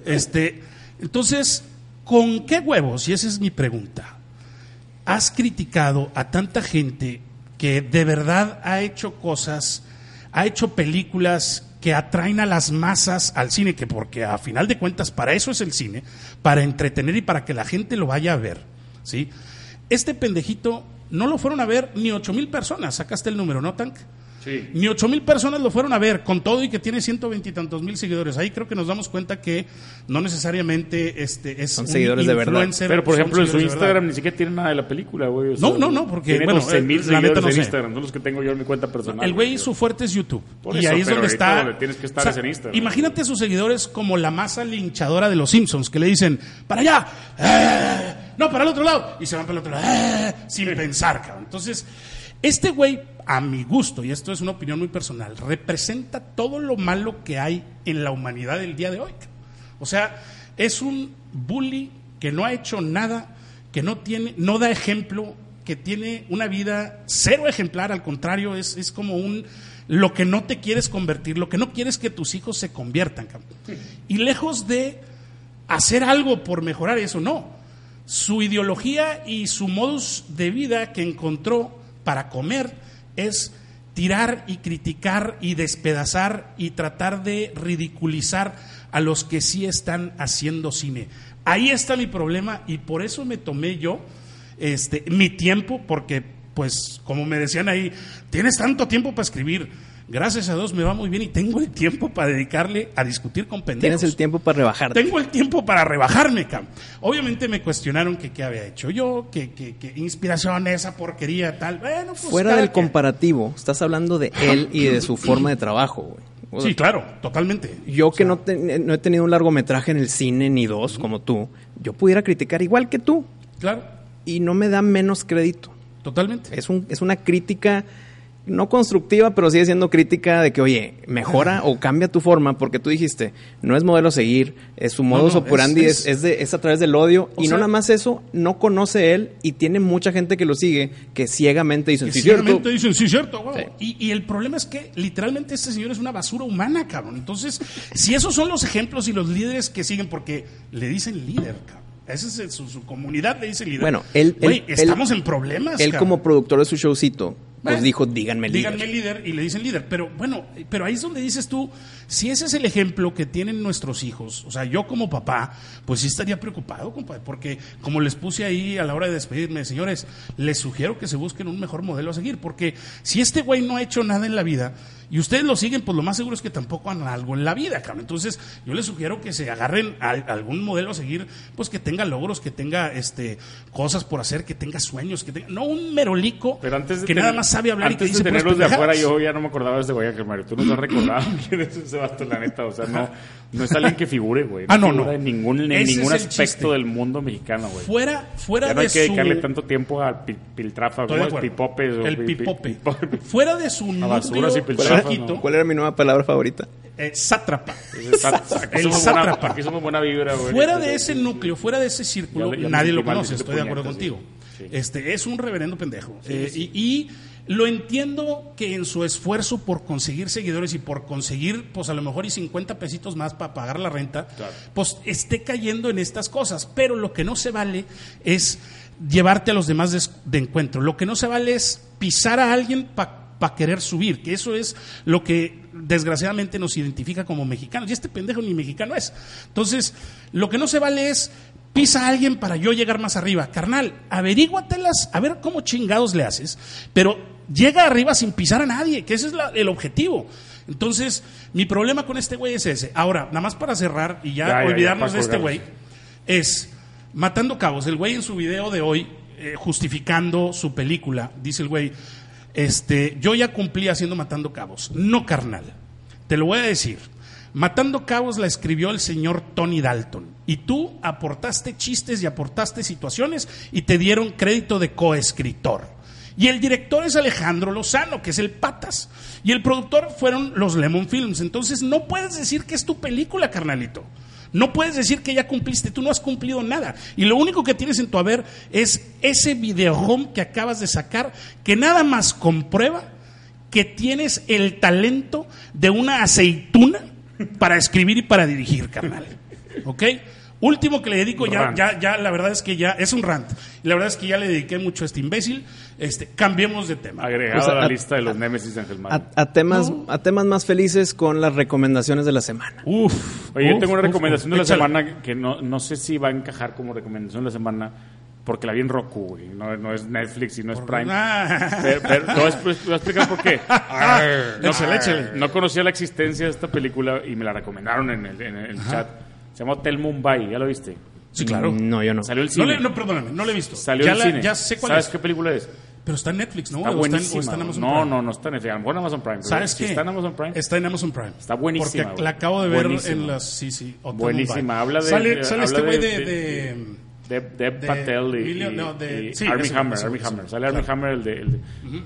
A: Este, entonces, ¿con qué huevos? Y esa es mi pregunta. Has criticado a tanta gente que de verdad ha hecho cosas, ha hecho películas que atraen a las masas al cine, que porque a final de cuentas para eso es el cine, para entretener y para que la gente lo vaya a ver, ¿sí? Este pendejito no lo fueron a ver ni ocho mil personas, sacaste el número, ¿no, Tank?
B: Sí.
A: Ni ocho mil personas lo fueron a ver, con todo y que tiene ciento veintitantos mil seguidores. Ahí creo que nos damos cuenta que no necesariamente este, es
C: Son seguidores de verdad.
A: influencer,
B: Pero, por
A: son
B: ejemplo, en su
A: seguidores de verdad.
B: Instagram ni siquiera tiene nada de la película, güey. o
A: No, no, no, porque,
B: Tiene
A: bueno,
B: 12 mil
A: eh, la neta
B: seguidores
A: no
B: en
A: sé.
B: Instagram, son los que tengo yo en mi cuenta personal.
A: El güey,
B: güey.
A: su fuerte es YouTube.
B: Por
A: y
B: eso,
A: ahí es
B: pero
A: donde
B: ahorita
A: está.
B: donde tienes que estar es en Instagram.
A: Imagínate a sus seguidores como la masa linchadora de los Simpsons, que le dicen, para allá, ¡Eh! no, para el otro lado, y se van para el otro lado, ¡Eh! sin pensar, cabrón. Entonces, este güey, a mi gusto, y esto es una opinión muy personal, representa todo lo malo que hay en la humanidad del día de hoy. cabrón. O sea, es un bully que no ha hecho nada, que no tiene, no da ejemplo, que tiene una vida cero ejemplar, al contrario, es, es como un lo que no te quieres convertir, lo que no quieres que tus hijos se conviertan, cabrón. Y lejos de hacer algo por mejorar eso, no. Su ideología y su modus de vida que encontró para comer es tirar y criticar y despedazar y tratar de ridiculizar a los que sí están haciendo cine. Ahí está mi problema y por eso me tomé yo este, mi tiempo, porque, pues, como me decían ahí, tienes tanto tiempo para escribir. Gracias a Dios me va muy bien y tengo el tiempo para dedicarle a discutir con pendejos.
C: Tienes el tiempo para rebajarte.
A: Tengo el tiempo para rebajarme, Cam. Obviamente me cuestionaron que qué había hecho yo, que, que, que inspiración, esa porquería, tal. Bueno, pues
C: Fuera
A: cada
C: del
A: quien.
C: comparativo, estás hablando de él y de su forma de trabajo, güey. O sea,
A: Sí, claro, totalmente.
C: Yo que no, te- no he tenido un largometraje en el cine ni dos como tú, yo pudiera criticar igual que tú
A: Claro,
C: y no me da menos crédito.
A: totalmente.
C: Es, un, es una crítica no constructiva, pero sigue siendo crítica de que, oye, mejora o cambia tu forma, porque tú dijiste, no es modelo a seguir, es su modus
A: no,
C: operandi
A: es-
C: es, es de- es a través del odio,
A: O
C: y
A: sea-
C: no nada más eso, no conoce él y tiene mucha gente que lo sigue que ciegamente dicen,
A: Que
C: sí,
A: ciegamente
C: cierto".
A: dicen, sí, cierto, huevo.
C: Sí.
A: Y, y el problema es que literalmente este señor es una basura humana, cabrón. Entonces, si esos son los ejemplos y los líderes que siguen, porque le dicen líder, cabrón. Esa es el- su, su comunidad, le dice líder.
C: Bueno, él-
A: Güey,
C: él-
A: estamos
C: él-
A: en problemas.
C: Él
A: cabrón.
C: como productor de su showcito, pues
A: Bueno,
C: dijo, díganme el
A: Eh, díganme líder y le dicen líder. Pero bueno, pero ahí es donde dices tú, si ese es el ejemplo que tienen nuestros hijos, o sea, yo como papá, pues sí estaría preocupado, compadre, porque como les puse ahí a la hora de despedirme, señores, les sugiero que se busquen un mejor modelo a seguir, porque si este güey no ha hecho nada en la vida y ustedes lo siguen, pues lo más seguro es que tampoco han algo en la vida, cabrón. Entonces, yo les sugiero que se agarren a algún modelo a seguir, pues que tenga logros, que tenga este cosas por hacer, que tenga sueños, que tenga no un merolico
B: Pero antes de
A: que
B: tener-
A: nada más sabe hablar y que
B: antes
A: dice
B: de
A: puras
B: tenerlos de afuera,
A: pendejadas.
B: yo ya no me acordaba de este güey, Ángel Mario. Tú no te has recordado quién es ese vato, la neta. O sea, no, no es alguien que figure, güey.
A: Ah, no,
B: figura
A: no.
B: En ningún, en
A: Ese
B: ningún
A: es el chiste.
B: aspecto del mundo mexicano, güey.
A: fuera fuera
B: Ya no
A: de
B: hay que dedicarle
A: su
B: tanto tiempo a pi- piltrafa,
A: Estoy de
B: güey.
A: acuerdo.
B: Pipopes. o
A: el
B: pi- pi-
A: pipope
B: pipope.
A: fuera de su núcleo
B: basuras y piltrafas,
A: chiquito
B: ¿no?
C: ¿Cuál era mi nueva palabra favorita?
A: eh, sátrapa
B: Ese sat- Aquí
A: El
B: somos buena-
A: sátrapa.
B: aquí somos buena vibra, güey.
A: fuera de ese núcleo fuera de ese círculo
B: Ya le- ya
A: nadie
B: le-
A: lo
B: igual
A: conoce
B: le-
A: estoy de acuerdo
B: puñetas, sí.
A: contigo
B: Sí.
A: este es un reverendo pendejo Eh, Y, y lo entiendo que en su esfuerzo por conseguir seguidores y por conseguir pues a lo mejor y 50 pesitos más para pagar la renta
B: Claro.
A: pues esté cayendo en estas cosas. Pero lo que no se vale es llevarte a los demás des- de, encuentro. Lo que no se vale es pisar a alguien para querer subir, que eso es lo que desgraciadamente nos identifica como mexicanos. Y este pendejo ni mexicano es. Entonces, lo que no se vale es pisa a alguien para yo llegar más arriba. Carnal, averíguatelas, a ver cómo chingados le haces, pero llega arriba sin pisar a nadie, que ese es la- el objetivo. Entonces, mi problema con este güey es ese. Ahora, nada más para cerrar y ya,
B: Ya, ya, ya,
A: olvidarnos
B: para
A: de este
B: colgarnos.
A: güey, es Matando Cabos. El güey en su video de hoy, eh, justificando su película, dice el güey, este, yo ya cumplí haciendo Matando Cabos. No, carnal. Te lo voy a decir. Matando Cabos la escribió el señor Tony Dalton. Y tú aportaste chistes y aportaste situaciones y te dieron crédito de coescritor. Y el director es Alejandro Lozano, que es el Patas. Y el productor fueron los Lemon Films. Entonces no puedes decir que es tu película, carnalito. No puedes decir que ya cumpliste, tú no has cumplido nada. Y lo único que tienes en tu haber es ese videohome que acabas de sacar, que nada más comprueba que tienes el talento de una aceituna para escribir y para dirigir, carnal. ¿Ok? Último que le dedico, ya,
B: Rant.
A: ya, ya, la verdad es que ya, es un rant. Y La verdad es que ya le dediqué mucho a este imbécil. Este, cambiemos de tema.
B: Agregado
C: O sea,
B: a la
C: a-
B: lista de los Némesis, Ángel Mario.
C: A, a temas, a temas más felices con las recomendaciones de la semana.
A: Uf.
B: Oye, yo
A: uf,
B: tengo una
A: uf,
B: recomendación
A: uf.
B: de la
A: Échala.
B: semana que no, no sé si va a encajar como recomendación de la semana, Porque la vi en Roku, güey. No, no es Netflix y no es
A: Porque-
B: Prime.
A: Ah.
B: Pero, pero no es, pues, te voy a explicar por qué.
A: Arr,
B: no,
A: échale, échale.
B: no conocía la existencia de esta película y me la recomendaron en el, en el chat. Se llama Hotel Mumbai, ¿ya lo viste?
A: Sí, claro.
C: No, yo no.
B: Mm. Salió el
A: No,
B: cine.
A: le, no, perdóname, no la he visto.
B: Salió
A: ya,
B: el
A: la-
B: cine.
A: ya sé cuál
B: ¿Sabes
A: es.
B: qué película es?
A: Pero está en Netflix, ¿no?
B: Está
A: o, está en,
B: buenísima.
A: o está en Amazon
B: no,
A: Prime.
B: no, no está en Netflix. A lo mejor en Amazon Prime. pero
A: ¿Sabes
B: si
A: qué?
B: está en Amazon Prime.
A: Está en Amazon Prime.
B: Está buenísima,
A: Porque
B: güey.
A: la acabo de ver
B: Buenísima.
A: en las. Sí, sí. Hotel
B: Buenísima.
A: Mumbai.
B: Habla de-
A: Sale, sale
B: habla
A: este güey de.
B: de-
A: de-
B: De, Deb
A: de
B: Patel y,
A: William-
B: y-
A: no, de-
B: y
A: sí,
B: Armie
A: ese-
B: Hammer.
A: ese-
B: Armie
A: ese-
B: Hammer. Sale Armie
A: claro.
B: Hammer. El de, el de-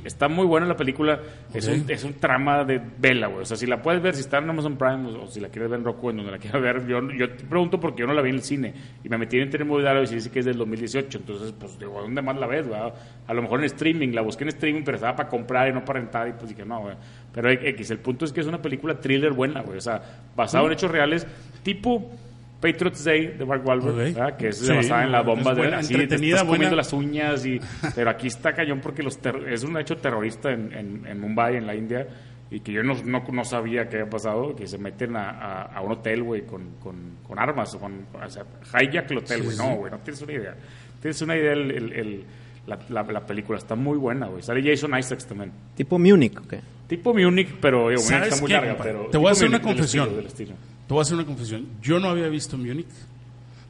B: Está muy buena la película. Es,
A: Ok.
B: un, es un trama de vela, güey. O sea, si la puedes ver, si está en Amazon Prime o, o si la quieres ver en Roku, en donde la quieras ver. Yo, yo te pregunto porque yo no la vi en el cine. Y me metí en Internet Movie Database y dice que es del 2018. Entonces, pues, digo, ¿a dónde más la ves, güey? A lo mejor en streaming. La busqué en streaming, pero estaba para comprar y no para rentar. Y pues dije, no, güey. Pero X, el punto es que es una película thriller buena, güey. O sea, basado en hechos reales, tipo... Patriots Day de Mark Wahlberg,
A: Ok.
B: ¿verdad? que es
A: Sí,
B: basada en la bomba
A: es
B: de
A: buena,
B: así, te
A: entretenida,
B: estás comiendo
A: buena.
B: las uñas y pero aquí está cañón porque los ter- es un hecho terrorista en, en, en Mumbai en la India y que yo no, no, no sabía que había pasado que se meten a, a, a un hotel güey con, con, con armas o con o sea, hijack el hotel güey no güey no tienes una idea tienes una idea el, el- el- la, la, la película está muy buena güey sale Jason Isaacs también
C: Tipo Munich, ¿ok?
B: tipo Munich pero digo, Munich
A: ¿Sabes
B: está muy
A: qué,
B: larga
A: compadre?
B: pero
A: Te voy a
B: tipo
A: hacer una
B: Munich del estilo,
A: confesión.
B: del estilo.
A: Te voy a hacer una confesión. Yo no había visto Munich.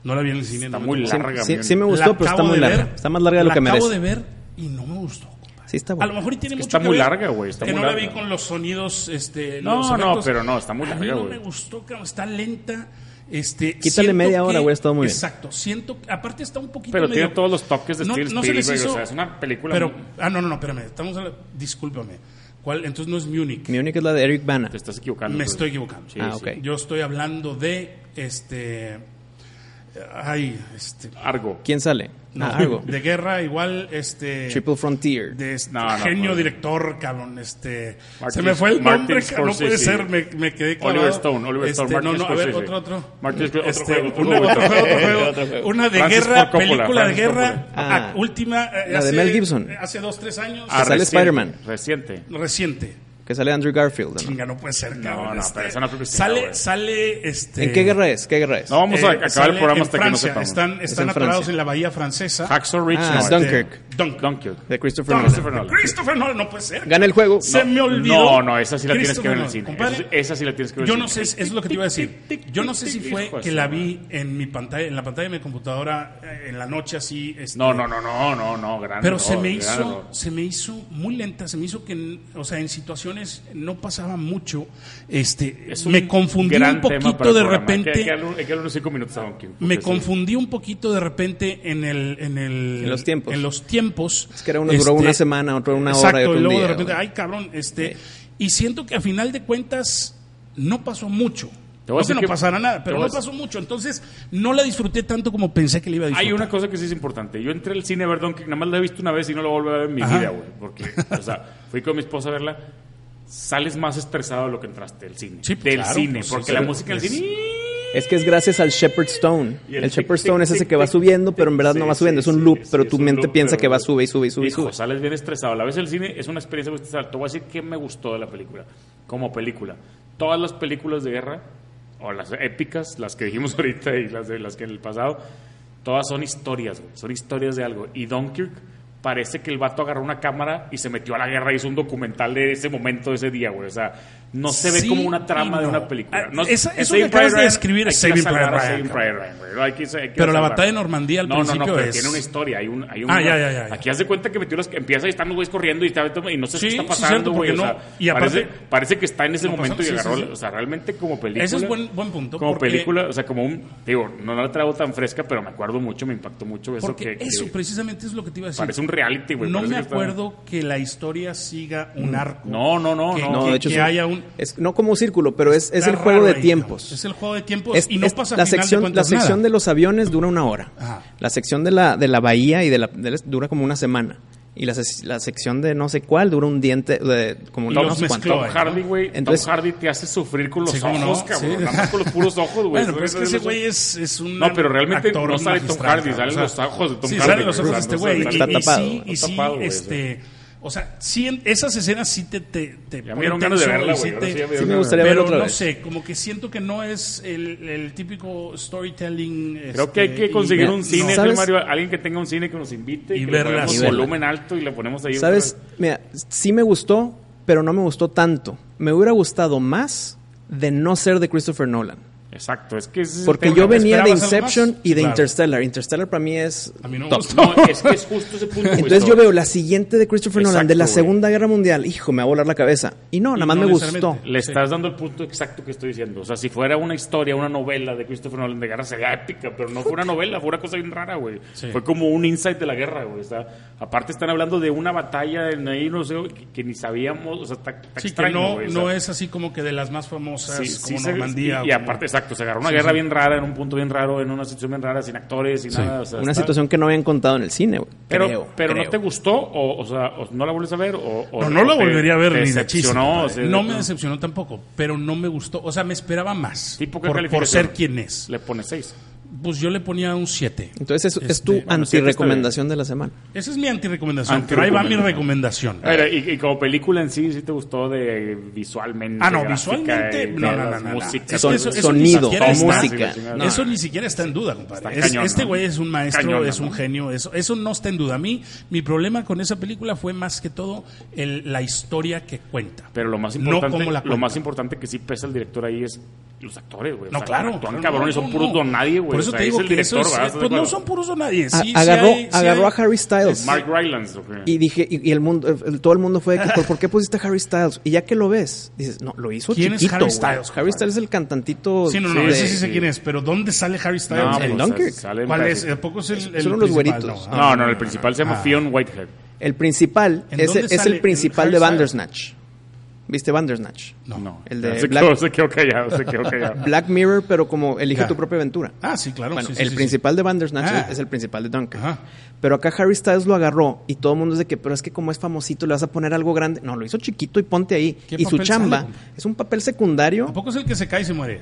A: No la vi en el cine.
B: Está
A: no me
B: muy
A: tocó.
C: Sí,
B: Larga,
C: sí,
B: Munich.
C: sí me gustó, pero está
A: acabo
C: muy
A: de
C: larga.
A: ver,
C: está más larga de lo
A: la
C: que merece.
A: acabo de ver y no me gustó. compadre.
C: Sí, está
A: A
C: bueno.
A: lo mejor y tiene
B: Es que
A: mucho
B: está
A: que
B: muy
A: ver
B: larga, güey, está
A: que
B: muy
A: no la
B: larga.
A: vi con los sonidos, este,
B: No,
A: los
B: no,
A: efectos.
B: pero no, está muy
A: A mí
B: larga,
A: no
B: güey.
A: me gustó, cabrón, está lenta. Este,
C: Quítale
A: siento
C: media hora,
A: que-
C: güey, está muy bien.
A: Exacto, siento, aparte está un poquito
B: Pero
A: medio-
B: tiene todos los toques de
A: no,
B: Steven
A: no se les
B: Spielberg,
A: hizo-
B: o sea, es una película
A: Pero,
B: muy-
A: ah, no, no, no, espérame, estamos hablando- discúlpame. ¿Cuál? Entonces no es Munich.
C: Munich es la de Eric Bana.
B: te estás equivocando
A: Me
B: güey.
A: estoy equivocando.
B: Sí,
C: Ah,
B: sí.
C: ok.
A: Yo estoy hablando de este ay, este
B: Argo
C: ¿Quién sale?
A: no,
C: Ah, Argo.
A: de guerra igual este
C: Triple Frontier.
A: de este
B: No, no,
A: genio
B: no.
A: director, cabrón, este
B: Martin-
A: se me fue el
B: Martin
A: nombre, cabrón, no puede
B: Scorsese.
A: ser, me, me quedé clavado.
B: Oliver Stone, Oliver Stone,
A: Este, no,
B: Martin
A: no, a ver,
B: Scorsese.
A: otro, otro.
B: Martin Scorsese, otro
A: Este,
B: juego, otro
A: una,
B: juego, otro
A: otro
B: juego.
A: juego.
B: Otro juego.
A: Una de
B: Francis
A: guerra,
B: Ford Coppola,
A: película de
B: Francis
A: guerra,
C: Coppola.
A: ah,
C: Ah.
A: última, eh,
C: La de
A: hace-
C: Mel Gibson.
A: hace dos, tres años,
B: Ah,
C: Sale
B: reciente,
C: Spider-Man.
B: Reciente.
A: reciente.
C: Que sale Andrew Garfield. ¿no?
A: Chinga, no puede ser, cabrón. este,
B: no, pero esa no creo que sea,
A: sale,
B: güey.
A: sale, este...
C: ¿En qué guerra es? ¿Qué guerra es?
B: No, vamos a
A: eh,
B: acabar
A: sale
B: el programa
A: en
B: hasta
A: Francia.
B: que no sepamos.
A: Están, están
C: en
A: atorados
C: Francia.
A: en la bahía francesa.
B: Hacksaw Ridge
C: Ah,
B: Noir.
C: Dunkirk.
A: Dunkirk.
B: Dunkirk.
C: De Christopher Nolan.
A: Christopher Nolan. Christopher Nolan, no puede ser.
C: Gana el juego.
A: Se me olvidó.
B: No, no, esa sí la tienes que ver en el cine.
A: Compadre,
B: Esa- esa sí la tienes que ver en
A: Yo
B: el
A: no sé,
B: cine.
A: es es lo que te iba a decir.
B: Tic, tic, tic,
A: Yo no sé
B: tic,
A: si
B: tic,
A: fue
B: hijo de
A: que
B: su
A: la
B: madre.
A: vi en mi pantalla, en la pantalla de mi computadora eh, en la noche así. este,
B: No, no, no, no, no, no, gran
A: Pero
B: error,
A: se me
B: gran
A: hizo,
B: error.
A: se me hizo muy lenta, se me hizo que, en- o sea, en situaciones no pasaba mucho. Este,
B: Es un
A: me confundí
B: gran
A: un
B: tema para
A: poquito
B: el
A: de
B: programa. Hay que-
A: repente.
B: Hay que darle un- hay que darle unos cinco minutos a Dunkirk. porque
A: Me
B: sí.
A: confundí un poquito de repente en el en el
C: En los tiempos.
A: en los tiempos.
C: Es que era uno duró una semana, otro una hora y
A: este, Exacto,
C: otro
A: y
C: un
A: luego de
C: día,
A: repente,
C: güey.
A: ay cabrón, este y siento que a final de cuentas no pasó mucho.
B: Te
A: No
B: voy a
A: que
B: decir
A: no
B: que-
A: pasara nada,
B: te
A: pero
B: voy a
A: no
B: decir-
A: pasó mucho, entonces no la disfruté tanto como pensé que la iba a disfrutar.
B: Hay una cosa que sí es importante. Yo entré al cine a ver Dunkirk, nada más la he visto una vez y no la volví a ver en mi
A: Ajá.
B: vida, güey. Porque, o sea, fui con mi esposa a verla. Sales más estresado de lo que entraste del cine.
A: Sí, pues,
B: del
A: claro,
B: cine,
A: pues, sí,
B: porque
A: sí.
B: la música del
A: Es-
B: cine.
C: Es que es gracias al Shepherd Stone.
B: Y
C: El,
B: tic,
C: Shepherd
B: tic,
C: Stone es ese
B: tic,
C: que va
B: tic,
C: subiendo, pero en
B: tic,
C: verdad
B: sí,
C: no va
B: sí,
C: subiendo. es
B: sí,
C: un loop,
B: sí,
C: pero
B: sí,
C: tu
B: es un
C: mente
B: loop,
C: piensa
B: pero-
C: que va sube y sube y sube y
B: Hijo,
C: sube.
B: sales bien estresado. La vez el cine es una experiencia muy estresada. Te voy a decir qué me gustó de la película. Como película. Todas las películas de guerra, o las épicas, las que dijimos ahorita y las, de, las que en el pasado, todas son historias, güey. Son historias de algo. Y Dunkirk parece que el vato agarró una cámara y se metió a la guerra y hizo un documental de ese momento, de ese día, güey. O sea, no se ve
A: Sí
B: como una trama
A: y
B: de
A: no.
B: una película.
A: Ah,
B: No,
A: esa-
B: en
A: eso
B: Saving
A: que acabas
B: Private
A: de
B: Ryan,
A: describir
B: hay
A: es
B: que
A: Saving
B: salvar
A: Private
B: a
A: Ryan,
B: Saving
A: cabrón.
B: Private Ryan, güey. Hay que- hay que
A: Pero la
B: salvar.
A: batalla de Normandía al
B: No, no,
A: principio
B: no, pero
A: es-
B: tiene una historia. Hay un, hay un
A: Ah, ya, ya, ya, ya.
B: Aquí haz de cuenta que metió las. Empieza y están los güeyes corriendo y, está- y no sé
A: Sí,
B: qué está
A: sí,
B: pasando,
A: cierto,
B: güey.
A: porque
B: o sea,
A: no- y aparte-
B: parece, parece que está en ese
A: No
B: momento
A: pasó,
B: y
A: sí,
B: agarró.
A: sí,
B: la-
A: sí.
B: O sea, realmente como película.
A: Ese es buen- buen punto,
B: Como
A: porque-
B: película, o sea, como un. Digo, no la traigo tan fresca, pero me acuerdo mucho, me impactó mucho eso.
A: Porque
B: que, que
A: eso precisamente es lo que te iba a decir.
B: parece un reality, güey.
A: no
B: parece
A: me
B: que está- Mm.
A: acuerdo que la historia siga un arco.
B: No, no, no,
A: que-
B: no.
C: No,
A: que-
C: de hecho
A: que
C: es un-
A: haya un
C: es- no como un círculo, pero es, es
A: Está
C: el juego
A: raro
C: de
A: ahí,
C: tiempos.
A: cabrón. Es el juego de tiempos
C: Es-
A: y no
C: es-
A: pasa
C: la
A: a final
C: sección,
A: de cuentas
C: la sección
A: nada.
C: de los aviones dura una hora.
A: Ajá.
C: La sección de la, de la bahía y de la, de la- dura como una semana. Y la, ses- la sección de no sé cuál dura un diente, de, como
A: Y
C: no
A: los
C: sé cuánto.
A: mezcló,
B: Tom
A: ¿no?
B: Hardy, güey. Tom
C: eh, Entonces-
B: Hardy te hace sufrir con los
A: Sí,
B: ojos,
A: cómo no,
B: cabrón.
A: sí.
B: Nada más con los puros ojos, güey.
A: Bueno, pero es que ese güey es, es un.
B: No, pero realmente
A: actor
B: no sale Tom
A: magistral,
B: Hardy,
A: cabrón,
B: salen los ojos de Tom
A: sí,
B: Hardy,
A: salen los
B: güey,
A: ojos de este
B: o sea, no
A: güey.
B: sale-
A: y-
C: está
A: y
C: tapado,
A: sí, y
B: está
A: sí,
B: tapado, güey,
A: este. O sea, sí, en- esas escenas sí te. te, te
B: Ya me
A: ponen
B: dieron ganas de
A: tenso
B: verla,
A: y sí
B: güey. ahora
A: te-
B: sí ya me
C: sí
B: dieron
C: me
B: ganas.
C: gustaría verla
A: pero
C: otra
A: no
C: vez.
A: sé, como que siento que no es el, el típico storytelling.
B: Creo que hay
A: este,
B: que conseguir
A: y-
B: un cine,
A: No.
C: ¿Sabes?
B: Mario, alguien que tenga un cine que nos invite
A: Y
B: que le
A: verla.
B: ponemos
A: Y verla.
B: volumen alto y le ponemos ahí. otra
C: ¿Sabes? Mira, sí me gustó, pero no me gustó tanto. Me hubiera gustado más de no ser de Christopher Nolan.
B: vez. Exacto, es que ese es el
C: Porque
B: tema.
C: yo venía de
A: ¿Esperabas algo más?
C: Inception y de
A: Claro.
C: Interstellar. Interstellar para mí es...
A: A mí no me
C: top.
A: gustó.
B: No, es que es justo ese punto. güey,
C: Entonces yo
B: sobre-
C: veo la siguiente de Christopher Nolan, de la
B: Exacto, güey.
C: Segunda Guerra Mundial. Hijo, me va a volar la cabeza. Y no,
A: Y
C: nada más
A: no
C: me gustó.
A: necesariamente.
B: Le
A: Sí.
B: estás dando el punto exacto que estoy diciendo. O sea, si fuera una historia, una novela de Christopher Nolan de guerra, sería épica, pero no fue una novela, fue una cosa bien rara, güey.
A: Sí.
B: Fue como un insight de la guerra, güey. O sea, aparte están hablando de una batalla en ahí, no sé, que, que ni sabíamos, o sea, está, está
A: Sí, que
B: extraño,
A: no,
B: güey, o sea,
A: no es así como que de las más famosas,
B: sí, sí
A: como
B: se-
A: Normandía.
B: y, y
A: o como-
B: aparte, exacto, se agarró una
A: Sí,
B: guerra
A: sí.
B: bien rara, en un punto bien raro, en una situación bien rara, sin actores, sin
A: Sí.
B: nada. o sea,
C: Una
B: está-
C: situación que no habían contado en el cine, güey.
B: Pero,
C: Creo,
B: pero no
C: creo.
B: te gustó, o, o sea, o no la vuelves a ver, o, o-
A: No, no la
B: o te-
A: volvería a ver
B: te
A: ni de chiste.
B: decepcionó, o
A: compadre.
B: sea,
A: no me decepcionó tampoco, pero no me gustó. O sea, me esperaba más.
B: ¿Tipo qué
A: por, por
B: calificación?
A: ser quien es.
B: Le pone seis.
A: Pues yo le ponía un 7.
C: Entonces es, es tu
A: Este,
B: bueno, sí, aquí está
C: antirecomendación de la semana.
A: Esa es mi antirecomendación. pero ahí va mi recomendación.
B: A ver, y, y como película en sí, ¿sí te gustó de visualmente?
A: Ah, no,
B: gráfica,
A: visualmente,
B: y
A: no,
B: de
A: no,
B: las
A: no, no.
B: músicas,
A: Es
C: Son-
A: que eso- eso ni
C: sonido,
A: siquiera está-
C: música.
B: Está-
C: No,
A: eso ni siquiera está en duda, compadre.
B: Está
A: Es-
B: cañón,
A: este
B: ¿no?
A: güey es un maestro,
B: Cañón,
A: es
B: ¿no?
A: un genio. Eso, eso no está en duda. A mí, mi problema con esa película fue más que todo el- la historia que cuenta.
B: Pero lo más
A: No
B: importante,
A: cómo la
B: lo
A: cuenta.
B: más importante que sí pesa el director ahí es los actores, güey.
A: No,
B: O sea,
A: claro.
B: Actúan
A: claro, Pues
B: cabrones,
A: no,
B: son
A: no,
B: puros
A: no.
B: don nadie, güey.
A: Por eso
B: O sea,
A: te digo
B: es el
A: que
B: director,
A: eso es-
B: ¿verdad? ¿Estás de
A: pues no
B: acuerdo?
A: son puros don nadie.
C: A-
A: Sí, sí
C: agarró
A: hay- sí
C: agarró
A: hay-
C: a Harry Styles.
B: Mark Rylance, ok.
C: Y dije, y, y el mundo, el- el- todo el mundo fue de que, ¿por, por qué pusiste a Harry Styles? Y ya que lo ves, dices, no, lo hizo
A: ¿Quién es
C: chiquito.
A: Harry
C: güey.
A: Styles, compadre?
C: Harry Styles es el cantantito. este,
A: Sí, no, no,
C: de-
A: ese sí sé quién es, pero ¿dónde sale Harry Styles?
B: No,
A: El-
B: pues,
C: Dunkirk.
B: salen
A: ¿Cuál
B: para-
A: es? ¿A poco es el, el
C: Son unos
A: principal?
C: güeritos.
A: No, ah,
B: No, no, el principal se llama
A: Ah.
B: Fionn Whitehead.
C: El principal
A: ¿En
C: es,
A: dónde
C: el- es
A: sale
C: el principal
A: Harry
C: de
A: Styles?
C: Bandersnatch. ¿Viste Bandersnatch?
A: No.
B: No,
C: El de
B: se,
C: Black-
B: quedó, se quedó callado, se quedó callado.
C: Black Mirror, pero como elige
A: Ya.
C: tu propia aventura.
A: Ah, sí, claro.
C: bueno,
A: sí, sí,
C: el
A: sí,
C: principal de Bandersnatch
A: Ah.
C: es, es el principal de Dunker.
A: Ajá.
C: Pero acá Harry Styles lo agarró y todo el mundo es de que, pero es que como es famosito, le vas a poner algo grande. No, lo hizo chiquito y ponte ahí.
A: ¿Qué
C: Y su
A: papel
C: chamba
A: sale?
C: es un papel secundario.
A: ¿A poco es el que se cae y se muere?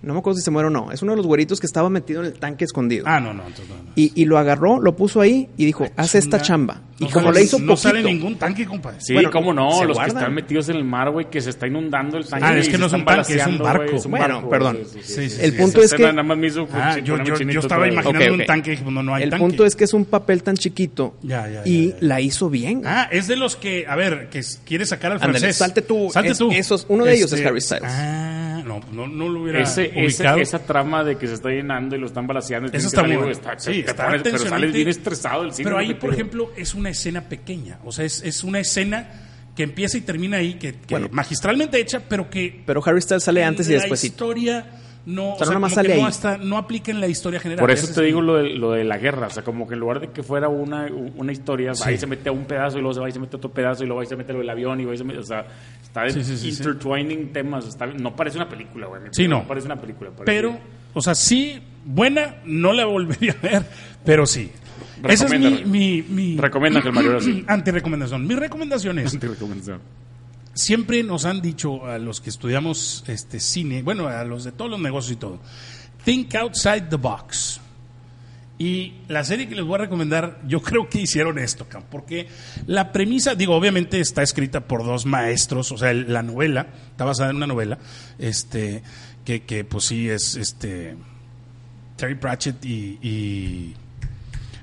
C: No me acuerdo si se muere o no. Es uno de los güeritos que estaba metido en el tanque escondido.
A: Ah, no, no, entonces no. no.
C: Y, y lo agarró, lo puso ahí y dijo, haz esta
A: Una-
C: chamba.
A: no
C: y como
A: sale-
C: le hizo
A: No sale
C: poquito-
A: ningún tanque, compadre.
B: Sí,
C: Bueno,
B: cómo no,
C: se
B: los que
C: guardan.
B: están metidos en el mar, güey, que se está inundando el tanque.
A: Ah, es
B: y
A: que
B: se
A: no es un
B: están
A: tanque, es un
B: balaceando,
A: barco.
B: güey, es un
C: Bueno,
B: barco,
C: perdón.
B: sí, sí, sí,
A: Sí,
B: sí.
A: sí,
C: El
A: sí,
C: punto
A: sí.
C: es que-
B: Escena nada más me hizo
A: Ah,
B: chin-
A: yo,
B: ponerme
A: yo, yo
B: chinito
A: estaba
B: todavía.
A: imaginando
C: Ok, ok.
A: un tanque cuando no hay
C: El
A: tanque.
C: punto es que es un papel tan chiquito
A: Ya, ya, ya,
C: y
A: ya.
C: la hizo bien.
A: Ah, es de los que, a ver, que s- quiere sacar al
C: Ándale,
A: francés.
C: salte tú.
A: Salte
C: Es-
A: tú. Este,
C: esos- uno de ellos es Harry Styles.
A: Ah, no, no, no lo hubiera
B: Ese- ese-
A: ubicado.
B: esa trama de que se está llenando y lo están balaseando. y tienen
A: está
B: que salir,
A: muy-
B: güey, está-
A: sí,
B: te- te
A: está
B: pones- Pero
A: tensionante.
B: sales bien estresado del cine.
A: Pero
B: ¿no?
A: ahí,
B: ¿Qué
A: por
B: pedo?
A: ejemplo, es una escena pequeña. O sea, es, es una escena que empieza y termina ahí, que, que
C: Bueno.
A: magistralmente hecha, pero que
C: Pero Harry Styles sale antes y
A: la
C: después.
A: historia no, o sea,
C: sea, nada más
A: como que
C: sale
A: no,
C: ahí.
A: hasta- no aplica en la historia general.
B: Por
A: Ese
B: eso
A: es
B: te
A: mi-
B: digo lo de, lo de la guerra. O sea, como que en lugar de que fuera una, una historia, ahí se mete a un pedazo y luego se va y se mete a otro pedazo y luego ahí se mete lo del avión y luego ahí se mete. O sea, está
A: Sí, sí, sí, sí.
B: intertwining temas. está- no parece una película, güey.
A: Sí, no.
B: parece una película. parece-
A: Pero, o sea, sí, buena, no la volvería a ver, pero sí. Esa es mi,
B: Recomiéndalo.
A: mi, mi
B: Recomienda que el mayor así.
A: antirecomendación. Mi recomendación es,
B: Te recomiendo.
A: siempre nos han dicho a los que estudiamos este cine, bueno, a los de todos los negocios y todo, think outside the box. Y la serie que les voy a recomendar, yo creo que hicieron esto, cabrón, porque la premisa, digo, obviamente está escrita por dos maestros, o sea, el- la novela, está basada en una novela, este, que, que pues sí es este Terry Pratchett y, y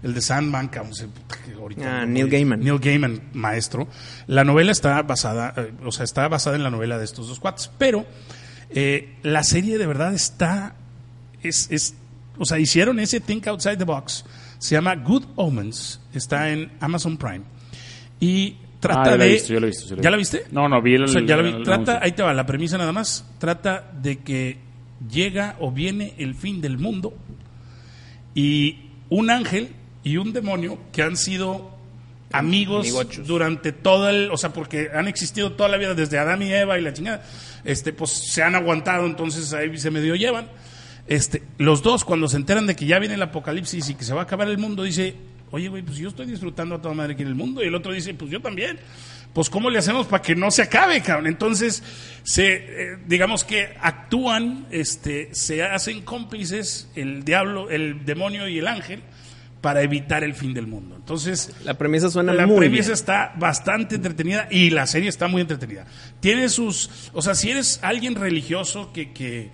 A: el de Sandman, cabrón, se- puta, que ahorita-
C: Ah, Neil Gaiman.
A: Neil Gaiman, maestro. La novela está basada, eh, o sea, está basada en la novela de estos dos cuates, pero eh, la serie de verdad está es, es, o sea, hicieron ese Think Outside the Box. Se llama Good Omens. Está en Amazon Prime. Y trata
B: Ah, ya
A: de.
B: la he visto, ya la he visto, ya la he
A: ¿Ya la
B: visto.
A: viste?
B: No, no, vi el-
A: O sea, ya la vi.
B: el- el
A: Trata,
B: anuncio.
A: ahí te va, la premisa nada más. Trata de que llega o viene el fin del mundo y un ángel y un demonio que han sido amigos
C: Amigochos.
A: durante todo el, o sea, porque han existido toda la vida desde Adán y Eva y la chingada, este, pues se han aguantado, entonces ahí se medio llevan. Este, los dos cuando se enteran de que ya viene el apocalipsis y que se va a acabar el mundo, dice, oye güey, pues yo estoy disfrutando a toda madre aquí en el mundo, y el otro dice, pues yo también. Pues cómo le hacemos para que no se acabe, cabrón. Entonces, se, eh, digamos que actúan, este, se hacen cómplices el diablo, el demonio y el ángel para evitar el fin del mundo. Entonces,
C: La premisa suena
A: la
C: muy
A: premisa
C: bien.
A: está bastante entretenida y la serie está muy entretenida. Tiene sus, o sea, si eres alguien religioso que, que,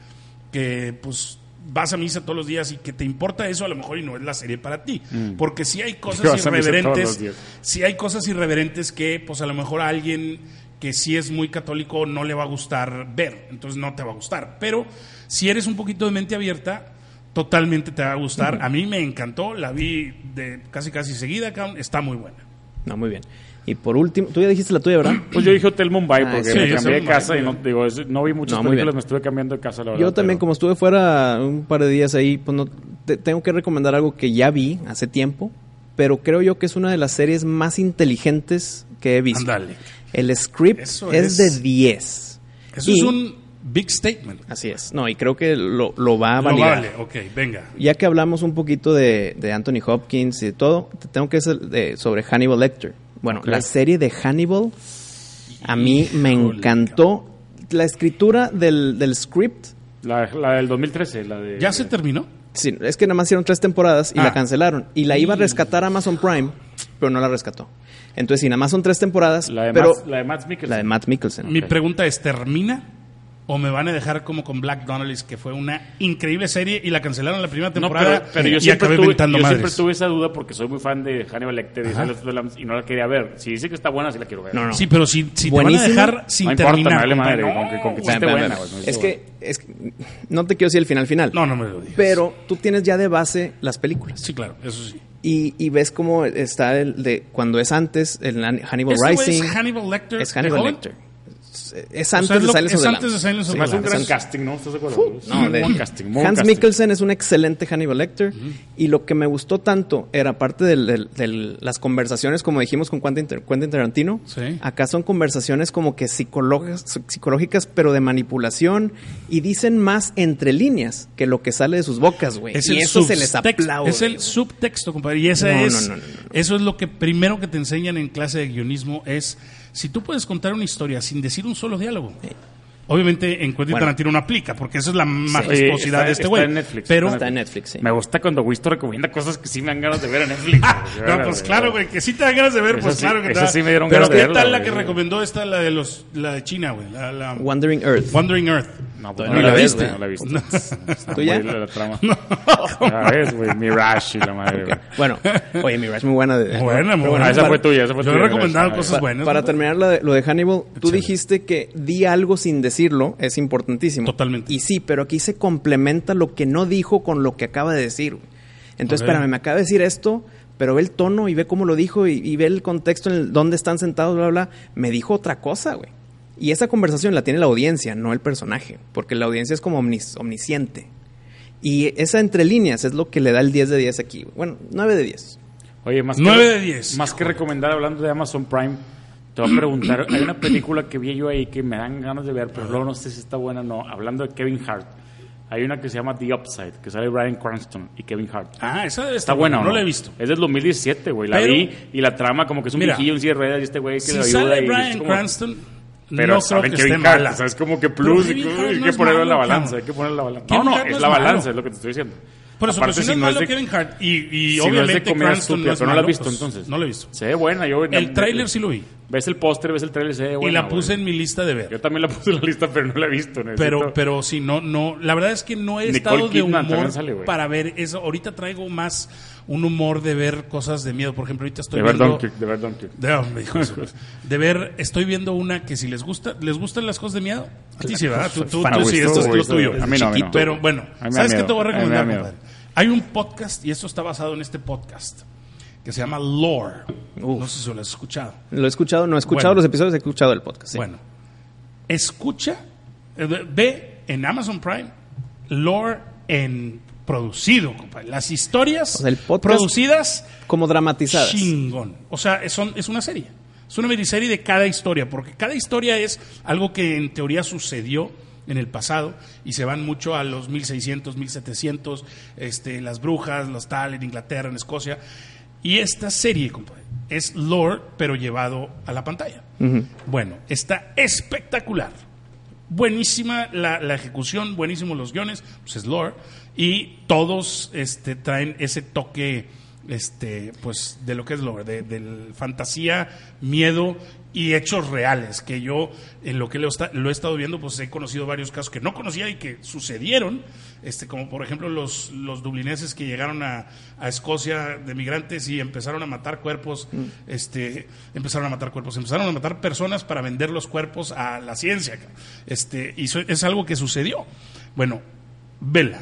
A: que pues vas a misa todos los días y que te importa eso, a lo mejor y no es la serie para ti. Porque si hay cosas
B: Mm. Vas a misa todos
A: irreverentes,
B: los días.
A: si hay cosas irreverentes que pues a lo mejor a alguien que sí es muy católico no le va a gustar ver, entonces no te va a gustar. Pero si eres un poquito de mente abierta, totalmente te va a gustar. A mí me encantó, la vi de casi casi seguida, cabrón, está muy buena.
C: No, muy bien. Y por último, tú ya dijiste la tuya, ¿verdad?
B: Pues yo dije Hotel Mumbai
C: Ah,
B: porque
A: sí,
B: me
A: Hotel
B: cambié de
A: Mumbai,
B: casa y no,
A: muy
B: digo, es- no vi muchas
C: No, muy
B: películas,
C: bien.
B: me estuve cambiando de casa, la verdad.
C: Yo también,
B: pero-
C: como estuve fuera un par de días ahí, pues no te- tengo que recomendar algo que ya vi hace tiempo, pero creo yo que es una de las series más inteligentes que he visto.
A: Ándale.
C: El script
A: Eso
C: es,
A: es-
C: de 10.
A: Eso
C: Y- Ah,
A: es un big statement.
C: Así es. No, y creo que lo, lo va a
A: Lo
C: validar.
A: vale, ok, venga.
C: Ya que hablamos un poquito de, de Anthony Hopkins y de todo, te tengo que decir de- sobre Hannibal Lecter. Bueno, la serie de Hannibal a mí me
A: Híjole,
C: encantó. La escritura del, del script,
B: La, la del 2013, la de...
A: ¿Ya se terminó?
C: sí, es que nada más hicieron tres temporadas y
A: Ah.
C: la cancelaron. Y la iba a
A: Y-
C: rescatar Amazon Prime, pero no la rescató. Entonces, sí, nada más son tres temporadas,
B: La de,
C: pero
B: Mads, la de Mads Mikkelsen.
C: la de Matt Mikkelsen.
A: Mi pregunta es, ¿termina? ¿O me van a dejar como con Black Donnellys, que fue una increíble serie y la cancelaron la primera
B: No,
A: temporada
B: pero, pero yo,
A: y
B: siempre
A: acabé
B: tuve,
A: inventando
B: yo siempre
A: madres?
B: tuve esa duda porque soy muy fan de Hannibal Lecter y
A: Ajá.
B: Silence of the Lambs y no la quería ver. Si dice que está buena, sí la quiero ver.
C: No, no.
A: Sí, pero si, si te van a
C: Buenísimo.
A: dejar sin
B: No importa, me
A: terminar.
B: vale
A: compadre,
B: madre,
A: no,
B: con que- con que
A: güey.
B: sea-
C: Espérame,
B: buena,
C: espérame.
B: güey, no
C: es,
B: estuvo
C: que, es que no te quiero decir el final final.
A: No, no me lo digas.
C: Pero tú tienes ya de base las películas.
A: Sí, claro, eso sí.
C: Y, y ves cómo está el de cuando es antes, el Han- Hannibal
A: Este güey
C: Rising.
A: es Hannibal Lecter.
C: es Hannibal
A: de joven.
C: Lecter. Es, es
A: O
C: antes
A: sea, es lo-
C: de Silence
A: es
C: of the
A: antes de
C: Lambs.
A: Silence of the
B: Más un
A: Lambs.
B: gran
C: Silence-
B: casting, ¿no? ¿Estás de acuerdo?
C: no, de-
B: buen casting, muy buen
C: Hans
B: casting.
C: Mikkelsen es un excelente Hannibal Lecter. Y lo que me gustó tanto era, aparte de las conversaciones, como dijimos con Quentin, Tar- Quentin Tarantino,
A: Sí.
C: acá son conversaciones como que psicológicas, psicológicas, pero de manipulación. Y dicen más entre líneas que lo que sale de sus bocas, güey.
A: Es
C: Y
A: el
C: eso se les
A: subtext-
C: aplaude.
A: Es el
C: güey.
A: subtexto, compadre. Y esa
C: No,
A: es,
C: no, no, no, no.
A: eso es lo que primero que te enseñan en clase de guionismo es si tú puedes contar una historia sin decir un solo diálogo. Obviamente en Quentin
C: Bueno.
A: Tarantino no aplica porque esa es la majestuosidad
B: está-
A: de este
B: está
A: güey.
B: en Netflix,
A: Pero
C: Está en Netflix, sí.
B: Me gusta cuando Wisto recomienda cosas que sí me dan ganas de ver en Netflix.
A: Ah,
B: güey, de
A: no,
B: veras,
A: pues claro, güey, que sí te dan ganas de ver,
B: Eso
A: pues
B: sí-
A: claro que
B: eso
A: te da.
B: sí me dieron
A: Pero
B: ganas de
A: ¿qué
B: verla,
A: tal la
B: güey.
A: que recomendó esta, la de los, la de China, güey? La, la-
C: Wandering Earth.
A: Wandering Earth.
B: No, pues, no,
C: Todavía no
B: la
C: la
B: he
C: ves,
B: visto,
C: güey.
B: no la he visto.
C: ¿Tú ya?
B: Muy la- la trama. Ya ves, güey, Mirage y la madre, güey.
C: Bueno, oye, mira, es muy buena. De,
A: Buena, muy buena.
B: esa
A: Para-
B: fue tuya, esa fue
A: Yo
B: tuya,
A: he recomendado
B: gracias.
A: cosas
C: Pa-
A: buenas.
C: para
A: ¿no?
C: terminar lo de, lo de Hannibal, tú
A: Excelente.
C: dijiste que di algo sin decirlo, es importantísimo.
A: Totalmente.
C: Y sí, pero aquí se complementa lo que no dijo con lo que acaba de decir. güey. Entonces,
A: A ver.
C: espérame, me acaba de decir esto, pero ve el tono y ve cómo lo dijo y, y ve el contexto en el dónde están sentados, bla, bla. Me dijo otra cosa, güey. Y esa conversación la tiene la audiencia, no el personaje, porque la audiencia es como omnis- omnisciente. Y esa entre líneas es lo que le da el 10 de 10 aquí. güey. Bueno, 9 de 10.
B: Oye, más
A: Nueve
B: que,
A: de diez.
B: Más que recomendar, hablando de Amazon Prime, te voy a preguntar, hay una película que vi yo ahí que me dan ganas de ver, pero luego no sé si está buena o no. Hablando de Kevin Hart, hay una que se llama The Upside, que sale Brian Cranston y Kevin Hart.
A: Ah, esa debe
B: Está
A: estar
B: buena, ¿o
A: No la he visto.
B: Es del 2017, güey. La
A: Pero-
B: vi y la trama como que es un
A: Mira,
B: viejillo en silla de ruedas y este güey que
A: Si
B: le ayuda.
A: sale
B: y es
A: Brian
B: como-
A: Cranston,
B: Pero
A: no creo
B: saben
A: que
B: Kevin
A: esté
B: Hart,
A: mala.
B: o sea, es como que
A: Pero
B: plus, y
A: Kevin
B: como-
A: Hart
B: hay
A: no
B: que
A: es
B: ponerlo en la
A: malo,
B: balanza, hay
A: cabrón.
B: que ponerlo en la balanza. No,
A: Kevin
B: no,
A: Hart no
B: es
A: es
B: la
A: malo.
B: balanza, es lo que te estoy diciendo.
A: Por eso,
B: Aparte,
A: pero si no es
B: no es
A: malo
B: de-
A: Kevin Hart y, y
B: si no es de
A: obviamente
B: comedia
A: Cranston
B: estúpida,
A: no es
B: pero no la
A: malo,
B: has visto,
A: pues,
B: entonces.
A: No la he visto.
B: Se ve buena. Yo,
A: El tráiler sí lo vi
B: Ves el póster, ves el tráiler, se ve
A: y
B: buena,
A: la puse
B: güey.
A: en mi lista de
B: Yo
A: ver.
B: también la puse en la lista, pero no la he visto. necesito-
A: Pero, pero sí, no, no. La verdad es que no he
B: Nicole
A: estado de
B: Kidman
A: humor
B: también sale, güey.
A: para ver eso. Ahorita traigo más un humor de ver cosas de miedo. Por ejemplo, ahorita estoy
B: De ver
A: viendo.
B: Dunkirk, de ver Dunkirk.
A: De, oh, me dijo eso. De ver, estoy viendo una que si les gusta, ¿les gustan las cosas de miedo? A ti sí, ¿verdad? Tú, tú,
B: Fan-
A: tú sí,
B: Augusto,
A: esto es lo
B: Augusto,
A: tuyo.
B: a mí no, a mí no.
A: Pero bueno,
B: A mí me da
A: ¿sabes qué
B: miedo,
A: te voy a
B: a mí me da
A: recomendar,
B: miedo.
A: compadre? Hay un podcast, y esto está basado en este podcast, que se llama Lore.
C: Uf.
A: No sé si lo has escuchado.
C: Lo he escuchado, no he escuchado
A: Bueno.
C: los episodios, he escuchado el podcast. sí.
A: Bueno, escucha, eh, ve en Amazon Prime Lore en producido, compadre. Las historias
C: O sea, el podcast-
A: producidas
C: Como dramatizadas.
A: Chingón. O sea, es, son- es una serie. Es una miniserie de cada historia, porque cada historia es algo que en teoría sucedió en el pasado y se van mucho a los 1600, 1700, este, las brujas, los tal, en Inglaterra, en Escocia. Y esta serie, compadre, es lore, pero llevado a la pantalla. Bueno, está espectacular. Buenísima la, la ejecución, buenísimos los guiones, pues es lore, y todos este, traen ese toque este, pues, de lo que es lo de, del fantasía, miedo y hechos reales, que yo en lo que lo, está- lo he estado viendo, pues he conocido varios casos que no conocía y que sucedieron, este, como por ejemplo los, los dublineses que llegaron a, a Escocia de migrantes y empezaron a matar cuerpos,
C: Mm.
A: este, empezaron a matar cuerpos, empezaron a matar personas para vender los cuerpos a la ciencia, ca- este, y eso es algo que sucedió. Bueno, vela,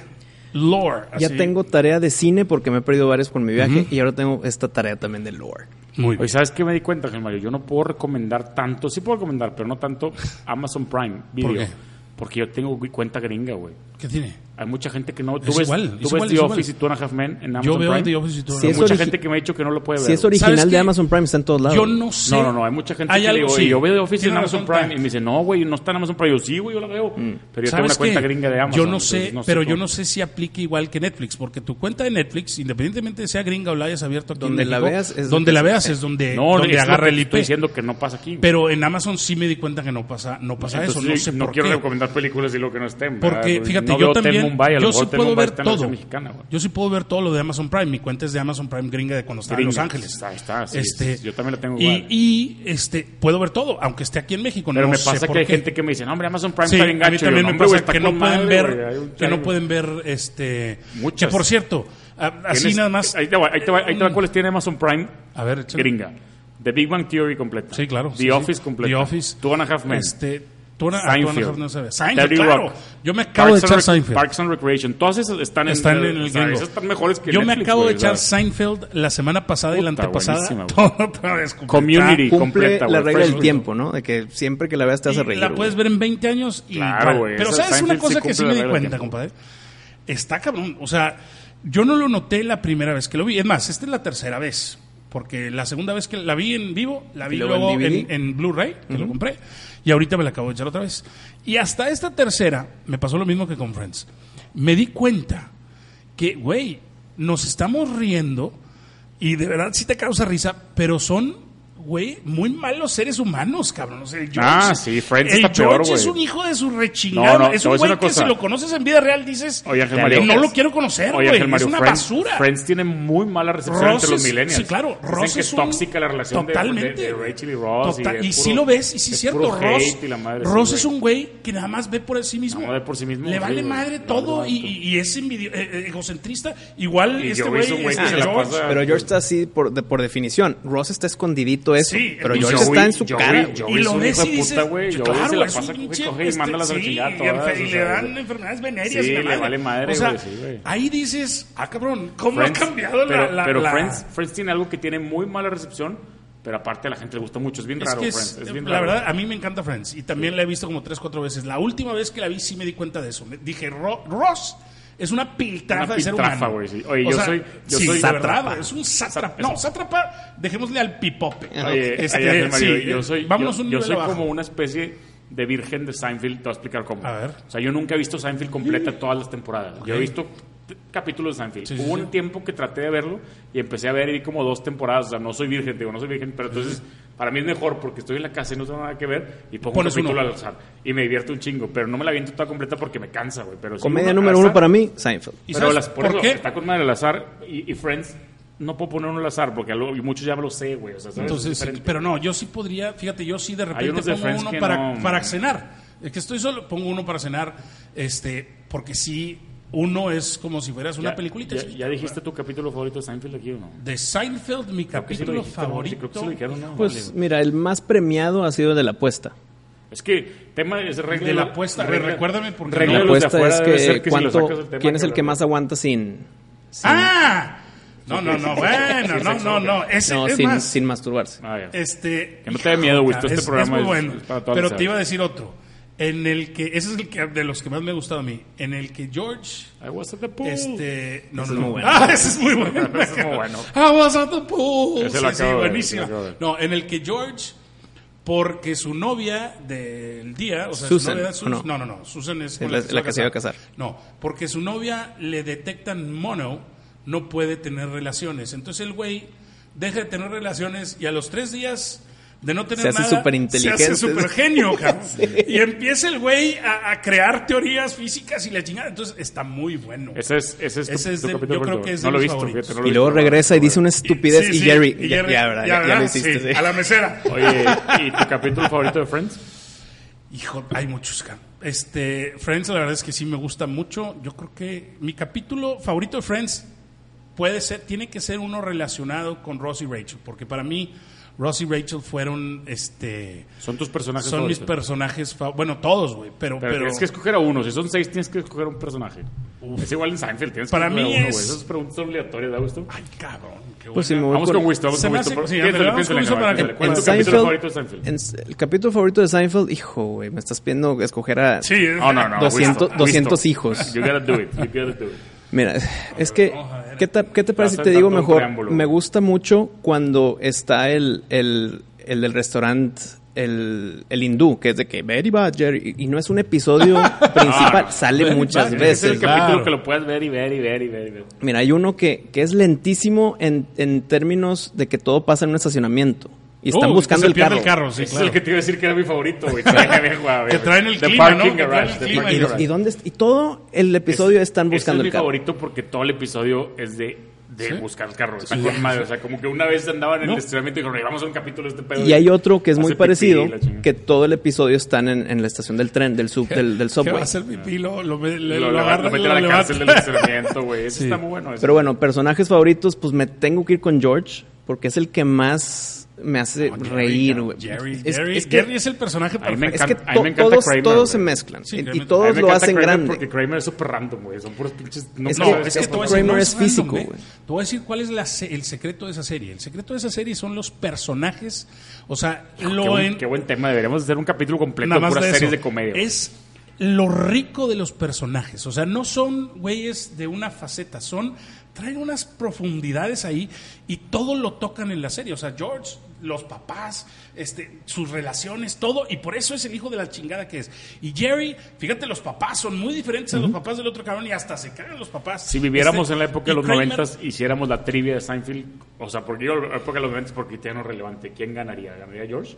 A: lore.
C: Ya
A: así.
C: tengo tarea de cine porque me he perdido varios con mi viaje
A: Ujú.
C: y ahora tengo esta tarea también de lore.
A: Muy
B: Oye,
A: bien.
B: ¿sabes qué me di cuenta, Ángel Mario? Yo no puedo recomendar tanto, sí puedo recomendar, pero no tanto Amazon Prime Video.
A: ¿Por qué?
B: Porque yo tengo güey, cuenta gringa, güey.
A: ¿Qué tiene?
B: Hay mucha gente que no. Tú
A: Es
B: ves,
A: igual,
B: tú
A: es
B: ves
A: igual,
B: The
A: es igual.
B: Office y Two and a Half Men en Amazon
A: Yo veo
B: Prime.
A: The Office y todo.
C: Sí,
B: Hay
C: Es
B: mucha
C: origi-
B: gente que me ha dicho que no lo puede ver.
C: Si es
B: güey.
A: ¿Sabes
C: original
A: qué?
C: de Amazon Prime, está en todos lados.
A: Yo no sé.
B: No, no, no. Hay mucha gente que le
A: algo-
B: digo,
A: sí.
B: "Oye, yo veo The Office en
A: Tiene
B: Amazon
A: razón,
B: Prime. Y me dice, no, güey, no está en Amazon Prime. Yo, sí, güey, yo la veo. Pero yo tengo una
A: ¿Sabes
B: cuenta
A: qué?
B: gringa de Amazon.
A: Yo no sé,
B: entonces
A: pero yo
B: cómo-
A: no sé si aplique igual que Netflix, porque tu cuenta de Netflix, independientemente de sea gringa o la hayas abierto aquí en
C: Donde la
A: México,
C: veas es
A: donde
C: lo
A: la
C: que-
A: veas es donde,
B: No,
A: donde
B: es lo
A: agarra
B: que
A: el IP.
B: Estoy diciendo que no pasa aquí. güey.
A: Pero en Amazon sí me di cuenta que no pasa, no pasa eso. No
B: Entonces,
A: sé
B: no
A: por
B: quiero
A: qué.
B: recomendar películas y lo que no estén. ¿verdad?
A: Porque fíjate,
B: no
A: yo
B: veo Hotel
A: también,
B: Mumbai, a lo
A: yo
B: mejor
A: sí
B: Hotel
A: puedo
B: Mumbai
A: ver
B: está en la
A: todo.
B: versión mexicana, güey.
A: yo sí puedo ver todo lo de Amazon Prime. Mi cuenta es de Amazon Prime gringa de cuando estaba en Los
B: Gringa.
A: Ángeles. Este,
B: Ahí está, sí, sí, yo también la tengo
A: y,
B: igual.
A: y, este puedo ver todo, aunque esté aquí en México.
B: Pero
A: no
B: me
A: sé
B: pasa
A: por
B: que hay
A: qué.
B: gente que me dice, no, hombre, Amazon Prime
A: Sí,
B: está bien
A: a mí
B: gacho. Y yo,
A: también
B: "No,
A: me
B: hombre, güey,
A: pasa
B: está
A: que
B: con
A: no pueden
B: madre, güey, hay un
A: ver, que
B: chingo".
A: no pueden ver, este,
B: Muchas.
A: que por cierto, a- así
B: Tienes-
A: nada más.
B: Ahí te va, ahí te va, ahí te va
A: Mm.
B: cuáles tiene Amazon Prime
A: A ver, échale.
B: gringa. The Big Bang Theory completa.
A: Sí, claro.
B: The
A: sí, sí.
B: Office completa.
A: The Office.
B: Two and a Half Men.
A: Este, tú una,
B: Seinfeld.
A: Seinfeld. no sabes. Seinfeld,
B: Thirty
A: claro.
B: Rock.
A: Yo me acabo de
B: Parks and
A: echar
B: Rec-
A: Seinfeld.
B: Parks and Recreation. Todas esas están en,
A: Están en
B: o
A: el
B: sea,
A: gringo.
B: esas están mejores que
A: Yo me
B: Netflix,
A: acabo
B: güey,
A: de echar
B: o sea.
A: Seinfeld la semana pasada y la
B: Puta,
A: antepasada.
B: buenísima, güey.
A: Todo otra vez completa.
B: Community.
C: Cumple
B: completa,
C: la
B: güey,
C: regla
B: Fresh
C: del
B: Fruit.
C: tiempo, ¿no? De que siempre que la veas te hace
A: Y
C: reír.
A: La
C: güey.
A: puedes ver en 20 años y
B: Claro,
A: tal.
B: güey,
A: Pero
B: esa
A: sabes una
B: Seinfeld sí
A: cosa que sí
B: cumple la
A: me di
B: regla
A: cuenta,
B: del tiempo.
A: compadre. Está cabrón, o sea, yo no lo noté la primera vez que lo vi, es más, esta es la tercera vez, porque la segunda vez que la vi en vivo, la vi
C: Y luego en
A: luego en,
C: DVD.
A: en Blu-ray, que lo compré, y ahorita me la acabo de echar otra vez. Y hasta esta tercera me pasó lo mismo que con Friends. Me di cuenta que, güey, nos estamos riendo y de verdad sí te causa risa, pero son, güey, muy malos seres humanos, cabrón. O sea, el George-
B: Ah, sí, Friends
A: el
B: está peor,
A: George es
B: güey.
A: un hijo de su rechingada.
B: No, no,
A: es
B: te
A: un
B: voy a decir
A: güey
B: una
A: que
B: cosa.
A: si lo conoces en vida real dices,
B: Oye, Ángel
A: "Te
B: Mario,
A: no lo
B: Friends.
A: quiero conocer, güey.
B: Oye, Ángel
A: Es
B: Mario,
A: una
B: Friends,
A: basura.
B: Friends tiene muy mala recepción
A: Ross
B: entre los
A: es-
B: millennials.
A: Sí, claro.
B: Dicen
A: Ross
B: que
A: es
B: es
A: un-
B: tóxica la relación de-
A: totalmente,
B: de, de Rachel y Ross.
A: Total-
B: es
A: y
B: puro-
A: sí lo ves, y sí es cierto,
B: puro hate
A: Ross,
B: y la madre,
A: Ross
B: sí,
A: es
B: güey.
A: un güey que nada más ve por sí mismo.
B: Nada más ve por sí mismo,
A: Le
B: sí,
A: vale
B: güey.
A: madre
B: No,
A: todo
B: no,
A: y,
B: no.
A: y- y es envidio- eh, eh, egocentrista. Igual
B: Y
A: este
B: yo
A: güey,
B: es un güey que
A: este
B: se la
A: George,
B: pasa-
C: Pero George está así por, de, por definición. Ross está escondidito eso.
A: Sí,
C: pero
A: y
C: George
A: Joey-
C: está en su
B: Joey-
C: cara. güey.
B: Joey-
A: y
B: es
A: lo
B: un
A: ves
B: hijo
A: y
B: de
A: dices,
B: puta, güey. Yo
A: claro,
B: se la
A: es
B: pasa
A: un
B: con
A: pinche,
B: coge y manda a la salchigata,
A: y,
B: ¿verdad?
A: enfe- y
B: O
A: le
B: sea,
A: dan
B: güey.
A: enfermedades venéreas.
B: Sí,
A: y la
B: le
A: madre.
B: vale madre,
A: O sea,
B: güey, sí, güey.
A: ahí dices, ah, cabrón, ¿cómo
B: Friends,
A: ha cambiado
B: pero,
A: la, la-
B: pero
A: la-
B: Friends, Friends tiene algo que tiene muy mala recepción, pero aparte a la gente le gusta mucho. Es bien
A: Es
B: raro,
A: que es-
B: Friends. Es bien
A: la
B: raro.
A: verdad, a mí me encanta Friends y también la he visto como tres, cuatro veces. La última vez que la vi sí me di cuenta de eso. Me- dije, "Ro- Ross es una piltrafa
B: Una
A: de ser
B: piltrafa,
A: humano.
B: güey, sí. Oye,
A: O
B: yo
A: sea,
B: soy- yo
A: sí,
B: soy-
A: de verdad,
B: sátrapa.
A: es un sátrapa.
B: Sátrapa.
A: No, sátrapa, dejémosle al pipope.
B: Oye,
A: Este,
B: ahí hace Mario, ¿eh?
A: sí,
B: yo soy,
A: vámonos
B: yo,
A: un
B: yo
A: nivel
B: soy
A: abajo.
B: como una especie de virgen de Seinfeld, te voy a explicar cómo.
A: A ver.
B: O sea, yo nunca he visto Seinfeld completa todas las temporadas. Yo he visto t- capítulos de Seinfeld.
A: Sí, sí,
B: Hubo
A: sí.
B: un tiempo que traté de verlo y empecé a ver y vi como dos temporadas. O sea, no soy virgen, digo, no soy virgen, pero entonces para mí es mejor porque estoy en la casa y no tengo nada que ver y pongo un
A: Pones uno.
B: capítulo al azar y me divierto un chingo, pero no me la viento toda completa porque me cansa, güey. Pero sí
C: Comedia
B: una
C: número
B: casa-
C: uno para mí, Seinfeld.
A: ¿Y
B: pero
A: sabes
B: las, por,
A: por
B: eso
A: qué?
B: está con madre al azar y, y Friends no puedo poner uno al azar porque algo- y muchos ya lo sé, güey. O sea, ¿sabes? Es
A: Entonces,
B: diferente.
A: pero no, yo sí podría, fíjate, yo sí de repente
B: unos de
A: pongo
B: Friends
A: uno
B: que
A: para,
B: no.
A: para cenar. Es que estoy solo, pongo uno para cenar, este, porque sí, uno es como si fueras una
B: Ya-
A: peliculita.
B: ya,
A: chiquita.
B: ya dijiste tu capítulo favorito de Seinfeld aquí o no?
A: De Seinfeld, mi
B: Creo que sí lo
A: capítulo
B: dijiste, ¿no? Sí,
A: favorito.
B: creo que sí lo dijeron, ¿no?
C: Pues
B: Vale.
C: mira, el más premiado ha sido el de la apuesta.
B: es que tema es regla
A: de la apuesta, recuérdame porque
B: regla
A: no-
B: de
C: La
B: los de
C: apuesta
B: afuera
C: es
B: debe
C: que,
B: ser que si lo
C: cuánto,
B: sacas del tema
C: quién es
B: que
C: el que
B: lo-
C: más aguanta sin... sin-
A: ¡Ah! No, no, no, bueno, no, no, no. Ese
C: no,
A: es
C: sin,
A: más.
C: sin masturbarse.
B: Ah, ya.
A: Este,
B: Que no te dé miedo, güey, todo
A: es-
B: este programa
A: es muy
B: es-
A: bueno.
B: es para todas
A: pero
B: las
A: te iba a
B: edades.
A: decir otro. En el que, ese es el que, de los que más me ha gustado a mí. En el que George
B: I was at the pool.
A: Este, no,
C: Ese
A: no,
C: es
A: no.
C: muy bueno.
A: Ah, ese es muy bueno.
B: Ese es muy bueno.
A: Ah, was at the pool.
B: Ese
A: Sí,
B: lo
A: sí,
B: acabo de ver,
A: buenísimo.
B: ese lo acabo de ver.
A: No, en el que George, porque su novia del día, o sea,
C: Susan,
A: su novia,
C: ¿o no?
A: no, no, no, Susan es con
C: Es la-
A: se
C: la
A: va
C: que se iba a casar.
A: No, porque su novia le detectan mono, no puede tener relaciones. Entonces el güey deja de tener relaciones y a los tres días de no tener
C: Se hace
A: nada,
C: superinteligentes.
A: se hace súper genio, Y empieza el güey a, a crear teorías físicas y la chingada. Entonces está muy bueno.
B: Ese es, ese es tu,
A: Ese es
B: tu
A: de-
B: capítulo
A: yo creo
B: favorito.
A: que es de
B: no lo he
A: mis
B: visto,
A: favoritos.
B: fíjate, no lo he
C: Y
B: visto.
C: luego regresa y dice una estupidez y,
A: sí, sí,
C: Jerry,
A: y
C: ya-
A: Jerry,
C: ya, ¿verdad?
A: ya,
C: Ya- ya lo
A: ¿verdad?
C: hiciste.
A: Sí,
C: sí.
A: A la mesera.
B: Oye, ¿y tu capítulo favorito de Friends?
A: Hijo, hay muchos, cabrón. Este, Friends, la verdad es que sí me gusta mucho. Yo creo que mi capítulo favorito de Friends puede ser, tiene que ser uno relacionado con Ross y Rachel, porque para mí Ross y Rachel fueron, este,
B: Son tus personajes
A: son mis
B: favoritos.
A: personajes, fa- bueno, todos, güey, pero,
B: Pero,
A: pero,
B: tienes que escoger a uno. Si son seis, tienes que escoger a un personaje. Es igual en Seinfeld. Tienes
A: Para
B: que escoger
A: mí
B: a uno,
A: es-
B: güey. Esas preguntas son obligatorias, ¿da gusto?
A: ay, cabrón, qué
C: Pues sí,
A: buena-
C: me voy
B: Vamos
C: por-
B: con Wisto, vamos
A: Se
B: con
A: me
B: Wisto.
A: hace- sí,
B: Piénsale,
A: vamos
B: piénsale,
A: con Wisto
B: cabrón,
A: para que-
B: piénsale. ¿Cuál es tu
C: en
B: capítulo favorito de Seinfeld?
C: en s- el capítulo favorito de Seinfeld, hijo, güey, me estás pidiendo escoger a
A: Sí, es-
B: No, no, no.
C: 200,
B: Wisto,
C: 200
B: Wisto.
C: hijos.
B: You gotta do it. You gotta do it.
C: Mira, es que,
A: vamos a ver.
C: ¿qué te, qué te parece si
B: Estás
C: te digo
B: dando un
C: mejor?
B: preámbulo,
C: Me
B: güey.
C: gusta mucho cuando está el, el, el del restaurante, el, el hindú, que es de que very bad, Jerry, y y no es un episodio principal,
B: no.
C: sale
A: Very
C: muchas
A: bad,
B: Ah, Ese es
C: veces.
B: el capítulo
A: claro.
B: que lo puedes ver y ver y ver y ver. y ver.
C: Mira, hay uno que, que es lentísimo en, en términos de que todo pasa en un estacionamiento. Y están
A: Uh,
C: buscando
A: se
C: el
A: pierde
C: carro.
A: sí,
B: Ese
A: claro.
B: es el que te iba a decir que era mi favorito, güey. que
A: Que traen el clima, ¿no?
B: Parking
A: Que traen
B: garage,
A: el
B: the
A: clima y
B: parking
C: Y,
A: los-
B: garage.
C: y dónde est- y todo el episodio están
B: Ese este
C: buscando
B: es mi
C: el carro.
B: favorito porque todo el episodio es de, de
A: ¿Sí?
B: buscar el carro. Está con madre. O sea, como que una vez andaban en
C: No.
B: el estacionamiento y dijeron, "Oye, vamos a un capítulo de este pedo.
C: Y hay otro que es muy
B: Hace pipí,
C: parecido,
B: la chingada.
C: que todo el episodio están en, en la estación del tren, del, sub, del, del
A: Que va
C: subway.
A: a ser pipí, lo, lo, me-
B: Lo,
A: le-
B: lo,
A: lo agarra,
B: lo meten a
A: lo
B: la cárcel del
A: levanta.
B: estacionamiento, güey. Ese
A: Sí.
B: está muy bueno. ese.
C: Pero bueno, personajes favoritos, pues me tengo que ir con George, porque es el que más me hace
B: Oh,
A: No, Jerry,
C: reír,
A: cabrón,
C: güey.
A: Jerry,
C: Es-
A: Jerry,
C: es que-
A: Jerry es el personaje
B: Ahí me
A: perfecto.
C: es que
B: encanta- a mí me
C: to-
B: encanta
C: todos,
B: Kramer,
C: todos se
B: güey.
C: mezclan
A: Sí,
C: y- y,
A: realmente. A
B: A
C: todos
B: mí me
C: lo
B: encanta
C: hacen
B: Kramer
C: grande.
B: Porque Kramer es súper random, güey. Son puros pinches. No,
C: Es
B: no
C: que-
B: sabes
A: es
B: qué
A: que
B: está
A: todo
B: pasando.
C: Kramer es físico, güey.
A: Te voy a decir cuál es la se- el secreto de esa serie. El secreto de esa serie son los personajes. O sea,
B: Qué
A: lo
B: buen,
A: en-
B: qué buen tema. Deberíamos hacer un capítulo completo
A: nada
B: de
A: más
B: puras
A: de
B: series
A: eso.
B: de comedia. güey.
A: Es lo rico de los personajes. O sea, no son güeyes de una faceta. Son. Traen unas profundidades ahí y todo lo tocan en la serie. O sea, George, los papás, este, sus relaciones, todo. Y por eso es el hijo de la chingada que es. Y Jerry, fíjate, los papás son muy diferentes a los papás del otro cabrón y hasta se cagan los papás.
B: Si viviéramos
A: Este,
B: en la época de
A: y
B: los
A: Kramer-
B: noventas, hiciéramos la trivia de Seinfeld. O sea, porque yo, la época de los noventas, porque ya no es relevante. ¿Quién ganaría? ¿Ganaría George?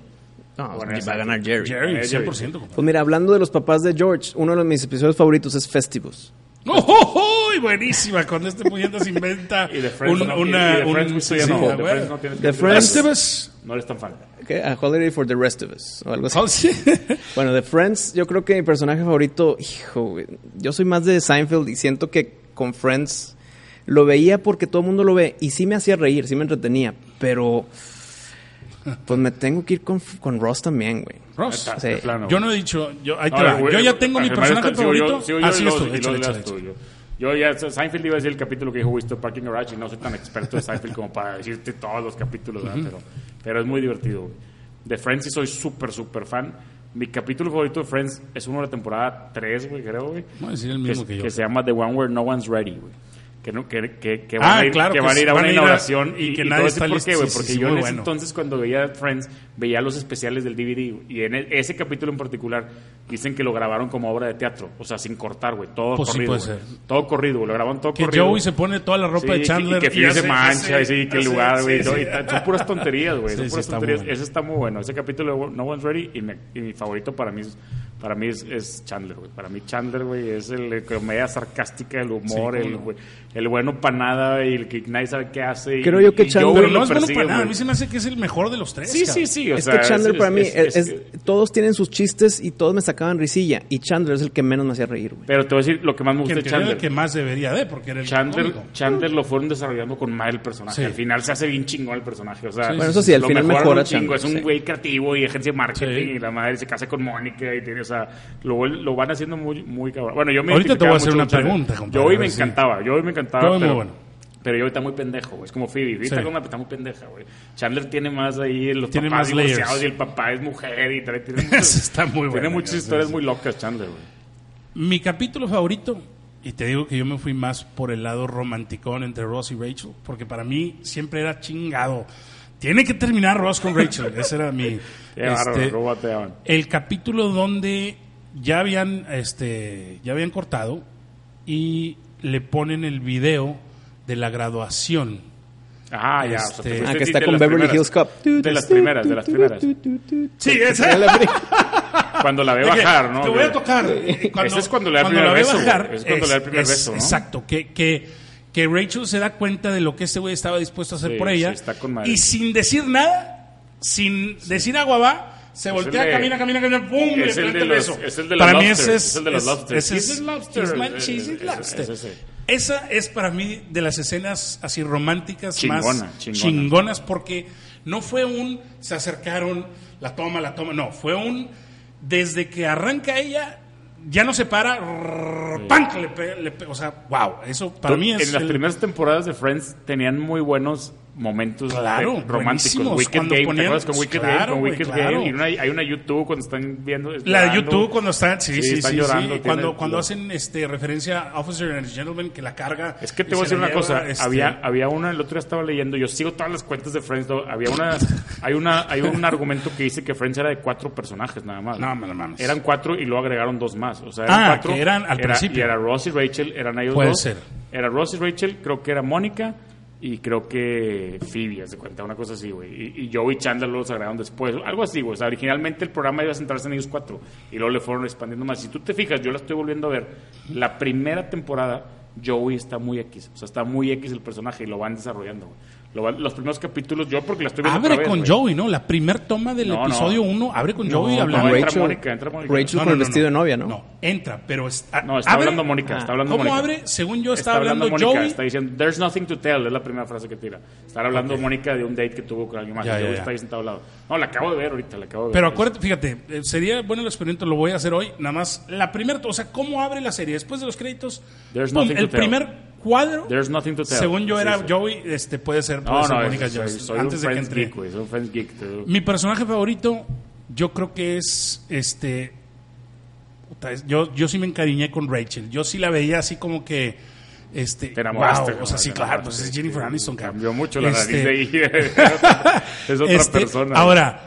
C: No,
B: Bueno,
C: va a
B: exacto.
C: ganar Jerry.
A: Jerry,
B: Eh,
A: 100%. compadre.
C: Pues mira, hablando de los papás de George, uno de mis episodios favoritos es Festivus.
A: ¡Oh, oh, oh! Y Buenísima, cuando este puñeta se inventa
B: Y de Friends,
A: un-
B: no,
A: una...
B: y, y de
A: un-
B: Friends, Wisto, ya
A: sí,
B: no.
A: sí,
B: De
A: güey.
B: Friends no tienes
C: The
B: que-
C: Friends-
A: Festivus.
B: No eres tan fan.
C: ¿Qué? A Holiday for the Rest of Us. O algo así.
A: Oh, sí.
C: Bueno, de Friends, yo creo que mi personaje favorito, hijo, güey, yo soy más de Seinfeld y siento que con Friends lo veía porque todo el mundo lo ve y sí me hacía reír, sí me entretenía, pero pues me tengo que ir con, con Ross también, güey.
A: Ross.
B: Está,
C: Sí.
B: de plano,
A: Yo
B: güey.
A: no he dicho... Yo, ahí te
B: Ahora,
A: va.
B: güey,
A: yo ya tengo mi
B: Germán
A: personaje
B: está- sigo yo-
A: favorito.
B: sigo yo y
A: Así
B: luego-
A: es tú.
B: y luego
A: Échale,
B: le das
A: échale,
B: tú,
A: échale.
B: Yo Yo ya, Seinfeld iba a decir el capítulo que dijo Wisto Parking Garage y no soy tan experto de Seinfeld como para decirte todos los capítulos, ¿verdad? pero, pero es muy divertido. güey. De Friends sí soy súper, súper fan. Mi capítulo favorito de Friends es uno de la temporada 3, güey, creo, güey.
A: Voy a decir el
B: que,
A: mismo que yo.
B: que se llama The One Where No One's Ready, güey. Que, no, que, que, que
A: Ah,
B: van, a ir,
A: claro,
B: que
A: que
B: van a ir a
A: van
B: una
A: a ir a-
B: inauguración y,
A: y que
B: y
A: nadie
B: todo eso,
A: está
B: ¿por qué, güey?
A: listo? Sí,
B: Porque
A: sí, sí,
B: yo en
A: muy
B: ese
A: bueno.
B: entonces cuando veía Friends veía los especiales del DVD y en el- ese capítulo en particular dicen que lo grabaron como obra de teatro, o sea, sin cortar, güey, todo
A: Pues sí,
B: corrido.
A: puede
B: güey.
A: ser.
B: Todo corrido, güey, lo grabaron todo
A: Que
B: corrido.
A: Joey se pone toda la
B: Sí,
A: ropa de Chandler.
B: y que Phoebe se
A: hace-
B: mancha, y
A: hace-
B: sí, qué
A: hace-
B: lugar, güey.
A: sí,
B: ¿no?
A: sí.
B: Y tal, son puras tonterías, güey.
A: Sí,
B: son
A: sí,
B: puras
A: está muy
B: tonterías.
A: bueno.
B: Ese está muy bueno. Ese capítulo de No One's Ready y mi, y mi favorito para mí es, para mí es, es Chandler, güey. Para mí Chandler, güey, es el de comedia sarcástica, el humor,
A: Sí,
B: el,
A: cómo no.
B: güey, el bueno para nada y el que nadie sabe qué hace. y-
C: Creo yo que
B: y
C: Chandler-
B: Joey
A: Pero
B: lo
A: no es bueno
B: persigue,
A: para nada. A
B: güey.
A: mí se me hace que es el mejor de los tres.
B: Sí,
A: cabrón.
B: sí, sí. o
C: es
B: sea,
C: que Chandler para mí,
B: es-
C: es- todos tienen sus chistes y todos me sacaban risilla y Chandler es el que menos me hacía reír, güey.
B: Pero te voy a decir lo que más me
A: Que
B: gusta
A: en
B: de
A: teoría era
B: Chandler.
A: el que más debería de, porque era el
B: Chandler,
A: cómico.
B: Chandler lo fueron desarrollando con mal el personaje.
A: Sí.
B: Al final se hace bien chingón el personaje. O sea,
A: Bueno,
C: eso sí, al
B: lo
C: final
B: mejoran
C: mejora
B: un chingo.
C: Chandler,
B: Es un
C: sí.
B: güey creativo y ejerce marketing
A: Sí.
B: y la madre se casa con Mónica y tiene, o sea, lo, lo van haciendo muy, muy cabrón. Bueno, yo me
A: Ahorita te
B: identificaba
A: voy a hacer
B: mucho
A: una
B: con Chandler.
A: pregunta, compadre,
B: Yo hoy
A: a
B: me
A: ver si-
B: encantaba, yo hoy me encantaba.
A: Yo muy
B: pero,
A: bueno.
B: pero yo ahorita muy pendejo, güey. Es como Phoebe. Phoebe
A: Sí.
B: está con una está muy pendeja, güey. Chandler tiene más ahí eh, los
A: Tiene
B: papás
A: más layers.
B: divorciados y el papá es mujer y trae- tiene muchas-
A: Está muy
B: Tiene
A: bueno,
B: muchas
A: sí,
B: historias
A: sí.
B: muy locas, Chandler, güey.
A: Mi capítulo favorito, y te digo que yo me fui más por el lado romanticón entre Ross y Rachel, porque para mí siempre era chingado. Tiene que terminar Ross con Rachel. Ese era mi.
B: Qué bárbaro,
A: este,
B: cómo bateaban.
A: el capítulo donde ya habían, este, ya habían cortado y le ponen el video de la graduación
B: Ah, ya.
A: Este-
B: te fuiste
C: Ah, que
B: de-
C: está
B: de
C: con
B: las
C: Beverly
B: primeras.
C: Hills Cop.
B: De las primeras, de las primeras. Sí, esa. Cuando la ve
A: Oye,
B: bajar, ¿no?
A: Te voy a tocar. Y
B: Ese es cuando le da el
A: eh, la
B: primer
A: ve
B: beso, güey.
A: bajar,
B: Es cuando le da el primer beso, ¿no?
A: Exacto. Que, que, que Rachel se da cuenta de lo que este güey estaba dispuesto a hacer
B: Sí,
A: por ella.
B: sí, está con madre.
A: Y sin decir nada, sin decir agua va, se voltea,
B: el de-
A: camina, camina, camina, ¡pum! le
B: es el
A: planta
B: de
A: el
B: los-
A: beso.
B: es el de los
A: Para mí
B: lobsters,
A: ese es.
B: es el de los
A: es-
B: lobsters.
A: ese es-
B: He's a lobster.
A: he's my
B: Eh,
A: cheese, he's
B: eh,
A: lobster.
B: es ese.
A: Esa es para mí de las escenas así románticas
B: Chingona,
A: más
B: chingona.
A: chingonas porque no fue un se acercaron, la toma, la toma, no, fue un desde que arranca ella ya no se para, rrr, ¡panc! Le pe- le pe- o sea, wow, eso para mí es
B: En las
A: el-
B: primeras temporadas de Friends tenían muy buenos momentos
A: Claro,
B: eh, románticos.
A: buenísimos,
B: Wicked
A: cuando
B: Game,
A: ponían-
B: ¿te acuerdas con Wicked Game?
A: claro,
B: Con
A: güey,
B: Wicked
A: claro.
B: Game. Y una- hay una YouTube cuando están viendo.
A: la de
B: llorando.
A: YouTube cuando están, sí,
B: Sí,
A: sí,
B: están
A: sí,
B: llorando,
A: sí,
B: tienen-
A: cuando cuando hacen este referencia a Officer and Gentleman que la carga
B: Es que te
A: y
B: voy a
A: se
B: decir
A: la
B: una
A: lleva,
B: cosa.
A: este,
B: Había, había una, el otro día estaba leyendo, yo sigo todas las cuentas de Friends. ¿no? Había una, hay una, hay un argumento que dice que Friends era de cuatro personajes nada más.
A: No, no mames.
B: Eran cuatro y luego agregaron dos más. O sea, eran
A: Ah,
B: cuatro.
A: que eran al
B: Era-
A: principio.
B: Y era Ross y Rachel, eran ellos
A: Puede
B: dos.
A: ser.
B: Era Ross y Rachel, creo que era Mónica y creo que Phoebe, haz de cuenta, una cosa así, güey. Y, y Joey y Chandler los agregaron después, algo así, güey. O sea, originalmente el programa iba a centrarse en ellos cuatro y luego le fueron expandiendo más. Si tú te fijas, yo la estoy volviendo a ver. La primera temporada, Joey está muy X, o sea, está muy X el personaje y lo van desarrollando, güey. Lo van- los primeros capítulos, yo porque la estoy viendo.
A: Abre
B: otra vez,
A: con
B: güey.
A: Joey, ¿no? La primer toma del
B: No, no.
A: episodio 1 abre con
B: No,
A: Joey
B: no,
A: hablando.
B: entra
C: Rachel-
B: Mónica, entra Mónica.
C: Rachel con el vestido de novia, ¿no?
A: No, entra, pero está,
B: No, está
A: abre-
B: hablando Mónica, está hablando
A: ¿Cómo
B: Mónica.
A: abre? Según yo, está,
B: Está
A: hablando,
B: Mónica,
A: Joey.
B: está diciendo, there's nothing to tell, es la primera frase que tira. Está hablando Mónica de un date que tuvo con alguien más.
A: Ya, ya,
B: y Joey
A: ya.
B: está ahí sentado al lado. No, la acabo de ver ahorita, la acabo de
A: Pero
B: ver.
A: acuérdate, fíjate, eh, sería bueno el experimento, lo voy a hacer hoy. Nada más, la primera, o sea, ¿cómo abre la serie? Después de los créditos,
B: There's
A: pum,
B: nothing to
A: el
B: tell.
A: primer cuadro,
B: There's nothing to tell.
A: según yo
B: Sí,
A: era
B: sí.
A: Joey, este puede ser, puede
B: No,
A: ser
B: no,
A: Mónica
B: soy,
A: Jones,
B: soy
A: antes
B: un
A: de que
B: Friends
A: entre.
B: geek, güey, soy un Friends geek. te digo.
A: Mi personaje favorito, yo creo que es este. puta, es- Yo, yo sí me encariñé con Rachel. Yo sí la veía así como que. Este,
B: Te
A: wow,
B: enamoraste. güey,
A: o sea,
B: te
A: sí, claro,
B: enamoraste.
A: pues es Jennifer Aniston, cabrón.
B: Cambió mucho la
A: Este,
B: nariz de ahí. es otra
A: este,
B: persona.
A: Ahora,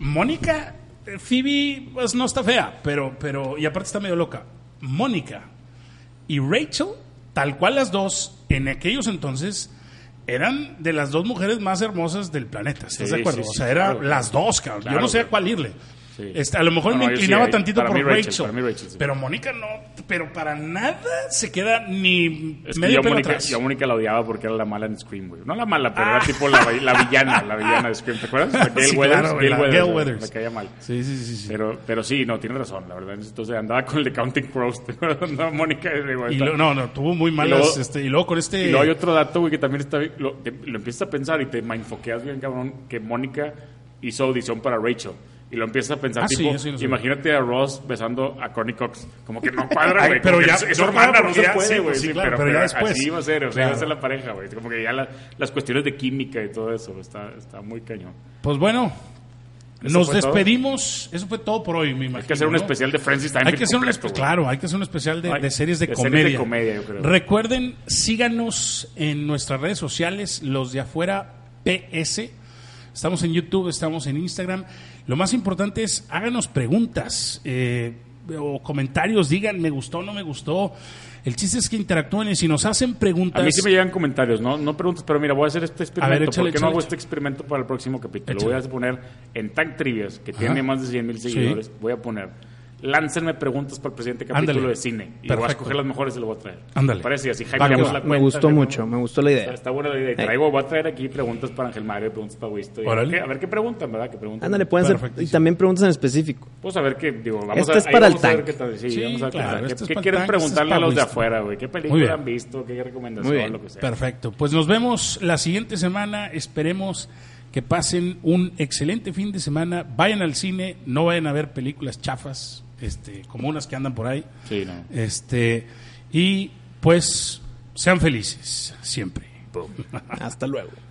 A: Mónica, eh, Phoebe, pues no está fea, pero, pero. Y aparte está medio loca. Mónica y Rachel, tal cual las dos, en aquellos entonces. Eran de las dos mujeres más hermosas del planeta, ¿estás
B: Sí,
A: de acuerdo?
B: sí, sí,
A: o sea, eran
B: claro.
A: las dos, cabrón. yo
B: Claro,
A: no sé a
B: güey.
A: cuál irle.
B: Sí.
A: Este, a lo mejor
B: No,
A: me
B: no, yo sí,
A: inclinaba
B: ahí-
A: tantito
B: para
A: por
B: mí
A: Rachel,
B: Rachel, para mí Rachel, sí.
A: pero Mónica no, pero para nada se queda ni
B: Es que
A: medio
B: yo, a
A: pelo
B: Mónica,
A: atrás. Ah.
B: yo a Mónica la odiaba porque era la mala en Scream, güey. No la mala, pero era tipo la, la villana, la villana de Scream. ¿Te acuerdas? La Gail
A: Sí,
B: Weathers.
A: claro, güey, la
B: Gail
A: Gail
B: Weathers.
A: Weathers.
B: Me caía mal.
A: Sí, sí, sí, sí.
B: Pero, pero sí, no, tiene razón, la verdad. Entonces andaba con el de Counting Crows, ¿te acuerdas? andaba Mónica y digo,
A: Y
B: está-
A: lo- no, no, tuvo muy malas,
B: luego-
A: este, y luego con este...
B: y luego hay otro dato, güey, que también está. Lo, te- lo empiezas a pensar y te mindfuckeas bien, cabrón, que Mónica hizo audición para Rachel. Y lo empiezas a pensar,
A: Ah, sí,
B: tipo,
A: eso sí lo sabía.
B: imagínate a Ross besando a Connie Cox. Como que no cuadra,
A: Ay,
B: güey.
A: pero
B: como que
A: ya-
B: Es, es
A: no
B: hermana,
A: cuadra
B: no
A: porque
B: se
A: ya- sí,
B: puede, güey.
A: pues sí,
B: sí,
A: claro,
B: pero,
A: pero ya
B: pero
A: después.
B: Así iba a ser, o sea, iba a
A: Claro.
B: ser la pareja, güey. Como que ya la- las cuestiones de química y todo eso, güey, está, está muy cañón.
A: Pues bueno,
B: ¿Eso
A: nos
B: fue todo?
A: despedimos. Eso fue todo por hoy, me imagino.
B: Hay que hacer un
A: ¿no?
B: especial de Francis Time.
A: Hay que hacer un especial, claro, hay que hacer un especial de,
B: Ay,
A: de series de,
B: de series
A: comedia.
B: de comedia, yo creo.
A: Recuerden, síganos en nuestras redes sociales, los de afuera PS. Estamos en YouTube, estamos en Instagram. Lo más importante es háganos preguntas eh, o comentarios, digan me gustó, no me gustó. El chiste es que interactúen y si nos hacen preguntas.
B: A mí sí me llegan comentarios, no, no preguntas, pero mira, voy a hacer este experimento.
A: A ver, échale,
B: ¿Por qué no
A: échale,
B: hago
A: échale.
B: este experimento para el próximo capítulo?
A: Échale.
B: Voy a poner en Tag Trivias, que tiene más de 100 mil seguidores, voy a poner, láncenme preguntas para el siguiente capítulo
A: Ándale.
B: de cine. Y voy a
A: Perfecto.
B: escoger las mejores y las voy a traer.
A: Ándale.
B: ¿Te Parece Y así
A: Va, que
B: hackeamos
A: va.
B: Pues la
A: Me
B: cuenta.
C: Me gustó
B: hackeamos-
C: mucho, Eh. me gustó la
B: Está,
C: idea.
B: está buena la idea. Y
C: Ey.
B: Traigo, voy a traer aquí preguntas para Ángel Mario, preguntas para Wisto. Y a ver
A: Órale.
B: qué- a ver qué preguntan, ¿verdad? ¿Qué preguntan?
C: Ándale, Ah, pues. pueden ser
A: Perfectísimo.
C: y también preguntas en específico.
B: Pues a ver qué, digo, vamos
C: Esta
B: a,
C: es
B: ahí
C: para el
B: vamos a ver
C: tank.
B: qué tal. Sí,
A: Sí,
B: vamos a ver qué
A: claro,
B: tal.
A: este es
B: ¿Qué,
A: para el
B: quieren
A: tank, este es
B: preguntarle a
A: para
B: los de
A: Wisto.
B: afuera, güey? ¿Qué
A: Muy
B: película
A: bien.
B: han visto? ¿Qué recomendación?
C: Muy bien.
B: Lo que sea.
A: Perfecto. Pues nos vemos la siguiente semana. Esperemos que pasen un excelente fin de semana. Vayan al cine, no vayan a ver películas chafas, este, como unas que andan por ahí.
B: Sí, no.
A: Este, y pues sean felices siempre.
C: Hasta luego.